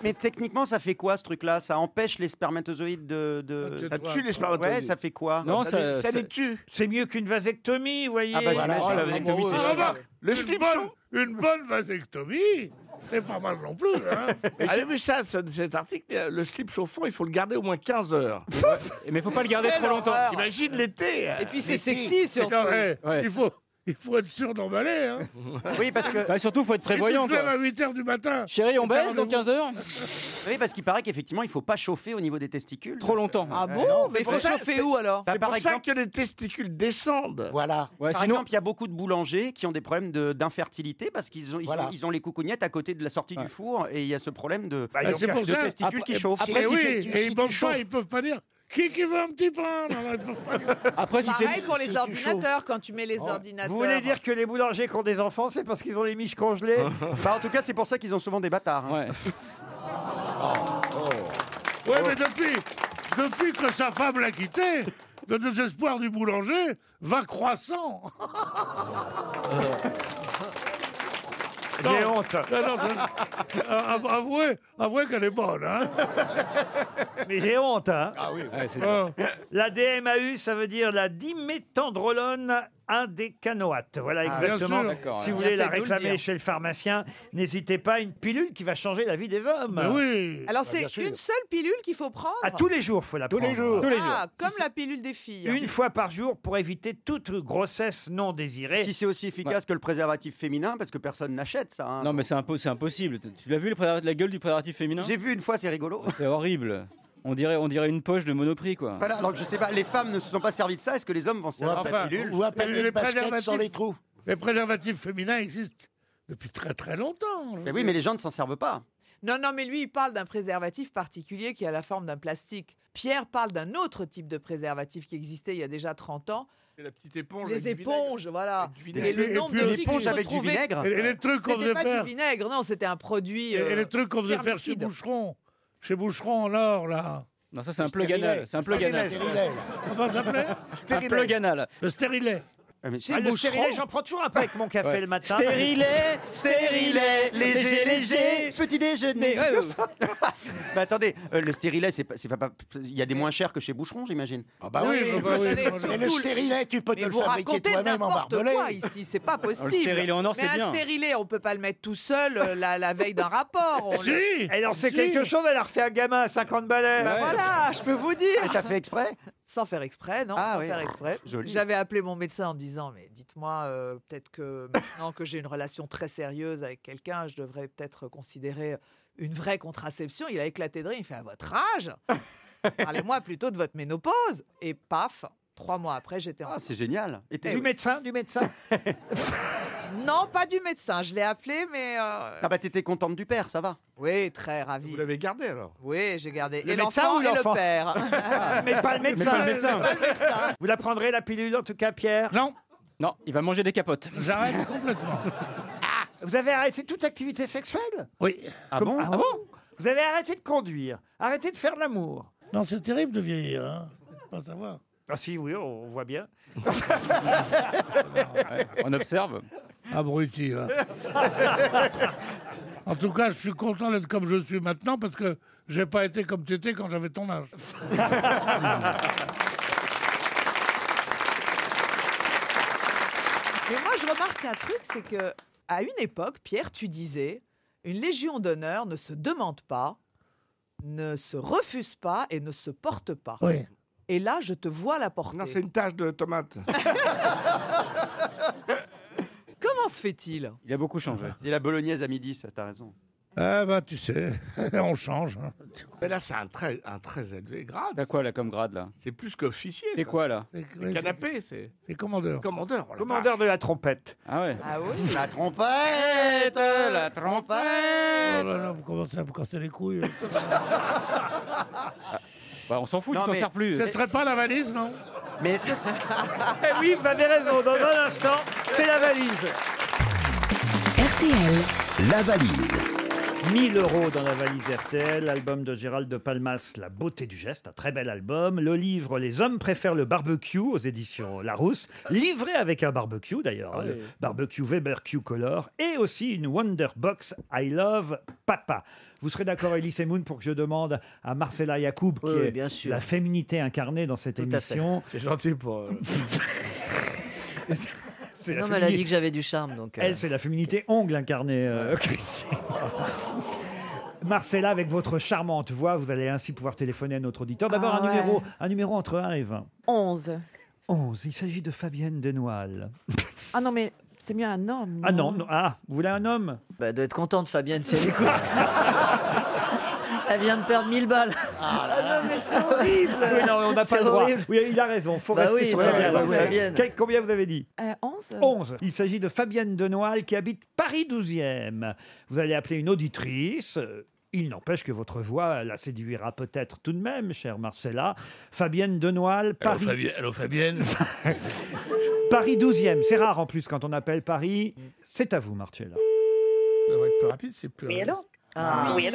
[SPEAKER 4] Mais techniquement, ça fait quoi ce truc-là Ça empêche les spermatozoïdes de. de-
[SPEAKER 2] Ça tue Ah, les spermatozoïdes.
[SPEAKER 4] Ouais, ça fait quoi
[SPEAKER 2] Non, Ça les- ça- ça les ça-
[SPEAKER 4] tue.
[SPEAKER 2] C'est mieux qu'une vasectomie, vous voyez.
[SPEAKER 4] Ah, bah, j'imagine. Oh, la vasectomie, c'est
[SPEAKER 8] Ah,
[SPEAKER 4] génial.
[SPEAKER 8] remarque,
[SPEAKER 4] Le
[SPEAKER 8] une,
[SPEAKER 4] Schlipson
[SPEAKER 8] bonne, une bonne vasectomie, c'est pas mal non plus. Hein.
[SPEAKER 24] Et J'ai vu ça, ce- cet article, euh, le slip chauffant, il faut le garder au moins 15 heures.
[SPEAKER 8] Mais faut pas le garder trop longtemps.
[SPEAKER 24] Imagine l'été. euh.
[SPEAKER 8] hein. Non, eh, il, faut, il faut être sûr d'emballer. Hein.
[SPEAKER 4] Oui, parce que-
[SPEAKER 8] Bah,
[SPEAKER 4] surtout, faut être
[SPEAKER 8] Si tu te
[SPEAKER 4] prévoyant,
[SPEAKER 8] lèves
[SPEAKER 4] quoi.
[SPEAKER 8] à 8 h du matin.
[SPEAKER 4] Chérie,
[SPEAKER 8] on baisse dans 15
[SPEAKER 4] heures Oui, parce qu'il paraît qu'effectivement, il faut pas chauffer au niveau des testicules. Euh, Trop
[SPEAKER 2] longtemps.
[SPEAKER 24] Ah bon Mais il faut chauffer où, alors C'est pour ça que les testicules descendent.
[SPEAKER 4] Bah, Voilà.
[SPEAKER 24] Ouais,
[SPEAKER 4] Par
[SPEAKER 24] sinon-
[SPEAKER 4] exemple, il y a beaucoup de boulangers qui ont des problèmes de- d'infertilité parce qu'ils ont, ils
[SPEAKER 24] Voilà.
[SPEAKER 4] ont, ils ont les coucougnettes à côté de la sortie du four et il y a ce problème de,
[SPEAKER 8] Ah,
[SPEAKER 4] de- de testicules qui chauffent.
[SPEAKER 8] Après, oui,
[SPEAKER 4] si- si-
[SPEAKER 8] et
[SPEAKER 4] si-
[SPEAKER 8] ils ne
[SPEAKER 4] si-
[SPEAKER 8] pas, ils peuvent pas dire qui qui veut un petit pain. Non, non, ils peuvent pas dire.
[SPEAKER 6] Après, Pareil pour les ordinateurs, quand tu mets les ordinateurs.
[SPEAKER 2] Vous voulez dire que les boulangers qui ont des enfants, c'est parce qu'ils ont les miches congelées
[SPEAKER 4] Bah, en tout cas, c'est pour ça qu'ils ont souvent des bâtards. hein. Oh.
[SPEAKER 11] Oh.
[SPEAKER 8] Ouais, mais depuis, depuis que sa femme l'a quitté, le désespoir du boulanger va croissant.
[SPEAKER 2] J'ai
[SPEAKER 8] Non,
[SPEAKER 2] honte.
[SPEAKER 8] non, non, c'est- euh, av- avouez avouez qu'elle est bonne. Hein
[SPEAKER 2] Mais j'ai honte, hein Ah
[SPEAKER 8] oui.
[SPEAKER 2] Ouais, c'est vrai. La DMAU, ça veut dire la diméthandrolone indécanoate. Voilà
[SPEAKER 8] Ah, bien
[SPEAKER 2] exactement.
[SPEAKER 8] sûr. D'accord,
[SPEAKER 2] si
[SPEAKER 8] ouais.
[SPEAKER 2] vous
[SPEAKER 8] Bien
[SPEAKER 2] voulez la
[SPEAKER 8] fait de nous le
[SPEAKER 2] réclamer
[SPEAKER 8] dire.
[SPEAKER 2] chez le pharmacien, n'hésitez pas. Une pilule qui va changer la vie des hommes. Bah,
[SPEAKER 8] Mais Bah oui.
[SPEAKER 6] Alors, c'est une seule pilule qu'il faut prendre
[SPEAKER 2] Ah, À tous les jours, faut la
[SPEAKER 6] Tous les
[SPEAKER 2] prendre.
[SPEAKER 6] jours.
[SPEAKER 2] Tous les
[SPEAKER 6] Ah,
[SPEAKER 2] jours.
[SPEAKER 6] comme
[SPEAKER 2] Si
[SPEAKER 6] la pilule des filles. hein.
[SPEAKER 2] Une fois par jour pour éviter toute grossesse non désirée.
[SPEAKER 4] Si c'est aussi efficace que le préservatif féminin, parce que personne n'achète ça. hein.
[SPEAKER 20] Non, mais c'est impo- c'est impossible. Tu- Tu l'as vu le préservatif- la gueule du préservatif féminin
[SPEAKER 4] J'ai vu une fois, c'est rigolo.
[SPEAKER 20] C'est horrible. On dirait, on dirait une poche de monoprix, quoi.
[SPEAKER 4] Voilà, alors que je sais pas, les femmes ne se sont pas servies de ça. Est-ce que les hommes vont se servir de la
[SPEAKER 8] Enfin,
[SPEAKER 4] pilule
[SPEAKER 8] trous. Les préservatifs féminins existent depuis très très longtemps.
[SPEAKER 4] Mais oui, mais les gens ne s'en servent pas.
[SPEAKER 6] Non, non, mais lui, il parle d'un préservatif particulier qui a la forme d'un plastique. Pierre parle d'un autre type de préservatif qui existait il y a déjà 30 ans.
[SPEAKER 24] C'est la petite éponge.
[SPEAKER 6] les éponges, voilà.
[SPEAKER 24] vinaigre.
[SPEAKER 6] Et,
[SPEAKER 24] Et
[SPEAKER 6] le
[SPEAKER 24] puis-
[SPEAKER 6] nombre
[SPEAKER 24] et puis
[SPEAKER 6] de
[SPEAKER 24] une
[SPEAKER 6] filles
[SPEAKER 24] éponge
[SPEAKER 6] qui se
[SPEAKER 24] avec du
[SPEAKER 6] retrouvaient-
[SPEAKER 24] vinaigre. Et- et les trucs qu'on
[SPEAKER 6] C'était
[SPEAKER 24] faisait
[SPEAKER 6] pas
[SPEAKER 24] faire.
[SPEAKER 6] du vinaigre, non, c'était un produit.
[SPEAKER 8] Et, et les
[SPEAKER 6] euh,
[SPEAKER 8] trucs qu'on faisait faire
[SPEAKER 6] herbicide.
[SPEAKER 8] chez Boucheron, chez Boucheron en or, là.
[SPEAKER 20] Non, ça, c'est un plug anal. C'est un plug anal.
[SPEAKER 8] Comment ça s'appelait
[SPEAKER 20] Un plug anal.
[SPEAKER 8] Le stérilet.
[SPEAKER 2] Ah, le stérilet, j'en prends toujours un peu avec mon café
[SPEAKER 20] Ouais.
[SPEAKER 2] le matin.
[SPEAKER 20] Stérilet,
[SPEAKER 4] stérilet, léger, léger,
[SPEAKER 2] petit déjeuner.
[SPEAKER 4] Mais attendez, euh, le stérilet, c'est pas, c'est pas, pas- il y a des moins chers que chez Boucheron, j'imagine. Ah
[SPEAKER 6] bah oui, Oui, mais bah vous oui. savez, surtout
[SPEAKER 4] Et
[SPEAKER 6] le stérilet,
[SPEAKER 4] tu
[SPEAKER 6] Mais vous racontez n'importe quoi ici, c'est pas possible.
[SPEAKER 4] Ah, stérilet en or,
[SPEAKER 6] Mais
[SPEAKER 4] c'est bien.
[SPEAKER 6] un stérilet, on peut pas le mettre tout seul euh, la, la veille d'un rapport. On le-
[SPEAKER 2] Elle en sait
[SPEAKER 6] Oh, Si.
[SPEAKER 2] quelque chose, elle a refait un gamin à 50 balais.
[SPEAKER 6] Bah voilà, je peux vous dire.
[SPEAKER 2] Et t'as fait exprès
[SPEAKER 6] Sans faire exprès, non,
[SPEAKER 2] Ah
[SPEAKER 6] sans
[SPEAKER 2] oui.
[SPEAKER 6] faire exprès.
[SPEAKER 2] Joli.
[SPEAKER 6] J'avais appelé mon médecin en disant, mais dites-moi, euh, peut-être que maintenant que j'ai une relation très sérieuse avec quelqu'un, je devrais peut-être considérer une vraie contraception. Il a éclaté de rire, il fait, à votre âge, parlez-moi plutôt de votre ménopause. Et paf, trois mois après, j'étais
[SPEAKER 2] Ah,
[SPEAKER 6] enceinte.
[SPEAKER 4] C'est génial. Et t'es-
[SPEAKER 6] Eh
[SPEAKER 2] Du
[SPEAKER 6] oui.
[SPEAKER 2] médecin, du médecin.
[SPEAKER 6] Non, pas du médecin, je l'ai appelé, mais... euh,
[SPEAKER 4] Ah bah t'étais contente du père, ça va.
[SPEAKER 6] Oui, très ravi. Vous l'avez gardé alors Oui, j'ai gardé.
[SPEAKER 2] Le
[SPEAKER 6] et
[SPEAKER 2] médecin
[SPEAKER 6] l'enfant
[SPEAKER 2] ou
[SPEAKER 6] et
[SPEAKER 2] l'enfant
[SPEAKER 6] le père.
[SPEAKER 2] Mais pas le médecin.
[SPEAKER 20] pas le médecin.
[SPEAKER 2] Ah, Vous la prendrez la pilule en tout cas, Pierre
[SPEAKER 8] Non.
[SPEAKER 20] Non, il va manger des capotes.
[SPEAKER 8] J'arrête complètement.
[SPEAKER 2] Ah, Vous avez arrêté toute activité sexuelle
[SPEAKER 8] Oui.
[SPEAKER 20] Ah
[SPEAKER 2] Comme-
[SPEAKER 20] bon
[SPEAKER 2] ah bon Vous avez arrêté de conduire, arrêté de faire de l'amour.
[SPEAKER 8] Non, c'est terrible de vieillir, hein. Faut Pas savoir.
[SPEAKER 2] Ah si, oui, on voit bien.
[SPEAKER 20] Ah, On observe.
[SPEAKER 8] Abruti, hein.
[SPEAKER 17] Ah.
[SPEAKER 8] En tout cas, je suis content d'être comme je suis maintenant parce que j'ai pas été comme tu étais quand j'avais ton âge.
[SPEAKER 6] Mais moi, je remarque un truc, c'est que à une époque, Pierre, tu disais, une légion d'honneur ne se demande pas, ne se refuse pas et ne se porte pas. Et là, je te vois la porter. Non, c'est une
[SPEAKER 24] tache de tomate.
[SPEAKER 6] Comment se fait-il
[SPEAKER 4] Il a beaucoup changé. C'est la bolognaise à midi, ça, t'as raison.
[SPEAKER 8] Ah bah tu sais, on change. hein.
[SPEAKER 24] Mais là, c'est un très, un très élevé grade.
[SPEAKER 20] T'as quoi là comme grade là
[SPEAKER 24] C'est plus qu'officier.
[SPEAKER 20] C'est
[SPEAKER 24] ça.
[SPEAKER 20] quoi là
[SPEAKER 24] C'est canapé, c'est.
[SPEAKER 8] C'est commandeur.
[SPEAKER 24] Commandeur.
[SPEAKER 2] Commandeur de la trompette.
[SPEAKER 20] Ah ouais
[SPEAKER 6] Ah oui
[SPEAKER 4] La trompette, la trompette.
[SPEAKER 8] Oh là là, vous commencez à me casser les couilles.
[SPEAKER 20] Bah, on s'en fout,
[SPEAKER 8] Non,
[SPEAKER 20] tu t'en
[SPEAKER 8] mais
[SPEAKER 20] sers plus.
[SPEAKER 8] Ce serait pas la valise, non
[SPEAKER 4] Mais est-ce que c'est.
[SPEAKER 2] Eh oui, vous avez raison, dans un instant, c'est la valise.
[SPEAKER 21] RTL. La valise.
[SPEAKER 2] 1000 euros dans la valise RTL, l'album de Gérald de Palmas, La beauté du geste, un très bel album, le livre Les hommes préfèrent le barbecue aux éditions Larousse, livré avec un barbecue d'ailleurs, hein, le
[SPEAKER 8] Ah oui.
[SPEAKER 2] barbecue Weber Q Color, et aussi une Wonder Box I Love Papa. Vous serez d'accord, Elise Moon, pour que je demande à Marcella Yacoub, qui
[SPEAKER 8] Oui, oui,
[SPEAKER 2] est
[SPEAKER 8] bien sûr.
[SPEAKER 2] la féminité incarnée dans cette
[SPEAKER 8] Tout à fait.
[SPEAKER 2] émission.
[SPEAKER 8] C'est gentil pour. euh,
[SPEAKER 2] C'est la
[SPEAKER 22] Non, mais elle a
[SPEAKER 2] fémini-
[SPEAKER 22] dit que j'avais du charme, donc. euh,
[SPEAKER 2] Elle, c'est la féminité ongle incarnée, euh, Christine. Marcella, avec votre charmante voix, vous allez ainsi pouvoir téléphoner à notre auditeur. D'abord,
[SPEAKER 7] Ah
[SPEAKER 2] un,
[SPEAKER 7] ouais.
[SPEAKER 2] numéro, un numéro entre 1 et 20.
[SPEAKER 7] 11.
[SPEAKER 2] 11. Il s'agit de Fabienne Denoël.
[SPEAKER 7] Ah non, mais c'est bien un homme.
[SPEAKER 2] Ah non, non, ah, vous voulez un homme
[SPEAKER 22] Bah, elle doit être contente, Fabienne, si elle écoute. elle vient de perdre 1000 balles.
[SPEAKER 7] là. Ah non, mais c'est
[SPEAKER 22] horrible.
[SPEAKER 2] Oui, non, on n'a pas
[SPEAKER 22] C'est
[SPEAKER 2] le droit.
[SPEAKER 22] horrible.
[SPEAKER 2] Oui, il a raison. Faut
[SPEAKER 22] Bah
[SPEAKER 2] rester
[SPEAKER 22] oui,
[SPEAKER 2] sur
[SPEAKER 22] bah
[SPEAKER 2] Fabienne.
[SPEAKER 22] oui, bah oui, Fabienne.
[SPEAKER 2] Quel- combien vous avez dit
[SPEAKER 7] Euh, 11.
[SPEAKER 2] 11. Il s'agit de Fabienne Denoël qui habite Paris 12e. Vous allez appeler une auditrice. Euh, Il n'empêche que votre voix la séduira peut-être tout de même, chère Marcella. Fabienne Denoël,
[SPEAKER 27] Allô,
[SPEAKER 2] Paris.
[SPEAKER 27] Fabi- allô, Fabienne
[SPEAKER 2] Paris 12e. C'est rare en plus quand on appelle Paris. C'est à vous, Marcella.
[SPEAKER 27] Ça va être plus rapide, c'est plus.
[SPEAKER 7] Oui,
[SPEAKER 27] rapide.
[SPEAKER 7] allô Oui,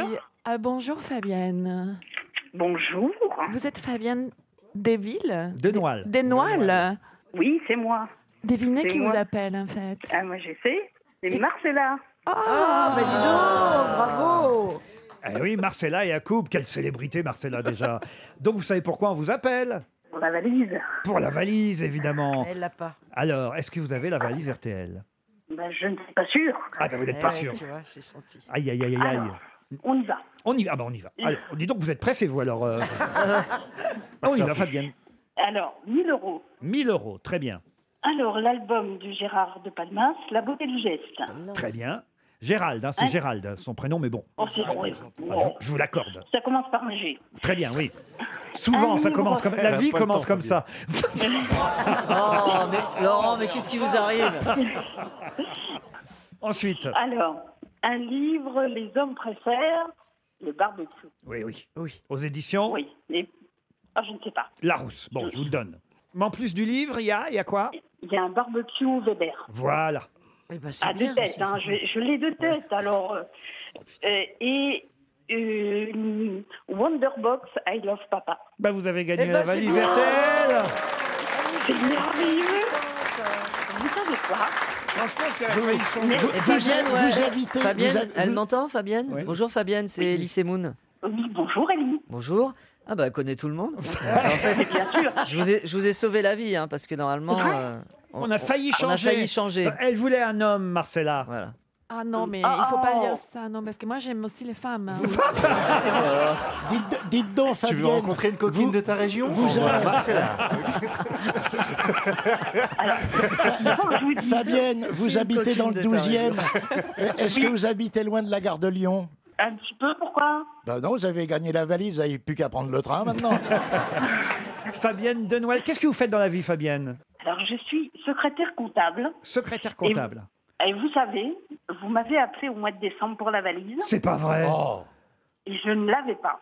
[SPEAKER 7] Ah, bonjour Fabienne. Bonjour. Vous êtes Fabienne Desville
[SPEAKER 2] Denoël.
[SPEAKER 7] Desnoil
[SPEAKER 6] Oui, c'est moi.
[SPEAKER 7] Devinez
[SPEAKER 6] C'est
[SPEAKER 7] qui
[SPEAKER 6] moi.
[SPEAKER 7] vous appelle en fait.
[SPEAKER 6] Ah, moi, je sais. C'est Marcella.
[SPEAKER 7] Ah,
[SPEAKER 6] bah dis donc, bravo
[SPEAKER 2] Eh oui, Marcella Yacoub. Quelle célébrité, Marcella, déjà. Donc, vous savez pourquoi on vous appelle
[SPEAKER 6] Pour la valise.
[SPEAKER 2] Pour la valise,
[SPEAKER 23] Ah,
[SPEAKER 2] évidemment.
[SPEAKER 6] Ah, Elle l'a pas.
[SPEAKER 2] Alors, est-ce que vous avez la valise RTL
[SPEAKER 21] Ben,
[SPEAKER 6] Bah, je ne suis pas sûre.
[SPEAKER 2] Ah, bah, vous
[SPEAKER 23] Eh
[SPEAKER 2] n'êtes pas sûr.
[SPEAKER 21] Ah.
[SPEAKER 2] Aïe, aïe, aïe, aïe, aïe.
[SPEAKER 6] Alors, on y va.
[SPEAKER 2] On y va, ah bah on y va. Allez, dis donc, vous êtes pressés, vous, alors. euh. on y va, Fabienne.
[SPEAKER 6] Alors, 1000 euros.
[SPEAKER 2] 1000 euros, très bien.
[SPEAKER 6] Alors, l'album de Gérard de Palmas, La beauté du geste.
[SPEAKER 2] Très bien. Gérald, hein, c'est
[SPEAKER 6] Hein
[SPEAKER 2] Gérald, son prénom, mais bon.
[SPEAKER 6] Oh, c'est drôle.
[SPEAKER 2] Ah, je, je vous l'accorde.
[SPEAKER 6] Ça commence par un G.
[SPEAKER 2] Très bien, oui. Souvent, ça commence comme... La vie commence comme ça.
[SPEAKER 22] Oh, mais Laurent, mais qu'est-ce qui vous arrive
[SPEAKER 6] Ah,
[SPEAKER 2] Ensuite.
[SPEAKER 6] Alors, un livre, Les hommes préfèrent le barbecue.
[SPEAKER 2] Oui, oui. Aux éditions
[SPEAKER 6] Oui. Et... Ah, je ne sais pas.
[SPEAKER 2] Larousse. Bon, je vous le donne. Mais en plus du livre, il y a, il y a quoi
[SPEAKER 6] Il y a un barbecue Weber.
[SPEAKER 2] Voilà.
[SPEAKER 22] Eh ben,
[SPEAKER 2] Bah,
[SPEAKER 6] Ah, deux têtes, hein. je, je l'ai deux têtes, alors. euh, euh, et euh, une Wonderbox I Love Papa.
[SPEAKER 2] Bah, vous avez
[SPEAKER 6] Eh
[SPEAKER 2] gagné
[SPEAKER 6] ben,
[SPEAKER 2] la
[SPEAKER 6] c'est
[SPEAKER 2] valise
[SPEAKER 6] bien.
[SPEAKER 2] RTL
[SPEAKER 6] C'est merveilleux Vous savez quoi Franchement,
[SPEAKER 2] Ah
[SPEAKER 6] c'est Vous- failli changer.
[SPEAKER 22] Et
[SPEAKER 6] Vous-
[SPEAKER 22] Fabienne,
[SPEAKER 6] vous-
[SPEAKER 22] ouais.
[SPEAKER 6] vous invitez-
[SPEAKER 22] Fabienne,
[SPEAKER 6] vous invi-
[SPEAKER 22] elle
[SPEAKER 6] vous-
[SPEAKER 22] m'entend, Fabienne Bonjour Fabienne, c'est Elise Moon.
[SPEAKER 6] Oui, bonjour Elie.
[SPEAKER 22] Bonjour. Ah bah, elle connaît tout le monde. en fait, Je, vous ai, je vous ai sauvé la vie, hein, parce que normalement... euh,
[SPEAKER 2] On a failli
[SPEAKER 22] On a
[SPEAKER 2] changer. Ben,
[SPEAKER 22] failli changer.
[SPEAKER 2] Elle voulait un homme, Marcella.
[SPEAKER 22] Voilà.
[SPEAKER 7] Ah non, mais
[SPEAKER 6] Ah,
[SPEAKER 7] il faut pas
[SPEAKER 6] oh.
[SPEAKER 7] dire ça, non, parce que moi j'aime aussi les femmes. hein.
[SPEAKER 5] Dites, dites donc,
[SPEAKER 7] Tu veux
[SPEAKER 5] Fabienne.
[SPEAKER 7] rencontrer
[SPEAKER 5] une coquine de ta région vous On va avez- à Marcella. Fabienne, vous
[SPEAKER 6] Une
[SPEAKER 5] habitez
[SPEAKER 6] coquine
[SPEAKER 5] dans
[SPEAKER 6] de
[SPEAKER 5] le
[SPEAKER 6] ta
[SPEAKER 5] 12e. Eh, Est-ce que
[SPEAKER 6] Oui.
[SPEAKER 5] vous habitez loin de la gare de Lyon
[SPEAKER 6] Un petit peu, pourquoi
[SPEAKER 5] Ben non, vous avez gagné la valise, vous n'avez plus qu'à prendre le train maintenant.
[SPEAKER 2] Fabienne Denoël, qu'est-ce que vous faites dans la vie, Fabienne
[SPEAKER 6] Alors, je suis secrétaire comptable.
[SPEAKER 2] Secrétaire comptable.
[SPEAKER 6] Et vous savez, vous m'avez appelé au mois de décembre pour la valise.
[SPEAKER 2] C'est pas vrai.
[SPEAKER 5] Oh.
[SPEAKER 6] Et je ne l'avais pas.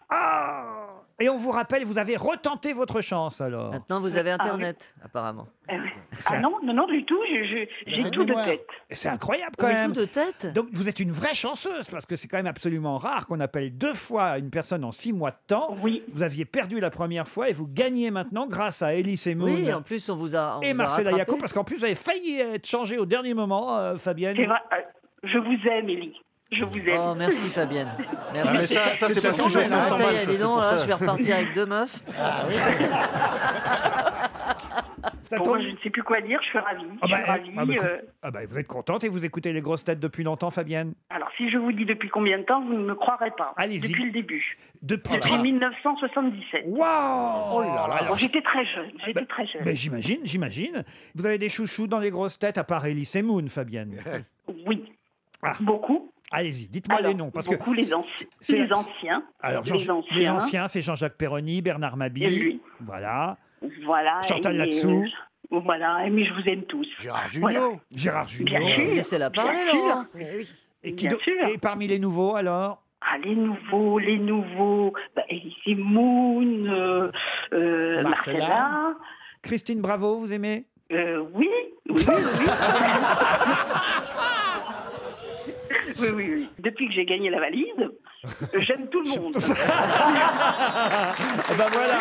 [SPEAKER 2] Et on vous rappelle, vous avez retenté votre chance alors.
[SPEAKER 22] Maintenant, vous avez
[SPEAKER 6] Ah, oui.
[SPEAKER 22] Internet, apparemment.
[SPEAKER 6] Euh, ah non, non, non, du tout, je- je- j'ai tout de tête.
[SPEAKER 2] C'est incroyable quand
[SPEAKER 22] Oui,
[SPEAKER 2] même.
[SPEAKER 22] tout de tête.
[SPEAKER 2] Donc vous êtes une vraie chanceuse parce que c'est quand même absolument rare qu'on appelle deux fois une personne en six mois de temps.
[SPEAKER 6] Oui.
[SPEAKER 2] Vous aviez perdu la première fois et vous gagnez maintenant grâce à Elise et Moon.
[SPEAKER 22] Oui, en plus, on vous a. on
[SPEAKER 2] et
[SPEAKER 22] vous a
[SPEAKER 2] Marcela
[SPEAKER 22] rattrapé.
[SPEAKER 2] Yacoub, parce qu'en plus, vous avez failli être changée au dernier moment, euh, Fabienne.
[SPEAKER 6] C'est vrai, euh, je vous aime, Élie. Je vous aime.
[SPEAKER 22] Oh, merci Fabienne. Merci.
[SPEAKER 2] Ah, mais ça- ça, c'est C'est parce que
[SPEAKER 22] Ah,
[SPEAKER 2] je sens
[SPEAKER 22] ça
[SPEAKER 2] mal,
[SPEAKER 22] y est,
[SPEAKER 2] ça,
[SPEAKER 22] dis
[SPEAKER 2] c'est
[SPEAKER 22] donc,
[SPEAKER 2] pour
[SPEAKER 22] là,
[SPEAKER 2] ça.
[SPEAKER 22] je vais repartir avec deux meufs.
[SPEAKER 2] Ah Ça
[SPEAKER 6] Bon,
[SPEAKER 2] tombe-
[SPEAKER 6] moi, je ne sais plus quoi dire, je suis ravie.
[SPEAKER 2] Ah
[SPEAKER 6] je
[SPEAKER 2] bah,
[SPEAKER 6] suis
[SPEAKER 2] eh,
[SPEAKER 6] ravie.
[SPEAKER 2] ah bah, écoute-
[SPEAKER 6] euh,
[SPEAKER 2] ah bah, vous êtes contente et vous écoutez les grosses têtes depuis longtemps, Fabienne
[SPEAKER 6] alors, si je vous dis depuis combien de temps, vous ne me croirez pas.
[SPEAKER 2] Allez-y.
[SPEAKER 6] Depuis le début.
[SPEAKER 2] Depuis,
[SPEAKER 6] Depuis 1977.
[SPEAKER 2] Waouh Oh là là.
[SPEAKER 6] Alors, j'étais très jeune. J'étais très jeune.
[SPEAKER 2] Ben, j'imagine, j'imagine. Vous avez des chouchous dans les grosses têtes à part Elise et Moon, Fabienne.
[SPEAKER 6] Oui.
[SPEAKER 2] Beaucoup. Allez-y, dites-moi les noms. Parce
[SPEAKER 6] Beaucoup
[SPEAKER 2] que
[SPEAKER 6] les, anci-
[SPEAKER 2] c'est-
[SPEAKER 6] les anciens.
[SPEAKER 2] Alors, Jean-
[SPEAKER 6] les anciens.
[SPEAKER 2] les anciens, c'est Jean-Jacques Perroni, Bernard Mabille.
[SPEAKER 6] Et lui.
[SPEAKER 2] Voilà.
[SPEAKER 6] Voilà.
[SPEAKER 2] Chantal
[SPEAKER 6] et-
[SPEAKER 2] Latsou.
[SPEAKER 6] Voilà, et mais je vous aime tous. Gérard
[SPEAKER 2] Jugnot. Gérard Jugnot.
[SPEAKER 6] Bien sûr.
[SPEAKER 22] Laissez-la parler,
[SPEAKER 6] bien sûr.
[SPEAKER 22] Laurent.
[SPEAKER 23] Eh
[SPEAKER 2] Et, qui do- et parmi les nouveaux, alors
[SPEAKER 6] Ah, les nouveaux, les nouveaux. Bah, Elise Moon, euh, euh,
[SPEAKER 2] Marcella.
[SPEAKER 6] Marcella.
[SPEAKER 2] Christine Bravo, vous aimez
[SPEAKER 6] Euh, oui, oui, oui.
[SPEAKER 21] oui, oui, oui. Depuis que j'ai gagné la valise, j'aime tout le monde.
[SPEAKER 8] Ah
[SPEAKER 2] Eh
[SPEAKER 8] bah
[SPEAKER 2] ben voilà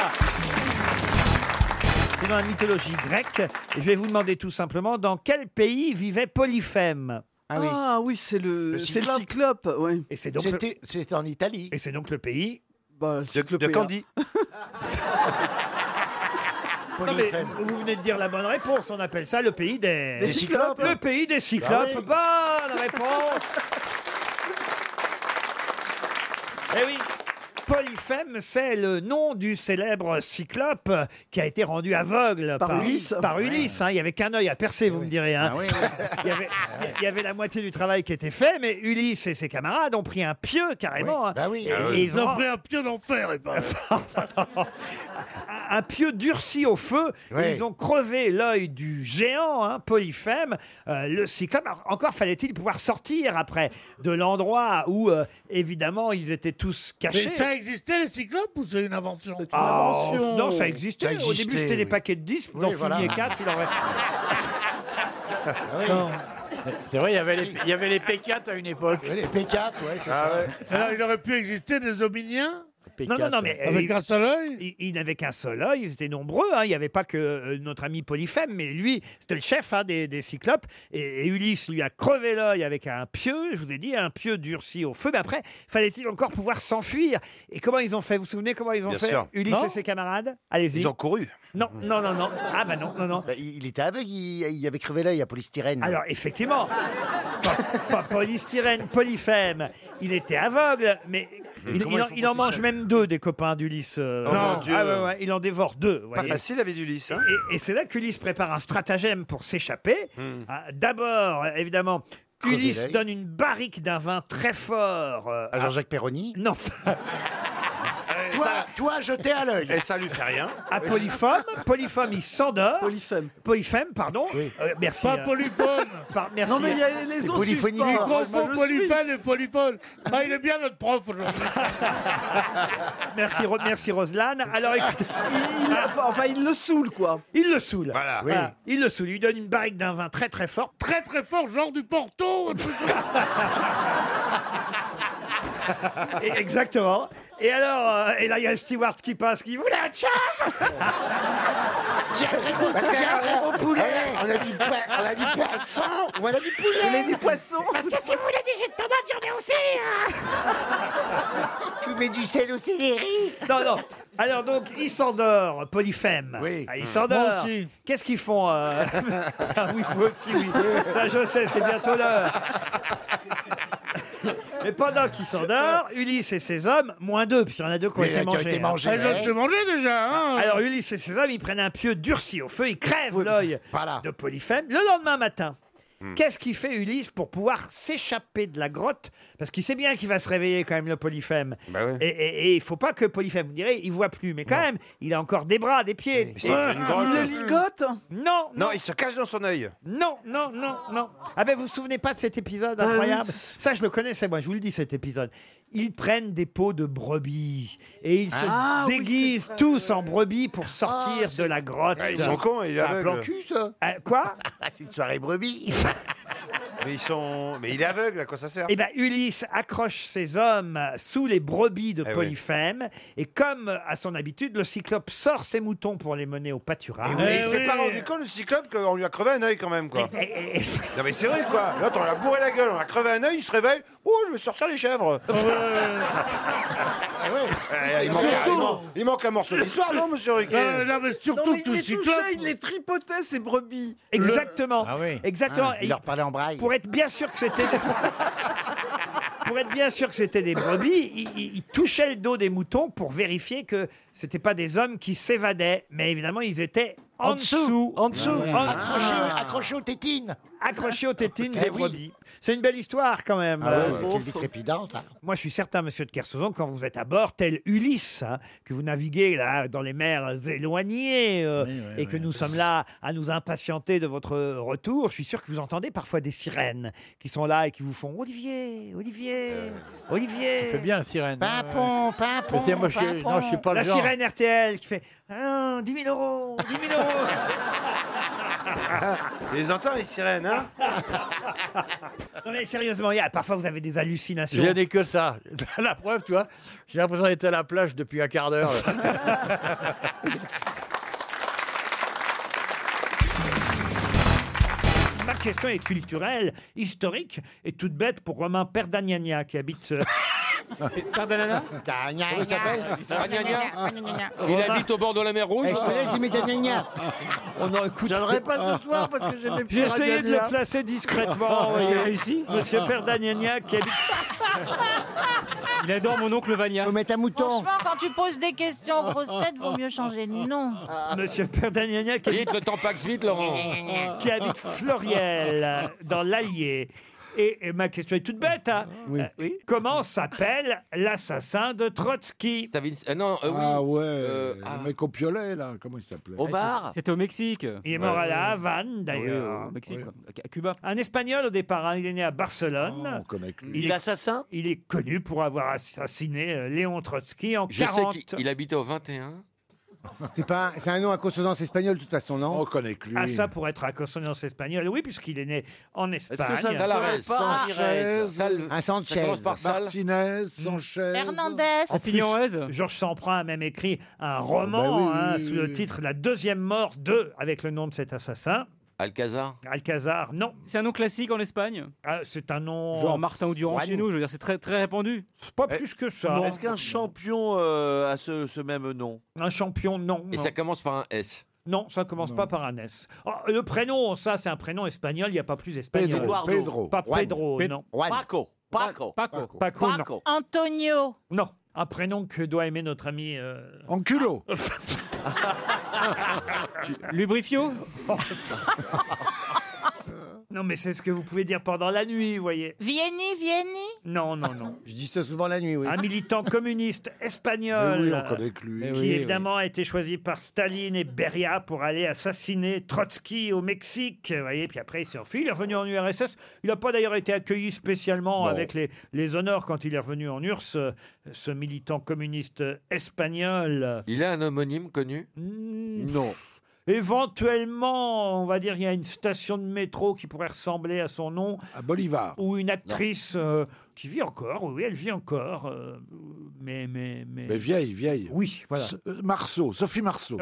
[SPEAKER 2] C'est dans la mythologie grecque. Et je vais vous demander tout simplement dans quel pays vivait Polyphème
[SPEAKER 25] Ah oui. Ah oui, c'est le,
[SPEAKER 2] Le
[SPEAKER 25] c'est le
[SPEAKER 2] cyclope.
[SPEAKER 25] cyclope. ouais.
[SPEAKER 2] Et c'est donc le-
[SPEAKER 25] C'était-
[SPEAKER 2] C'est en Italie. Et c'est donc le pays
[SPEAKER 25] cyclopéen. Candie.
[SPEAKER 2] Non, mais vous venez de dire la bonne réponse, on appelle ça le pays des, Bah
[SPEAKER 25] Des cyclopes.
[SPEAKER 2] Le pays des cyclopes. Bonne réponse. Eh oui. Polyphème, c'est le nom du célèbre cyclope qui a été rendu aveugle
[SPEAKER 25] Par Ulysse. Ah
[SPEAKER 2] Par Ulysse, hein. Il y avait qu'un œil à percer, vous me direz. hein. il, y avait, il y avait la moitié du travail qui était fait, mais Ulysse et ses camarades ont pris un pieu carrément. hein.
[SPEAKER 25] Bah
[SPEAKER 2] Et-
[SPEAKER 25] Ah
[SPEAKER 2] et
[SPEAKER 8] ils ont pris un pieu d'enfer, et pas.
[SPEAKER 2] un pieu durci au feu.
[SPEAKER 8] Oui.
[SPEAKER 2] Ils ont crevé l'œil du géant, hein, Polyphème, euh, le cyclope. Alors, encore fallait-il pouvoir sortir après de l'endroit où, euh, évidemment, ils étaient tous cachés.
[SPEAKER 8] Mais ça existait, les cyclopes, ou c'est une invention C'est une
[SPEAKER 2] Ah, non, ça existait. Au début, c'était des paquets de 10. Vous
[SPEAKER 8] Oui,
[SPEAKER 2] en
[SPEAKER 8] voilà.
[SPEAKER 2] finiez 4, il en restait.
[SPEAKER 5] C'est vrai, il y avait les, il y avait les P4 à une époque. les P4, ouais, c'est
[SPEAKER 14] Ah
[SPEAKER 5] ça.
[SPEAKER 8] Alors, il aurait pu exister des hominiens
[SPEAKER 2] Non, non, non, mais.
[SPEAKER 8] Avec un
[SPEAKER 2] seul œil Ils, ils n'avaient qu'un seul œil, ils étaient nombreux. hein, Il n'y avait pas que euh, notre ami Polyphème, mais lui, c'était le chef hein, des, des Cyclopes. Et, et Ulysse lui a crevé l'œil avec un pieu, je vous ai dit, un pieu durci au feu. Mais après, fallait-il encore pouvoir s'enfuir Et comment ils ont fait Vous vous souvenez comment ils ont
[SPEAKER 1] Bien
[SPEAKER 2] fait
[SPEAKER 1] sûr.
[SPEAKER 2] Ulysse
[SPEAKER 1] Non
[SPEAKER 2] et ses camarades Allez-y.
[SPEAKER 1] Ils ont couru.
[SPEAKER 2] Non, non, non, non. Ah, bah non, non, non.
[SPEAKER 1] il, il était aveugle, il, il avait crevé l'œil à polystyrène.
[SPEAKER 2] Alors, effectivement, pas, pas polystyrène, polyphème. Il était aveugle, mais
[SPEAKER 1] Mais
[SPEAKER 2] il, il
[SPEAKER 1] comment ils
[SPEAKER 2] en,
[SPEAKER 1] font
[SPEAKER 2] il
[SPEAKER 1] pour
[SPEAKER 2] en
[SPEAKER 1] se
[SPEAKER 2] mange
[SPEAKER 1] chauffer
[SPEAKER 2] même deux des copains d'Ulysse. euh,
[SPEAKER 1] Oh mon Dieu.
[SPEAKER 2] Ah ouais, ouais, il en dévore deux. vous voyez.
[SPEAKER 1] facile, la vie d'Ulysse, hein.
[SPEAKER 2] Et- Et, c'est là qu'Ulysse prépare un stratagème pour s'échapper.
[SPEAKER 1] Hmm.
[SPEAKER 2] Ah, D'abord, évidemment.
[SPEAKER 1] Crever
[SPEAKER 2] Ulysse
[SPEAKER 1] l'œil.
[SPEAKER 2] donne une barrique d'un vin très fort. euh,
[SPEAKER 5] Ah,
[SPEAKER 1] À Jean-Jacques Perroni
[SPEAKER 2] Non.
[SPEAKER 1] toi, toi, jeté à l'œil. Et ça lui fait rien.
[SPEAKER 2] à Polyphème. Polyphème, il s'endort. Polyphème. Polyphème, pardon. Euh, merci.
[SPEAKER 8] Pas
[SPEAKER 2] euh,
[SPEAKER 8] polyphone
[SPEAKER 2] par- merci.
[SPEAKER 8] Non, mais il y a les autres
[SPEAKER 2] polyphonique.
[SPEAKER 8] Il confond polyphone et polyphone. Ah, il est bien notre prof aujourd'hui.
[SPEAKER 2] Merci, Ro- merci Roselyne. Alors, écoutez-
[SPEAKER 25] Enfin, il le saoule, quoi.
[SPEAKER 2] Il le saoule.
[SPEAKER 25] Voilà.
[SPEAKER 2] Voilà. Il le saoule. Il lui donne une barrique d'un vin très très fort.
[SPEAKER 8] Très, très fort, genre du Porto. un truc comme ça.
[SPEAKER 2] Et- exactement. Et alors, euh, et là, il y a le steward qui passe qui dit, Vous voulez autre chose
[SPEAKER 15] J'ai un très bon-
[SPEAKER 1] Parce que-
[SPEAKER 15] j'ai un très bon poulet.
[SPEAKER 1] Eh, on a du poisson, on a du poisson, on a du poulet.
[SPEAKER 15] On a du poisson.
[SPEAKER 1] Parce que si vous voulez du jus de tomate, j'en ai aussi. hein. tu mets du sel au céleri.
[SPEAKER 2] Non, non. Alors donc, il s'endort, Polyphème. Oui.
[SPEAKER 1] Mmh.
[SPEAKER 2] il
[SPEAKER 1] Moi
[SPEAKER 2] s'endort.
[SPEAKER 1] aussi.
[SPEAKER 2] Qu'est-ce qu'ils font euh, Ah oui, vous aussi, oui. Ça, je sais, c'est bientôt l'heure. Et pendant qu'il s'endort, Ulysse et ses hommes, moins deux, puisqu'il y en a deux qui ont
[SPEAKER 1] Oui,
[SPEAKER 2] été
[SPEAKER 1] qui ont
[SPEAKER 2] mangés.
[SPEAKER 1] été
[SPEAKER 2] hein.
[SPEAKER 1] mangés, Ah, ils ont ouais. été
[SPEAKER 8] mangés déjà. hein.
[SPEAKER 2] Ah, Alors Ulysse et ses hommes, ils prennent un pieu durci au feu, ils crèvent l'œil de Polyphème. Le lendemain matin,
[SPEAKER 1] Hmm.
[SPEAKER 2] qu'est-ce qu'il fait Ulysse pour pouvoir s'échapper de la grotte Parce qu'il sait bien qu'il va se réveiller quand même, le Polyphème.
[SPEAKER 1] Bah
[SPEAKER 2] Et- Et et il faut pas que Polyphème, vous direz, il voit plus. Mais quand même, il a encore des bras, des pieds.
[SPEAKER 1] c'est une grotte. Il le
[SPEAKER 2] ligote Non, non.
[SPEAKER 1] Non, il se cache dans son œil.
[SPEAKER 2] Non, non, non, non. Ah ben vous vous souvenez pas de cet épisode
[SPEAKER 1] Ah oui,
[SPEAKER 2] incroyable
[SPEAKER 1] c'est-
[SPEAKER 2] Ça je le connaissais moi, je vous le dis cet épisode. Ils prennent des peaux de brebis et ils se
[SPEAKER 1] Ah oui,
[SPEAKER 2] déguisent tous en brebis pour sortir de la grotte.
[SPEAKER 1] Ah, ils sont cons, ils
[SPEAKER 2] C'est un
[SPEAKER 1] aveuglent.
[SPEAKER 2] plan cul, ça. Euh, quoi
[SPEAKER 1] C'est une soirée brebis. mais ils sont. Mais il est aveugle, à quoi ça sert
[SPEAKER 2] Eh ben, Ulysse accroche ses hommes sous les brebis de
[SPEAKER 1] Eh oui.
[SPEAKER 2] Polyphème, et comme à son habitude, le cyclope sort ses moutons pour les mener au pâturage.
[SPEAKER 1] Et il s'est Eh pas rendu compte, le cyclope, qu'on lui a crevé un œil quand même, quoi. non, mais c'est vrai, quoi. L'autre, on l'a bourré la gueule, on a crevé un œil, il se réveille. Oh, je vais sortir les chèvres. Eh ouais. Eh, il, manque,
[SPEAKER 25] Surtout-
[SPEAKER 1] il manque- il manque un morceau d'histoire, non, monsieur Riquet
[SPEAKER 25] Non,
[SPEAKER 2] Euh,
[SPEAKER 25] non, mais surtout
[SPEAKER 1] que
[SPEAKER 25] il
[SPEAKER 1] tout
[SPEAKER 25] les touchait,
[SPEAKER 1] cyclope-
[SPEAKER 25] il les tripotait, ces brebis.
[SPEAKER 2] Exactement. Exactement.
[SPEAKER 1] Ah, il
[SPEAKER 2] Et
[SPEAKER 1] leur parlait en braille.
[SPEAKER 2] Pour être bien sûr que c'était. Pour être bien sûr que c'était des brebis, il, il- il touchait le dos des moutons pour vérifier que c'était pas des hommes qui s'évadaient, mais évidemment ils étaient en,
[SPEAKER 1] En dessous,
[SPEAKER 2] en dessous,
[SPEAKER 1] Accrochés-
[SPEAKER 2] accrochés aux tétines, accrochés aux tétines des
[SPEAKER 1] Eh oui.
[SPEAKER 2] brebis. C'est une belle histoire quand même.
[SPEAKER 1] Ah ouais,
[SPEAKER 2] Euh,
[SPEAKER 1] quelle vie trépidante. hein.
[SPEAKER 2] moi, je suis certain, monsieur de Kersauzon, quand vous êtes à bord, tel Ulysse, hein, que vous naviguez là dans les mers éloignées euh, et que nous sommes là à nous impatienter de votre retour, je suis sûr que vous entendez parfois des sirènes qui sont là et qui vous font Olivier, Olivier, Olivier.
[SPEAKER 5] C'est bien la sirène.
[SPEAKER 2] Pimpon, pimpon,
[SPEAKER 5] Mais c'est- moi, je suis- non, je suis pas le
[SPEAKER 2] La
[SPEAKER 5] genre.
[SPEAKER 2] hein, sirène RTL qui fait Ah, 10 000 euros, 10 000 euros.
[SPEAKER 1] Tu les entends, les sirènes, hein
[SPEAKER 2] Non mais sérieusement, il y a- parfois vous avez des hallucinations.
[SPEAKER 5] J'ai dit que ça. La preuve, tu vois, j'ai l'impression d'être à la plage depuis un quart d'heure. là.
[SPEAKER 2] Ma question est culturelle, historique et toute bête pour Romain Perdagnagna qui habite. euh,
[SPEAKER 20] Perdagnagna
[SPEAKER 2] Comment il s'appelle
[SPEAKER 20] Il
[SPEAKER 2] Romain-
[SPEAKER 20] habite au bord de la mer Rouge.
[SPEAKER 2] Eh, je te laisse imiter Gnagna. On en écoute.
[SPEAKER 20] Je le répète ce soir parce que j'aimais plus
[SPEAKER 2] J'ai essayé de
[SPEAKER 20] Perdagnagna.
[SPEAKER 2] le placer discrètement.
[SPEAKER 20] C'est
[SPEAKER 2] voyez.
[SPEAKER 20] Ah, réussi
[SPEAKER 2] Monsieur Perdagnagna qui habite. Il adore mon oncle Vania. Vous mettez un mouton.
[SPEAKER 12] Franchement, quand tu poses des questions grosses têtes, vaut mieux changer de nom.
[SPEAKER 2] Monsieur Perdagnagna qui habite.
[SPEAKER 20] Vite, le temps passe vite, Laurent.
[SPEAKER 2] qui habite Floriel, dans l'Allier. Et, et ma question est toute bête. hein. Euh, Comment s'appelle l'assassin de Trotsky
[SPEAKER 20] non, euh, oui.
[SPEAKER 17] Ah ouais,
[SPEAKER 20] Euh,
[SPEAKER 17] le
[SPEAKER 20] ah.
[SPEAKER 17] mec au piolet, là, comment il s'appelait
[SPEAKER 20] C'était Ah, au Mexique.
[SPEAKER 2] Il est mort à La Havane, d'ailleurs.
[SPEAKER 20] au Mexique,
[SPEAKER 2] Oui.
[SPEAKER 20] quoi. à Cuba. Ah,
[SPEAKER 2] Un Espagnol au départ, hein. il est né à Barcelone.
[SPEAKER 20] Il est
[SPEAKER 2] assassin Il est connu pour avoir assassiné euh, Léon Trotsky en
[SPEAKER 7] Je
[SPEAKER 2] 40.
[SPEAKER 7] sais qu'il il habitait au 21.
[SPEAKER 15] C'est pas, un- c'est un nom à consonance espagnole de toute façon, non On connaît que
[SPEAKER 2] Ah ça, pour être à consonance espagnole, oui, puisqu'il est né en Espagne.
[SPEAKER 15] que ça ne serait pas Sanchez, Sal- un Sanchez, ça commence par Sal.
[SPEAKER 2] Martinez, Sanchez...
[SPEAKER 12] Hernandez.
[SPEAKER 2] Hmm. En plus, Georges Samprin a même écrit un roman
[SPEAKER 20] bah oui,
[SPEAKER 2] hein,
[SPEAKER 20] oui, oui,
[SPEAKER 2] sous
[SPEAKER 20] oui.
[SPEAKER 2] le titre La deuxième mort de, avec le nom de cet assassin.
[SPEAKER 7] Alcazar.
[SPEAKER 2] Alcazar, non. Ah,
[SPEAKER 20] C'est un nom classique en Espagne
[SPEAKER 2] C'est un nom.
[SPEAKER 20] Genre Martin ou Durand
[SPEAKER 2] Juan.
[SPEAKER 20] chez nous, je veux dire, c'est très, très répandu.
[SPEAKER 2] Pas plus que ça.
[SPEAKER 10] Est-ce qu'un champion euh, a ce, ce même nom
[SPEAKER 2] Un champion, non.
[SPEAKER 7] Et
[SPEAKER 2] non.
[SPEAKER 7] ça commence par un S.
[SPEAKER 2] Non, ça commence pas par un S. Oh, le prénom, ça, c'est un prénom espagnol, il n'y a pas plus espagnol.
[SPEAKER 10] Pedro, Pedro.
[SPEAKER 2] Pas
[SPEAKER 10] Juan.
[SPEAKER 2] Pedro,
[SPEAKER 10] Pe-
[SPEAKER 2] non.
[SPEAKER 10] Juan. Paco, Paco,
[SPEAKER 2] Paco.
[SPEAKER 10] Paco.
[SPEAKER 2] Paco, non.
[SPEAKER 10] Paco.
[SPEAKER 12] Antonio.
[SPEAKER 2] Non, un prénom que doit aimer notre ami... euh, Ah.
[SPEAKER 17] Enculot
[SPEAKER 2] Lubrifio Non, mais c'est ce que vous pouvez dire pendant la nuit, vous voyez.
[SPEAKER 12] Vieni, Vieni.
[SPEAKER 2] Non, non, non.
[SPEAKER 15] Je dis ça souvent la nuit, oui.
[SPEAKER 2] Un militant communiste espagnol.
[SPEAKER 15] Eh oui, on connaît que lui.
[SPEAKER 2] Qui
[SPEAKER 15] Eh oui,
[SPEAKER 2] évidemment a été choisi par Staline et Beria pour aller assassiner Trotsky au Mexique. Vous voyez, puis après il s'est enfui. Il est revenu en URSS. Il n'a pas d'ailleurs été accueilli spécialement avec les, les honneurs quand il est revenu en URSS, euh, ce militant communiste espagnol.
[SPEAKER 7] Il a un homonyme connu
[SPEAKER 2] Non. Éventuellement, on va dire, il y a une station de métro qui pourrait ressembler à son nom. À Bolivar. Ou une actrice euh, qui vit encore. Oui, elle vit encore. euh, mais, mais, mais.
[SPEAKER 17] Mais vieille, vieille.
[SPEAKER 2] Oui, voilà.
[SPEAKER 1] euh,
[SPEAKER 17] Marceau, Sophie Marceau.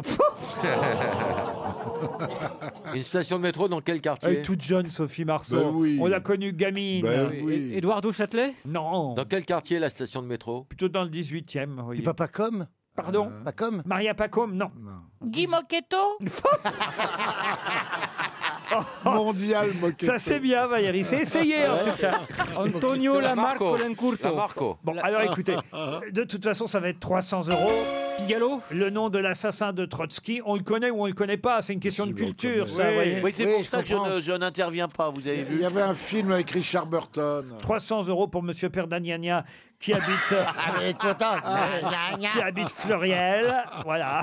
[SPEAKER 7] Une station de métro dans quel quartier
[SPEAKER 2] Elle est toute jeune, Sophie Marceau.
[SPEAKER 7] Ben oui.
[SPEAKER 2] On l'a connue gamine.
[SPEAKER 7] Ben oui. Et-
[SPEAKER 2] Eduardo Châtelet Non.
[SPEAKER 7] Dans quel quartier la station de métro
[SPEAKER 2] Plutôt dans le 18e. Vous voyez.
[SPEAKER 15] Pas comme
[SPEAKER 2] Pardon
[SPEAKER 15] Pacom
[SPEAKER 2] Maria Pacom, non.
[SPEAKER 12] Guy Moquetto.
[SPEAKER 2] Mondial Ça, c'est bien, Valérie. C'est essayé, en
[SPEAKER 20] Ouais.
[SPEAKER 2] tout cas.
[SPEAKER 20] Antonio Lamarco Ah. Lencurto. Lamarco.
[SPEAKER 2] Bon, alors écoutez, de toute façon, ça va être 300 euros. Pigalo Le nom de l'assassin de Trotsky, on le connaît ou on le connaît pas, c'est une question de culture, ça, vous voyez.
[SPEAKER 10] Oui, c'est pour ça que je ne- je n'interviens pas, vous avez vu.
[SPEAKER 17] Il y avait un film avec Richard Burton.
[SPEAKER 2] 300 euros pour Monsieur Perdagnagna qui habite Ah,
[SPEAKER 17] mais toi,
[SPEAKER 2] qui habite Fleuriel, voilà.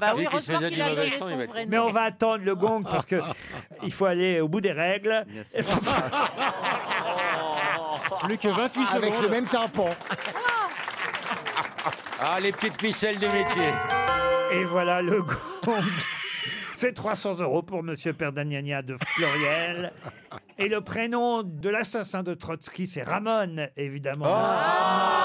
[SPEAKER 12] Bah oui, heureusement qu'il a donné son vrai nom.
[SPEAKER 2] Mais on va attendre le gong parce que il faut aller au bout des règles. Plus que 28
[SPEAKER 15] Avec le même tampon.
[SPEAKER 7] Ah, les petites ficelles du métier.
[SPEAKER 2] Et voilà le gong. C'est 300 euros pour Monsieur Perdagnagna de Floriel. Et le prénom de l'assassin de Trotsky, c'est Ramon, évidemment.
[SPEAKER 15] Ah.
[SPEAKER 8] Ah.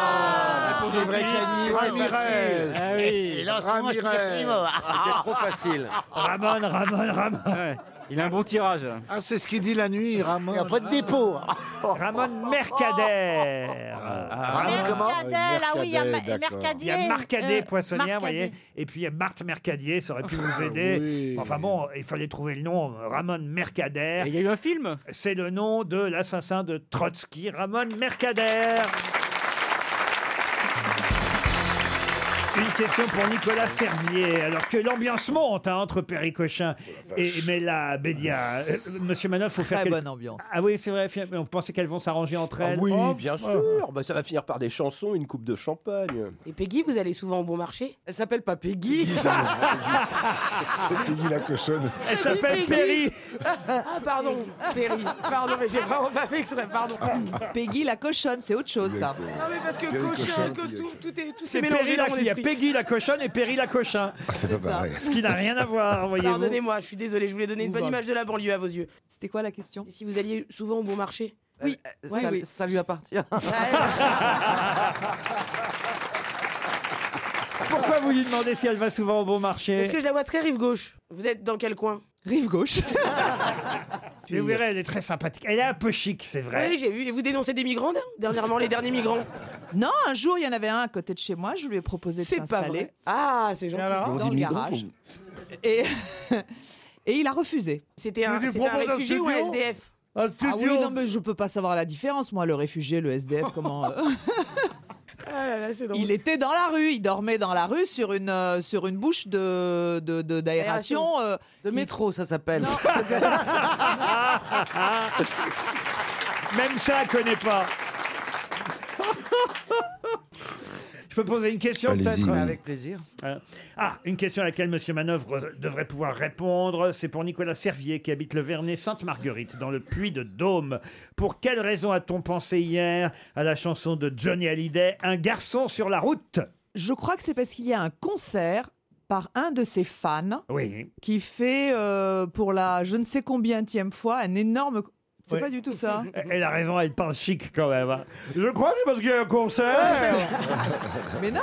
[SPEAKER 15] C'est vrai qu'il y a une-
[SPEAKER 17] Ramirez.
[SPEAKER 2] Ah oui.
[SPEAKER 15] Et là, en ce moment, je tire sur les mots.
[SPEAKER 7] facile.
[SPEAKER 2] Ramon, Ramon, Ramon.
[SPEAKER 20] Il a un bon tirage.
[SPEAKER 17] Ah, c'est ce qu'il dit la nuit, Ramon. Il n'y a pas de
[SPEAKER 15] dépôt.
[SPEAKER 2] Ramon Mercader.
[SPEAKER 17] Ramon comment
[SPEAKER 12] Mercader, ah oui, il y a Ma- Mercader, d'accord. Mercadier,
[SPEAKER 2] ah, Il y a Mercader,
[SPEAKER 12] euh,
[SPEAKER 2] poissonnière, vous voyez.
[SPEAKER 12] Mercadier.
[SPEAKER 2] Et puis il y a Marthe Mercadier, ça aurait pu vous
[SPEAKER 20] Ah
[SPEAKER 2] aider.
[SPEAKER 20] oui.
[SPEAKER 2] Enfin bon, il fallait trouver le nom. Ramon Mercader. Il y a eu un film C'est le nom de l'assassin de Trotsky, Ramon Mercader. Une question pour Nicolas Servier. Alors que l'ambiance monte hein, entre Péricochin
[SPEAKER 20] Oh,
[SPEAKER 2] et Mela Bédia. Euh, Monsieur Manoff, faut faire
[SPEAKER 6] Très
[SPEAKER 2] quelque-
[SPEAKER 6] bonne ambiance.
[SPEAKER 2] Ah oui, c'est vrai. fi- On pensait qu'elles vont s'arranger entre
[SPEAKER 9] Ah
[SPEAKER 2] elles.
[SPEAKER 9] oui,
[SPEAKER 2] Oh,
[SPEAKER 9] bien
[SPEAKER 2] oh.
[SPEAKER 9] sûr. Bah, ça va finir par des chansons, une coupe de champagne.
[SPEAKER 18] Et Peggy, vous allez souvent au bon marché
[SPEAKER 6] Elle s'appelle pas Peggy.
[SPEAKER 9] C'est Peggy la cochonne.
[SPEAKER 2] Elle s'appelle Perry.
[SPEAKER 18] Ah, pardon, Perry. Pardon, mais j'ai vraiment pas fait exprès, pardon.
[SPEAKER 6] Peggy la cochonne, c'est autre chose ça.
[SPEAKER 18] Non, mais parce que Perry cochon,
[SPEAKER 6] cochon,
[SPEAKER 18] que Peggy tout, tout est tout
[SPEAKER 2] C'est
[SPEAKER 18] s'est mélangé
[SPEAKER 2] Perry
[SPEAKER 18] dans
[SPEAKER 2] là
[SPEAKER 18] mon
[SPEAKER 2] qui a
[SPEAKER 18] esprit.
[SPEAKER 2] Peggy la cochonne et Perry la cochin.
[SPEAKER 9] Ah, c'est pas pareil.
[SPEAKER 2] Ce qui n'a rien à voir, voyez-vous.
[SPEAKER 18] Pardonnez-moi, je suis désolé, je voulais donner une bonne
[SPEAKER 2] Ouvre.
[SPEAKER 18] image de la banlieue à vos yeux. C'était quoi la question Si vous alliez souvent au bon marché Euh, Oui,
[SPEAKER 6] ça- ça lui appartient.
[SPEAKER 2] Pourquoi vous lui demandez si elle va souvent au bon marché
[SPEAKER 18] Est-ce que je la vois très rive gauche Vous êtes dans quel coin Rive gauche.
[SPEAKER 2] Mais Vous verrez, elle est très sympathique. Elle est un peu chic, c'est vrai.
[SPEAKER 18] Oui, j'ai vu. Et vous dénoncez des migrants, non dernièrement, les derniers migrants
[SPEAKER 6] Non, un jour, il y en avait un à côté de chez moi, je lui ai proposé de
[SPEAKER 18] C'est pas
[SPEAKER 6] s'installer.
[SPEAKER 18] vrai. Ah, c'est gentil.
[SPEAKER 6] Dans le garage. Et, et il a refusé.
[SPEAKER 18] C'était un- Mais tu c'était un proposes un réfugié ou un studio SDF? Un
[SPEAKER 6] Ah oui,
[SPEAKER 18] studio.
[SPEAKER 6] non, mais je peux pas savoir la différence, moi, le réfugié, le SDF, comment. euh,
[SPEAKER 18] Ah là là, c'est drôle.
[SPEAKER 6] Il était dans la rue, il dormait dans la rue sur une, euh, sur une bouche de, de, de- d'aération. euh, de métro, ça s'appelle.
[SPEAKER 2] Même ça, elle connaît pas. Je peux poser une question
[SPEAKER 15] Allez-y,
[SPEAKER 2] peut-être
[SPEAKER 15] oui. Avec plaisir.
[SPEAKER 2] Euh, Ah, une question à laquelle Monsieur Manœuvre devrait pouvoir répondre. C'est pour Nicolas Servier qui habite le Vernet Sainte-Marguerite dans le Puy de Dôme. Pour quelle raison a-t-on pensé hier à la chanson de Johnny Hallyday, Un garçon sur la route
[SPEAKER 6] Je crois que c'est parce qu'il y a un concert par un de ses fans
[SPEAKER 2] Oui.
[SPEAKER 6] qui fait euh, pour la je ne sais combienième fois un énorme. C'est
[SPEAKER 2] Oui.
[SPEAKER 6] pas du tout ça. hein.
[SPEAKER 2] Elle a raison, elle parle chic quand même. hein. Je crois que c'est parce qu'il y a un concert.
[SPEAKER 6] Mais non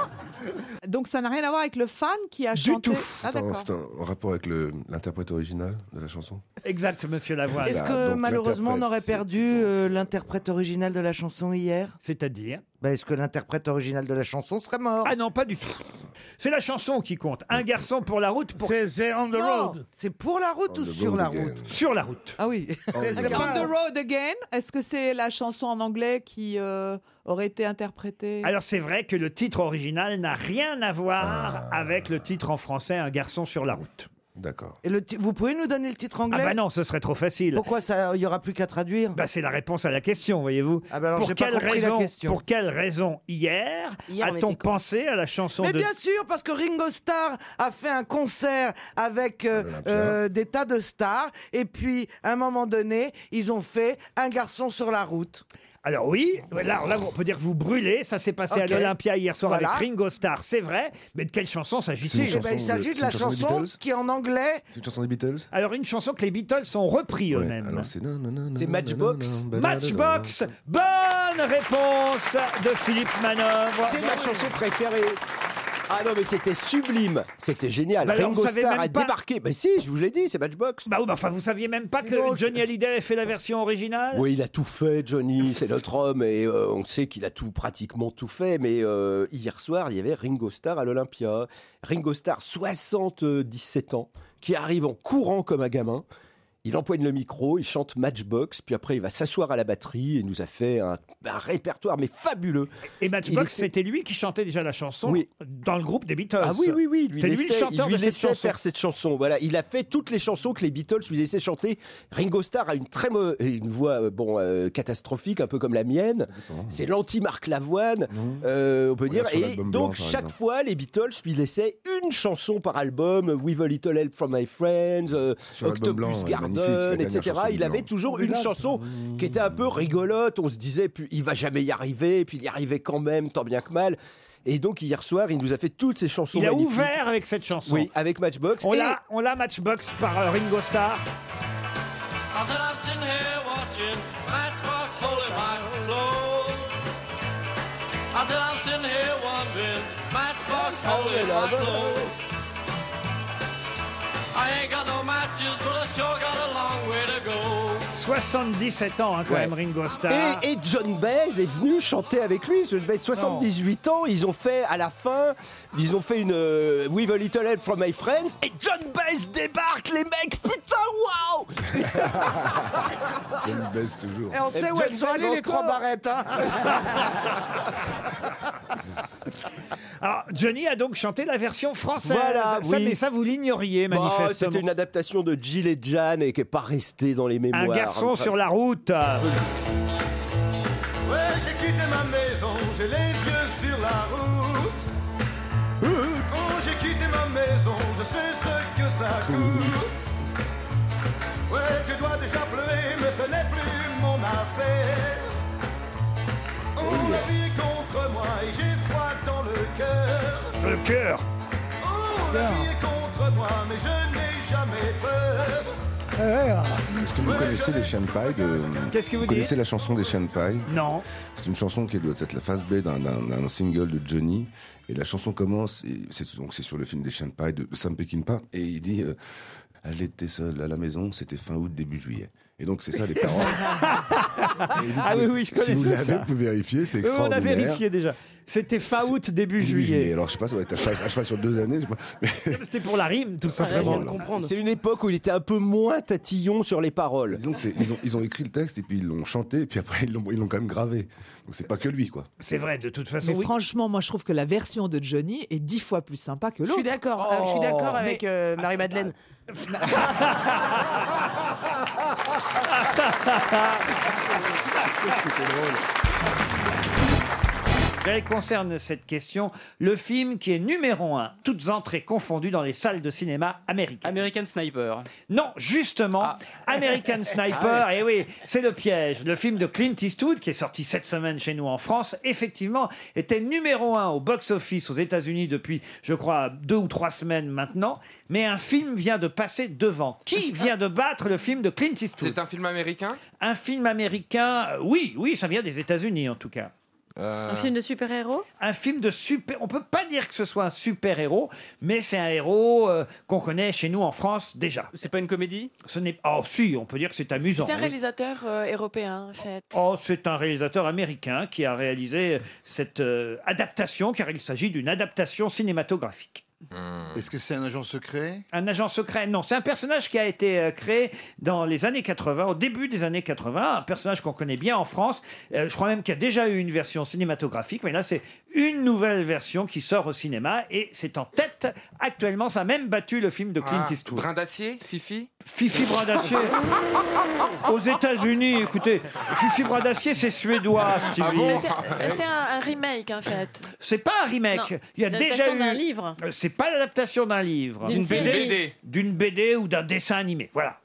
[SPEAKER 6] Donc ça n'a rien à voir avec le fan qui a chanté. Ah
[SPEAKER 9] Attends,
[SPEAKER 6] d'accord.
[SPEAKER 9] C'est un rapport avec le- l'interprète original de la chanson
[SPEAKER 2] Exact, monsieur Lavoine.
[SPEAKER 9] C'est
[SPEAKER 15] Est-ce
[SPEAKER 9] ça,
[SPEAKER 15] que
[SPEAKER 9] donc
[SPEAKER 15] Euh, malheureusement on
[SPEAKER 9] l'interprète,
[SPEAKER 15] aurait
[SPEAKER 9] c'est-
[SPEAKER 15] perdu euh, l'interprète original de la chanson hier
[SPEAKER 2] C'est-à-dire
[SPEAKER 15] bah, Est-ce que l'interprète original de la chanson serait mort
[SPEAKER 2] Ah non, pas du tout. C'est la chanson qui compte. Un garçon pour la route. Pour...
[SPEAKER 15] C'est on the road. C'est pour la route
[SPEAKER 2] On
[SPEAKER 15] ou
[SPEAKER 2] the
[SPEAKER 15] sur
[SPEAKER 2] road
[SPEAKER 15] la
[SPEAKER 2] again.
[SPEAKER 15] route
[SPEAKER 2] Sur la route.
[SPEAKER 15] Ah oui.
[SPEAKER 6] On the road again. Est-ce que c'est la chanson en anglais qui euh, aurait été interprétée
[SPEAKER 2] Alors c'est vrai que le titre original n'a rien à voir avec le titre en français Un garçon sur la route.
[SPEAKER 9] D'accord.
[SPEAKER 15] Et le ti- vous pouvez nous donner le titre
[SPEAKER 2] Ah
[SPEAKER 15] anglais
[SPEAKER 2] bah non, ce serait trop facile.
[SPEAKER 15] Pourquoi ça Il y aura plus qu'à traduire Ah bah
[SPEAKER 2] Bah c'est la réponse à la question, voyez-vous.
[SPEAKER 15] alors,
[SPEAKER 2] pour
[SPEAKER 15] j'ai pas
[SPEAKER 2] quelle
[SPEAKER 15] compris la
[SPEAKER 2] raison
[SPEAKER 15] question.
[SPEAKER 2] Pour quelle raison hier,
[SPEAKER 15] Hier, on
[SPEAKER 2] a-t-on
[SPEAKER 15] était
[SPEAKER 2] pensé à la chanson
[SPEAKER 15] Mais
[SPEAKER 2] de
[SPEAKER 15] bien sûr, parce que Ringo Starr a fait un concert avec euh, euh, des tas de stars, et puis à un moment donné, ils ont fait un garçon sur la route.
[SPEAKER 2] Alors oui, là, là, on peut dire que vous brûlez, ça s'est passé à
[SPEAKER 15] Ok.
[SPEAKER 2] l'Olympia hier soir
[SPEAKER 15] Voilà.
[SPEAKER 2] avec Ringo Starr, c'est vrai, mais de quelle chanson s'agit-il
[SPEAKER 15] Eh ben, il s'agit de la chanson qui en anglais.
[SPEAKER 9] C'est une chanson des Beatles
[SPEAKER 2] Alors une chanson que les Beatles ont repris eux-mêmes.
[SPEAKER 9] C'est Matchbox
[SPEAKER 2] Matchbox, bonne réponse de Philippe Manœuvre.
[SPEAKER 9] C'est ma chanson préférée.
[SPEAKER 2] Ah non mais c'était sublime, c'était
[SPEAKER 9] Génial. Ringo Starr a débarqué.
[SPEAKER 2] Mais si, je vous l'ai dit, c'est Matchbox. Bah oui, bah, enfin vous saviez même pas que Johnny Hallyday avait fait la version originale
[SPEAKER 9] Oui, il a tout fait, Johnny. C'est notre homme et euh, on sait qu'il a tout pratiquement tout fait. Mais euh, hier soir, il y avait Ringo Starr à l'Olympia. Ringo Starr, 77 ans, qui arrive en courant comme un gamin. Il empoigne le micro, il chante Matchbox, puis après il va s'asseoir à la batterie et il nous a fait un, un répertoire mais fabuleux.
[SPEAKER 2] Et Matchbox,
[SPEAKER 9] Il était-
[SPEAKER 2] c'était lui qui chantait déjà la chanson
[SPEAKER 9] Oui.
[SPEAKER 2] dans le groupe des Beatles.
[SPEAKER 9] Ah oui, oui, oui. il
[SPEAKER 2] C'était lui le
[SPEAKER 9] laissait-
[SPEAKER 2] chanteur
[SPEAKER 9] il lui
[SPEAKER 2] de cette
[SPEAKER 9] laissait
[SPEAKER 2] chanson.
[SPEAKER 9] faire cette chanson. Voilà, il a fait toutes les chansons que les Beatles lui laissaient chanter. Ringo Starr a une très mau- une voix euh, bon euh, catastrophique, un peu comme la mienne. C'est l'anti Marc Lavoine,
[SPEAKER 11] Mmh.
[SPEAKER 9] euh, on peut dire.
[SPEAKER 11] Regarde son
[SPEAKER 9] Et
[SPEAKER 11] album
[SPEAKER 9] donc
[SPEAKER 11] blanc, par
[SPEAKER 9] chaque
[SPEAKER 11] exemple.
[SPEAKER 9] fois, les Beatles lui laissaient une chanson par album. With a Little Help from My Friends, euh,
[SPEAKER 11] Sur l'album
[SPEAKER 9] Octopus
[SPEAKER 11] blanc, ouais, magnifique, la
[SPEAKER 9] Garden,
[SPEAKER 11] dernière
[SPEAKER 9] etc.
[SPEAKER 11] chanson du
[SPEAKER 9] Il avait
[SPEAKER 11] blanc.
[SPEAKER 9] toujours une
[SPEAKER 11] Formidable.
[SPEAKER 9] chanson qui était un peu rigolote. On se disait, puis, il va jamais y arriver, puis il y arrivait quand même, tant bien que mal. Et donc hier soir, il nous a fait toutes ces chansons.
[SPEAKER 2] Il a
[SPEAKER 9] magnifiques.
[SPEAKER 2] ouvert avec cette chanson.
[SPEAKER 9] Oui, avec Matchbox.
[SPEAKER 2] On
[SPEAKER 9] et-
[SPEAKER 2] l'a, on l'a Matchbox par euh, Ringo Starr.
[SPEAKER 11] I said I'm sitting here watching Matchbox holding my clothes. I said I'm sitting here wondering Matchbox holding my clothes. I ain't got no matches, but I sure got a long way to go.
[SPEAKER 2] 77 ans hein, quand
[SPEAKER 9] Ouais.
[SPEAKER 2] même Ringo Starr.
[SPEAKER 9] Et, et John Baez est venu chanter avec lui. John Baez, 78 ans. Ils ont fait, à la fin, ils ont fait une euh, With a Little Help from My Friends. Et John Baez débarque, les mecs. Putain, waouh
[SPEAKER 11] John baisse toujours.
[SPEAKER 15] Et on sait où
[SPEAKER 11] John
[SPEAKER 15] elles sont
[SPEAKER 11] Baez
[SPEAKER 15] allées les trois barrettes. hein.
[SPEAKER 2] Alors Ah, Johnny a donc chanté la version française.
[SPEAKER 9] Voilà,
[SPEAKER 2] ça,
[SPEAKER 9] oui.
[SPEAKER 2] mais ça vous l'ignoriez
[SPEAKER 9] Bon,
[SPEAKER 2] manifestement. Ah,
[SPEAKER 9] C'était une adaptation de Jill et Jan et qui n'est pas restée dans les mémoires.
[SPEAKER 2] Un garçon
[SPEAKER 9] Enfin,
[SPEAKER 2] sur la route.
[SPEAKER 11] Ouais, j'ai quitté ma maison, j'ai les yeux sur la route. Oh, j'ai quitté ma maison, je sais ce que ça coûte. Ouais, tu dois déjà pleurer, mais ce n'est plus mon affaire. Oh, On la vie contre moi et j'ai froid dans le cœur.
[SPEAKER 2] Le Cœur.
[SPEAKER 11] Oh, la vie est contre moi, mais je n'ai jamais peur.
[SPEAKER 3] Est-ce Eh, ah, que vous connaissez les Chien Pie de...
[SPEAKER 11] Qu'est-ce que vous dites
[SPEAKER 3] connaissez la chanson des Chien Pie
[SPEAKER 2] Non.
[SPEAKER 3] C'est une chanson qui doit être la phase B d'un- d'un d'un single de Johnny. Et la chanson commence, et c'est donc c'est sur le film des Chien Pie de Sam Peckinpah, et il dit euh, Elle était seule à la maison, c'était fin août, début juillet. Et donc c'est ça les paroles.
[SPEAKER 2] Ah oui, oui, je
[SPEAKER 3] Si
[SPEAKER 2] connaissais
[SPEAKER 3] vous l'avez,
[SPEAKER 2] ça.
[SPEAKER 3] vous pouvez vérifier, c'est
[SPEAKER 2] Oui, oui, on a
[SPEAKER 3] extraordinaire.
[SPEAKER 2] vérifié déjà. C'était fin août, début juillet.
[SPEAKER 3] Alors je sais pas, ça doit être à cheval, à cheval sur deux années. je sais pas. Mais-
[SPEAKER 2] C'était pour la rime,
[SPEAKER 3] Ah,
[SPEAKER 2] tout simplement.
[SPEAKER 9] C'est une époque où il était un peu moins tatillon sur les paroles.
[SPEAKER 3] Disons que c'est- ils, ont, ils ont écrit le texte et puis ils l'ont chanté et puis après ils l'ont ils l'ont quand même gravé. Donc c'est pas que lui quoi.
[SPEAKER 2] C'est vrai, de toute
[SPEAKER 6] Mais franchement, moi je trouve que la version de Johnny est dix fois plus sympa que
[SPEAKER 18] Je
[SPEAKER 6] l'autre. Oh,
[SPEAKER 18] suis d'accord. euh, je suis d'accord avec euh, Marie-Madeleine.
[SPEAKER 6] Ah,
[SPEAKER 2] Elle concerne cette question le film qui est numéro un, toutes entrées confondues dans les salles de cinéma américaines. American Sniper. Non, justement, American Sniper.
[SPEAKER 20] Ah ouais.
[SPEAKER 2] Et oui, c'est le piège. Le film de Clint Eastwood qui est sorti cette semaine chez nous en France, effectivement, était numéro un au box-office aux États-Unis depuis, je crois, deux ou trois semaines maintenant. Mais un film vient de passer devant. Qui vient de battre le film de Clint Eastwood
[SPEAKER 13] C'est un film américain
[SPEAKER 2] Un film américain. euh, Oui, oui, ça vient des États-Unis en tout cas.
[SPEAKER 13] Euh,
[SPEAKER 16] Un film de super-héros
[SPEAKER 2] Un film de super. On peut pas dire que ce soit un super héros, mais c'est un héros euh, qu'on connaît chez nous en France déjà. C'est pas une comédie Ce n'est. Oh si, on peut dire que c'est amusant.
[SPEAKER 16] C'est un
[SPEAKER 2] oui.
[SPEAKER 16] réalisateur euh, européen, en fait.
[SPEAKER 2] Oh, c'est un réalisateur américain qui a réalisé cette euh, adaptation, car il s'agit d'une adaptation cinématographique.
[SPEAKER 19] Est-ce que c'est un agent secret
[SPEAKER 2] Un agent secret, non. C'est un personnage qui a été euh, créé dans les années 80, au début des années 80, un personnage qu'on connaît bien en France. Euh, je crois même qu'il y a déjà eu une version cinématographique, mais là c'est une nouvelle version qui sort au cinéma et c'est en tête actuellement. Ça a même battu le film de Clint
[SPEAKER 13] ah,
[SPEAKER 2] Eastwood.
[SPEAKER 13] Brin d'acier Fifi
[SPEAKER 2] Fifi Brindacier. Aux États-Unis, écoutez, Fifi Brindacier, c'est suédois, Stevie.
[SPEAKER 13] Ah bon
[SPEAKER 16] Mais c'est- C'est un, un remake, en fait.
[SPEAKER 2] C'est pas un remake.
[SPEAKER 16] Non,
[SPEAKER 2] Il y a
[SPEAKER 16] c'est
[SPEAKER 2] déjà
[SPEAKER 16] l'adaptation
[SPEAKER 2] eu.
[SPEAKER 16] d'un livre.
[SPEAKER 2] Euh, C'est pas l'adaptation d'un livre.
[SPEAKER 16] D'une D'une série.
[SPEAKER 13] BD.
[SPEAKER 2] D'une BD ou d'un dessin animé. Voilà.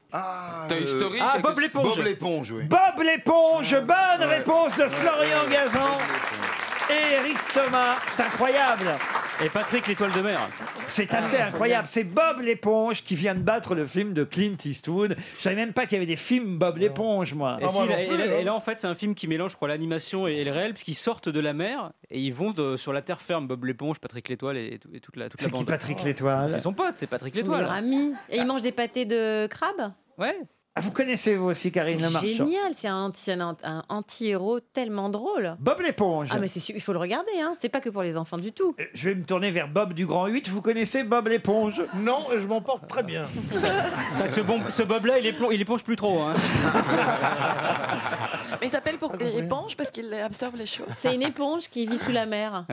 [SPEAKER 13] Toy Story
[SPEAKER 2] Ah,
[SPEAKER 13] quelque-
[SPEAKER 2] Bob l'éponge.
[SPEAKER 13] euh, Bob l'éponge, oui. Ah,
[SPEAKER 2] Bob l'éponge, bonne
[SPEAKER 13] Ouais.
[SPEAKER 2] réponse de
[SPEAKER 13] Ouais,
[SPEAKER 2] Florian
[SPEAKER 13] ouais, ouais.
[SPEAKER 2] Gazan. Et Eric Thomas, c'est incroyable.
[SPEAKER 20] Et Patrick l'étoile de mer.
[SPEAKER 2] C'est assez
[SPEAKER 8] Ah,
[SPEAKER 2] incroyable. C'est Bob l'éponge qui vient de battre le film de Clint Eastwood. Je savais même pas qu'il y avait des films Bob l'éponge, Ah, moi.
[SPEAKER 8] Ah,
[SPEAKER 2] hein.
[SPEAKER 20] Et, si, là, et
[SPEAKER 8] hein.
[SPEAKER 20] là- et là, en fait, c'est un film qui mélange, je crois, l'animation et, et le réel, puisqu'ils sortent de la mer et ils vont de- sur la terre ferme. Bob l'éponge, Patrick l'étoile et, tout- et toute la, toute la
[SPEAKER 2] C'est qui
[SPEAKER 20] bande.
[SPEAKER 2] Patrick l'étoile
[SPEAKER 20] C'est son pote, c'est Patrick
[SPEAKER 22] C'est leur
[SPEAKER 20] l'étoile.
[SPEAKER 22] ami. Et il mange des pâtés de crabe
[SPEAKER 20] Ouais.
[SPEAKER 2] Ah, vous connaissez vous aussi Karine Le
[SPEAKER 22] C'est
[SPEAKER 2] Marchand
[SPEAKER 22] génial, c'est un, anti- un- un anti-héros tellement drôle.
[SPEAKER 2] Bob l'éponge.
[SPEAKER 22] Ah mais c'est su- il faut le regarder, hein. c'est pas que pour les enfants du tout.
[SPEAKER 2] Je vais me tourner vers Bob du Grand 8. Vous connaissez Bob l'éponge
[SPEAKER 8] Non, et je m'en porte très bien.
[SPEAKER 20] C'est vrai que Ce, bon, ce Bob-là, il, éplon- il éponge plus trop. hein.
[SPEAKER 16] Mais il s'appelle
[SPEAKER 2] Ah,
[SPEAKER 16] pour éponge parce qu'il absorbe les choses.
[SPEAKER 22] C'est une éponge qui vit sous la mer.